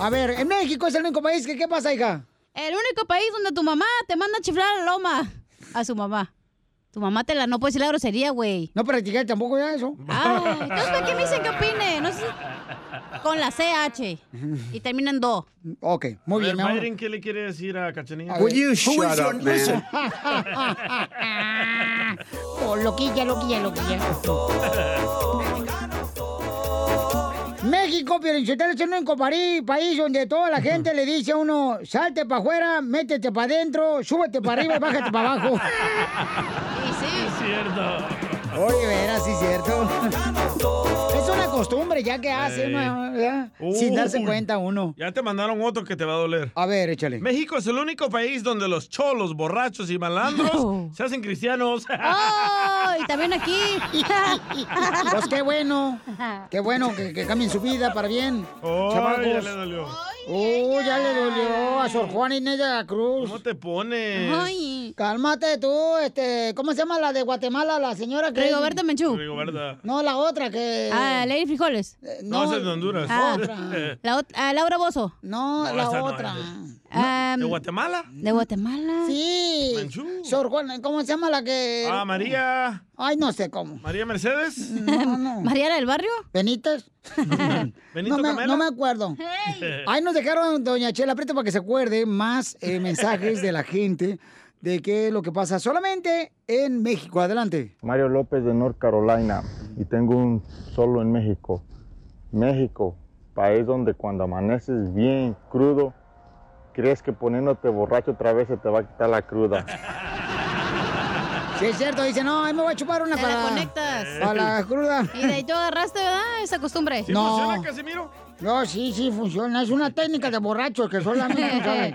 S1: A ver, en México es el único país que, ¿qué pasa, hija?
S2: El único país donde tu mamá te manda a chiflar a la loma. A su mamá. Tu mamá te la no puede decir la grosería, güey.
S1: No practiqué tampoco ya eso.
S2: Ah, entonces, ¿para qué me dicen que opine? No sé. Con la CH. Y terminan do.
S1: Ok, muy
S3: A ver,
S2: bien, mi amor.
S3: Mayrin, ¿qué le quiere decir a Cachanilla?
S2: Will you
S3: Who is
S2: shut
S3: your
S2: up, man?
S3: loser?
S1: Oh, loquilla, loquilla, loquilla. México, Piolinsotelo, es el único parí- país donde toda la gente le dice a uno, salte para afuera, métete para adentro, súbete para arriba y bájate para abajo.
S3: Es cierto.
S1: Oye, verás, sí es cierto. Es una costumbre ya que hace,
S3: Ey.
S1: una- ¿verdad? sin darse
S3: Uy.
S1: cuenta uno.
S3: Ya te mandaron otro que te va a doler.
S1: A ver, échale.
S3: México es el único país donde los cholos, borrachos y malandros se hacen cristianos.
S2: ¡Oh! Y también aquí.
S1: Pues qué bueno, qué bueno que, que cambien su vida para bien.
S3: Ay, ya
S1: chamacos.
S3: le dolió.
S1: Uh, ya le dolió a Sor Juana Inés de la Cruz. ¿Cómo
S3: te pones?
S1: Cálmate tú, este, ¿cómo se llama la de Guatemala, la señora que...
S2: Rigoberta Menchú.
S3: Rigoberta.
S1: No, la otra que...
S2: Ah, Lady Frijoles.
S3: No, esa es de Honduras.
S2: Ah,
S3: Otra.
S2: la ot- ah, Laura Bozo. Ah, mm,
S1: No,
S3: No, la esa no otra. ¿De Guatemala?
S2: ¿De Guatemala?
S1: Sí. Sor Juana, ¿cómo se llama la que...?
S3: Ah, María.
S1: Ay, no sé cómo.
S3: ¿María Mercedes?
S1: No, no.
S2: ¿María del barrio?
S1: ¿Benítez?
S3: ¿Benito
S1: no, me,
S3: Camela?
S1: no me acuerdo. Ahí nos dejaron, doña Chela Prieto, para que se acuerde más eh, mensajes de la gente de qué es lo que pasa solamente en México. Adelante.
S5: Mario López de North Carolina y tengo un solo en México. México, país donde cuando amaneces bien crudo, crees que poniéndote borracho otra vez se te va a quitar la cruda.
S1: Sí, es cierto. Dice, no, ahí me voy a chupar una
S2: Te
S1: para...
S2: la conectas.
S1: para la cruda.
S2: Y de ahí tú agarraste, ¿verdad? Esa costumbre.
S1: ¿Sí No. funciona,
S3: Casimiro?
S1: No, sí, sí, funciona. Es una técnica de borrachos que solamente no saben.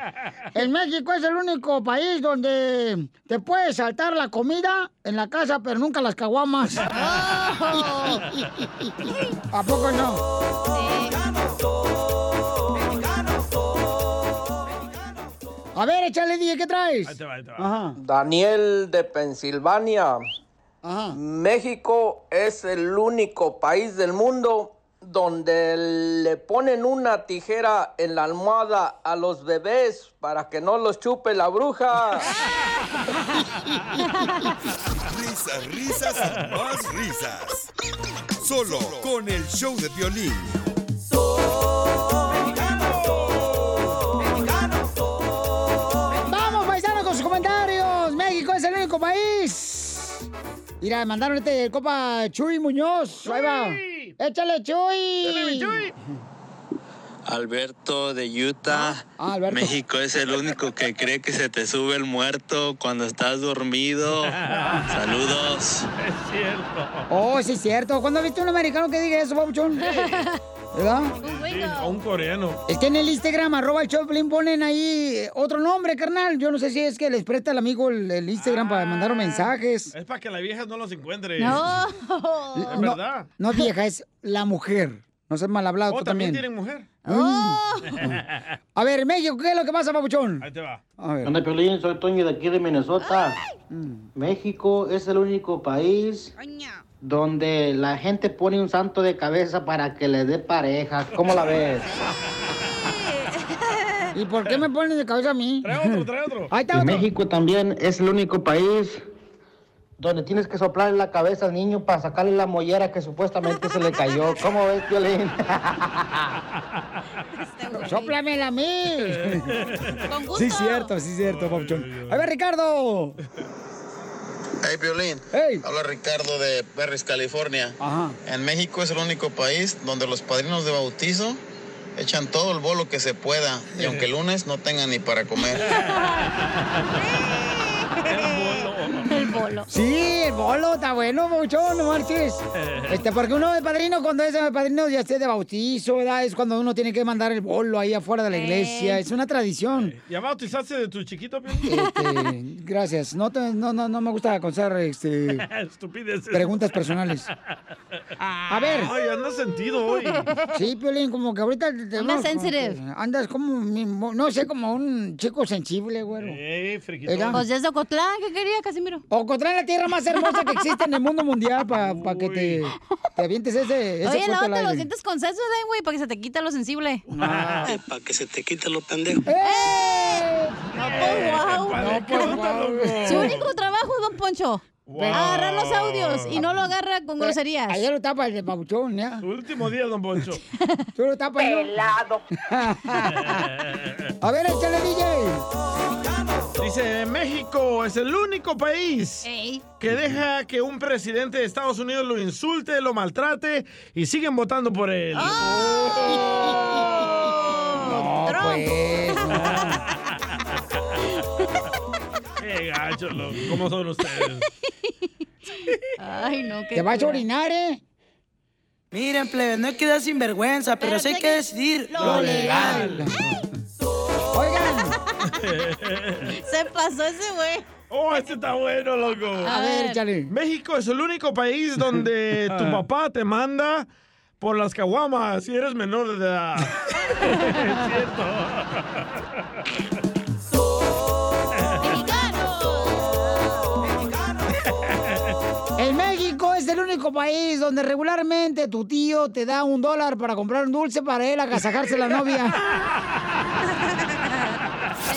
S1: En México es el único país donde te puedes saltar la comida en la casa, pero nunca las caguamas.
S3: Oh.
S1: ¿A poco no? A ver, échale, DJ, ¿qué traes?
S21: Daniel de Pensilvania. México es el único país del mundo donde le ponen una tijera en la almohada a los bebés para que no los chupe la bruja.
S9: Risas, risas y más risas. Solo con el show de violín.
S1: ¡Vamos, paisanos, con sus comentarios! ¡México es el único país! Mira, mandaron este el copa Chuy Muñoz. Ahí va. ¡Échale, Chuy!
S23: Alberto de Utah.
S1: Ah, Alberto.
S23: México es el único que cree que se te sube el muerto cuando estás dormido. Saludos.
S3: Es cierto.
S1: Oh, sí, es cierto. ¿Cuándo has visto un americano que diga eso, papuchón? ¿Verdad?
S3: Sí, a un coreano.
S1: Es que en el Instagram, arroba el Choplin, ponen ahí eh, otro nombre, carnal. Yo no sé si es que les presta el amigo el, el Instagram para
S3: Ah.
S1: mandar mensajes.
S3: Es para que las viejas no los encuentren.
S1: No.
S3: Es verdad.
S1: No, es vieja, es la mujer. No seas mal hablado
S3: Oh,
S1: tú
S3: también
S1: también.
S3: tienen mujer. Oh.
S1: Ay. A ver, México, ¿qué es lo que pasa, papuchón?
S3: Ahí te va.
S24: ¿Qué onda, Piolín? Soy Toño de aquí de Minnesota. México es el único país donde la gente pone un santo de cabeza para que le dé pareja. ¿Cómo la ves?
S1: ¿Y por qué me ponen de cabeza a mí?
S3: Trae otro, trae otro.
S1: Ahí está
S24: Y
S1: otro.
S24: México también es el único país donde tienes que soplar en la cabeza al niño para sacarle la mollera que supuestamente se le cayó. ¿Cómo ves, Piolín?
S1: Sóplamela a mí.
S23: Con gusto.
S1: Sí, es cierto, sí, es cierto, papuchón. A ver, Ricardo.
S23: Hey, Violín. Habla Ricardo de Perris, California. En México es el único país donde los padrinos de bautizo
S6: Echan todo el bolo que se pueda y aunque el lunes no tengan ni para comer.
S1: El bolo. Sí, el bolo está bueno, muchachos, no marches. Este, porque uno de padrino, cuando es de padrino, ya esté de bautizo, ¿verdad? Es cuando uno tiene que mandar el bolo ahí afuera
S2: Eh.
S1: de la iglesia. Es una tradición.
S3: ¿Ya bautizaste de tu chiquito, Piolín?
S1: Este, gracias. No, te- no, no, no me gusta aconsejar este,
S3: Estupideces.
S1: preguntas personales. A ver.
S3: Ay, andas sentido hoy.
S1: Sí, Piolín, como que ahorita... te- te-
S3: Andas
S1: no, como
S2: sensitive.
S1: que Andas como, mi- no sé, como un chico sensible, güero.
S3: Eh, friquito.
S1: Era.
S2: Pues es de Ocotlán, ¿qué quería, Casimiro?
S1: Ocotlán es la tierra más hermosa que existe en el mundo mundial para que te, te avientes ese, ese
S2: Oye,
S1: cuento
S2: no,
S1: al
S2: te lo
S1: aire.
S2: sientes con sexo, ¿eh, güey, para que se te quita lo sensible. ¡Eh!
S8: Para que se te quiten los pendejos.
S3: Eh,
S2: wow.
S8: Padre,
S2: No, pues, wow. Su único trabajo, don Poncho. Agarrar los audios y no lo agarra con groserías.
S1: Ayer lo tapa el de Pabuchón, ya.
S3: Tu último día, don Poncho.
S1: Tú lo tapas. ¿no? A ver, échale, DJ.
S3: Dice, México es el único país que deja que un presidente de Estados Unidos lo insulte, lo maltrate y siguen votando por él.
S2: ¡Ah!
S1: No, pues, no.
S3: ¡Qué gacho, loco! ¿Cómo son ustedes?
S2: Ay, no, qué
S1: Te vas a
S2: cura.
S1: orinar, ¿eh?
S11: Miren, plebe, no hay que dar sinvergüenza, pero sí hay que decidir lo legal.
S2: Se pasó ese güey.
S3: Oh, este está bueno, loco.
S2: A ver,
S1: échale. Ah.
S3: México es el único país donde tu papá te manda por las caguamas si eres menor de edad. es cierto.
S1: En México es el único país donde regularmente tu tío te da un dólar para comprar un dulce para él agasajarse la novia.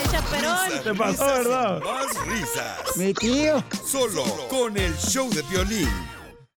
S2: El chaperón.
S3: pasó, ¿verdad?
S9: Más risas.
S1: Mi tío.
S9: Solo con el show de violín.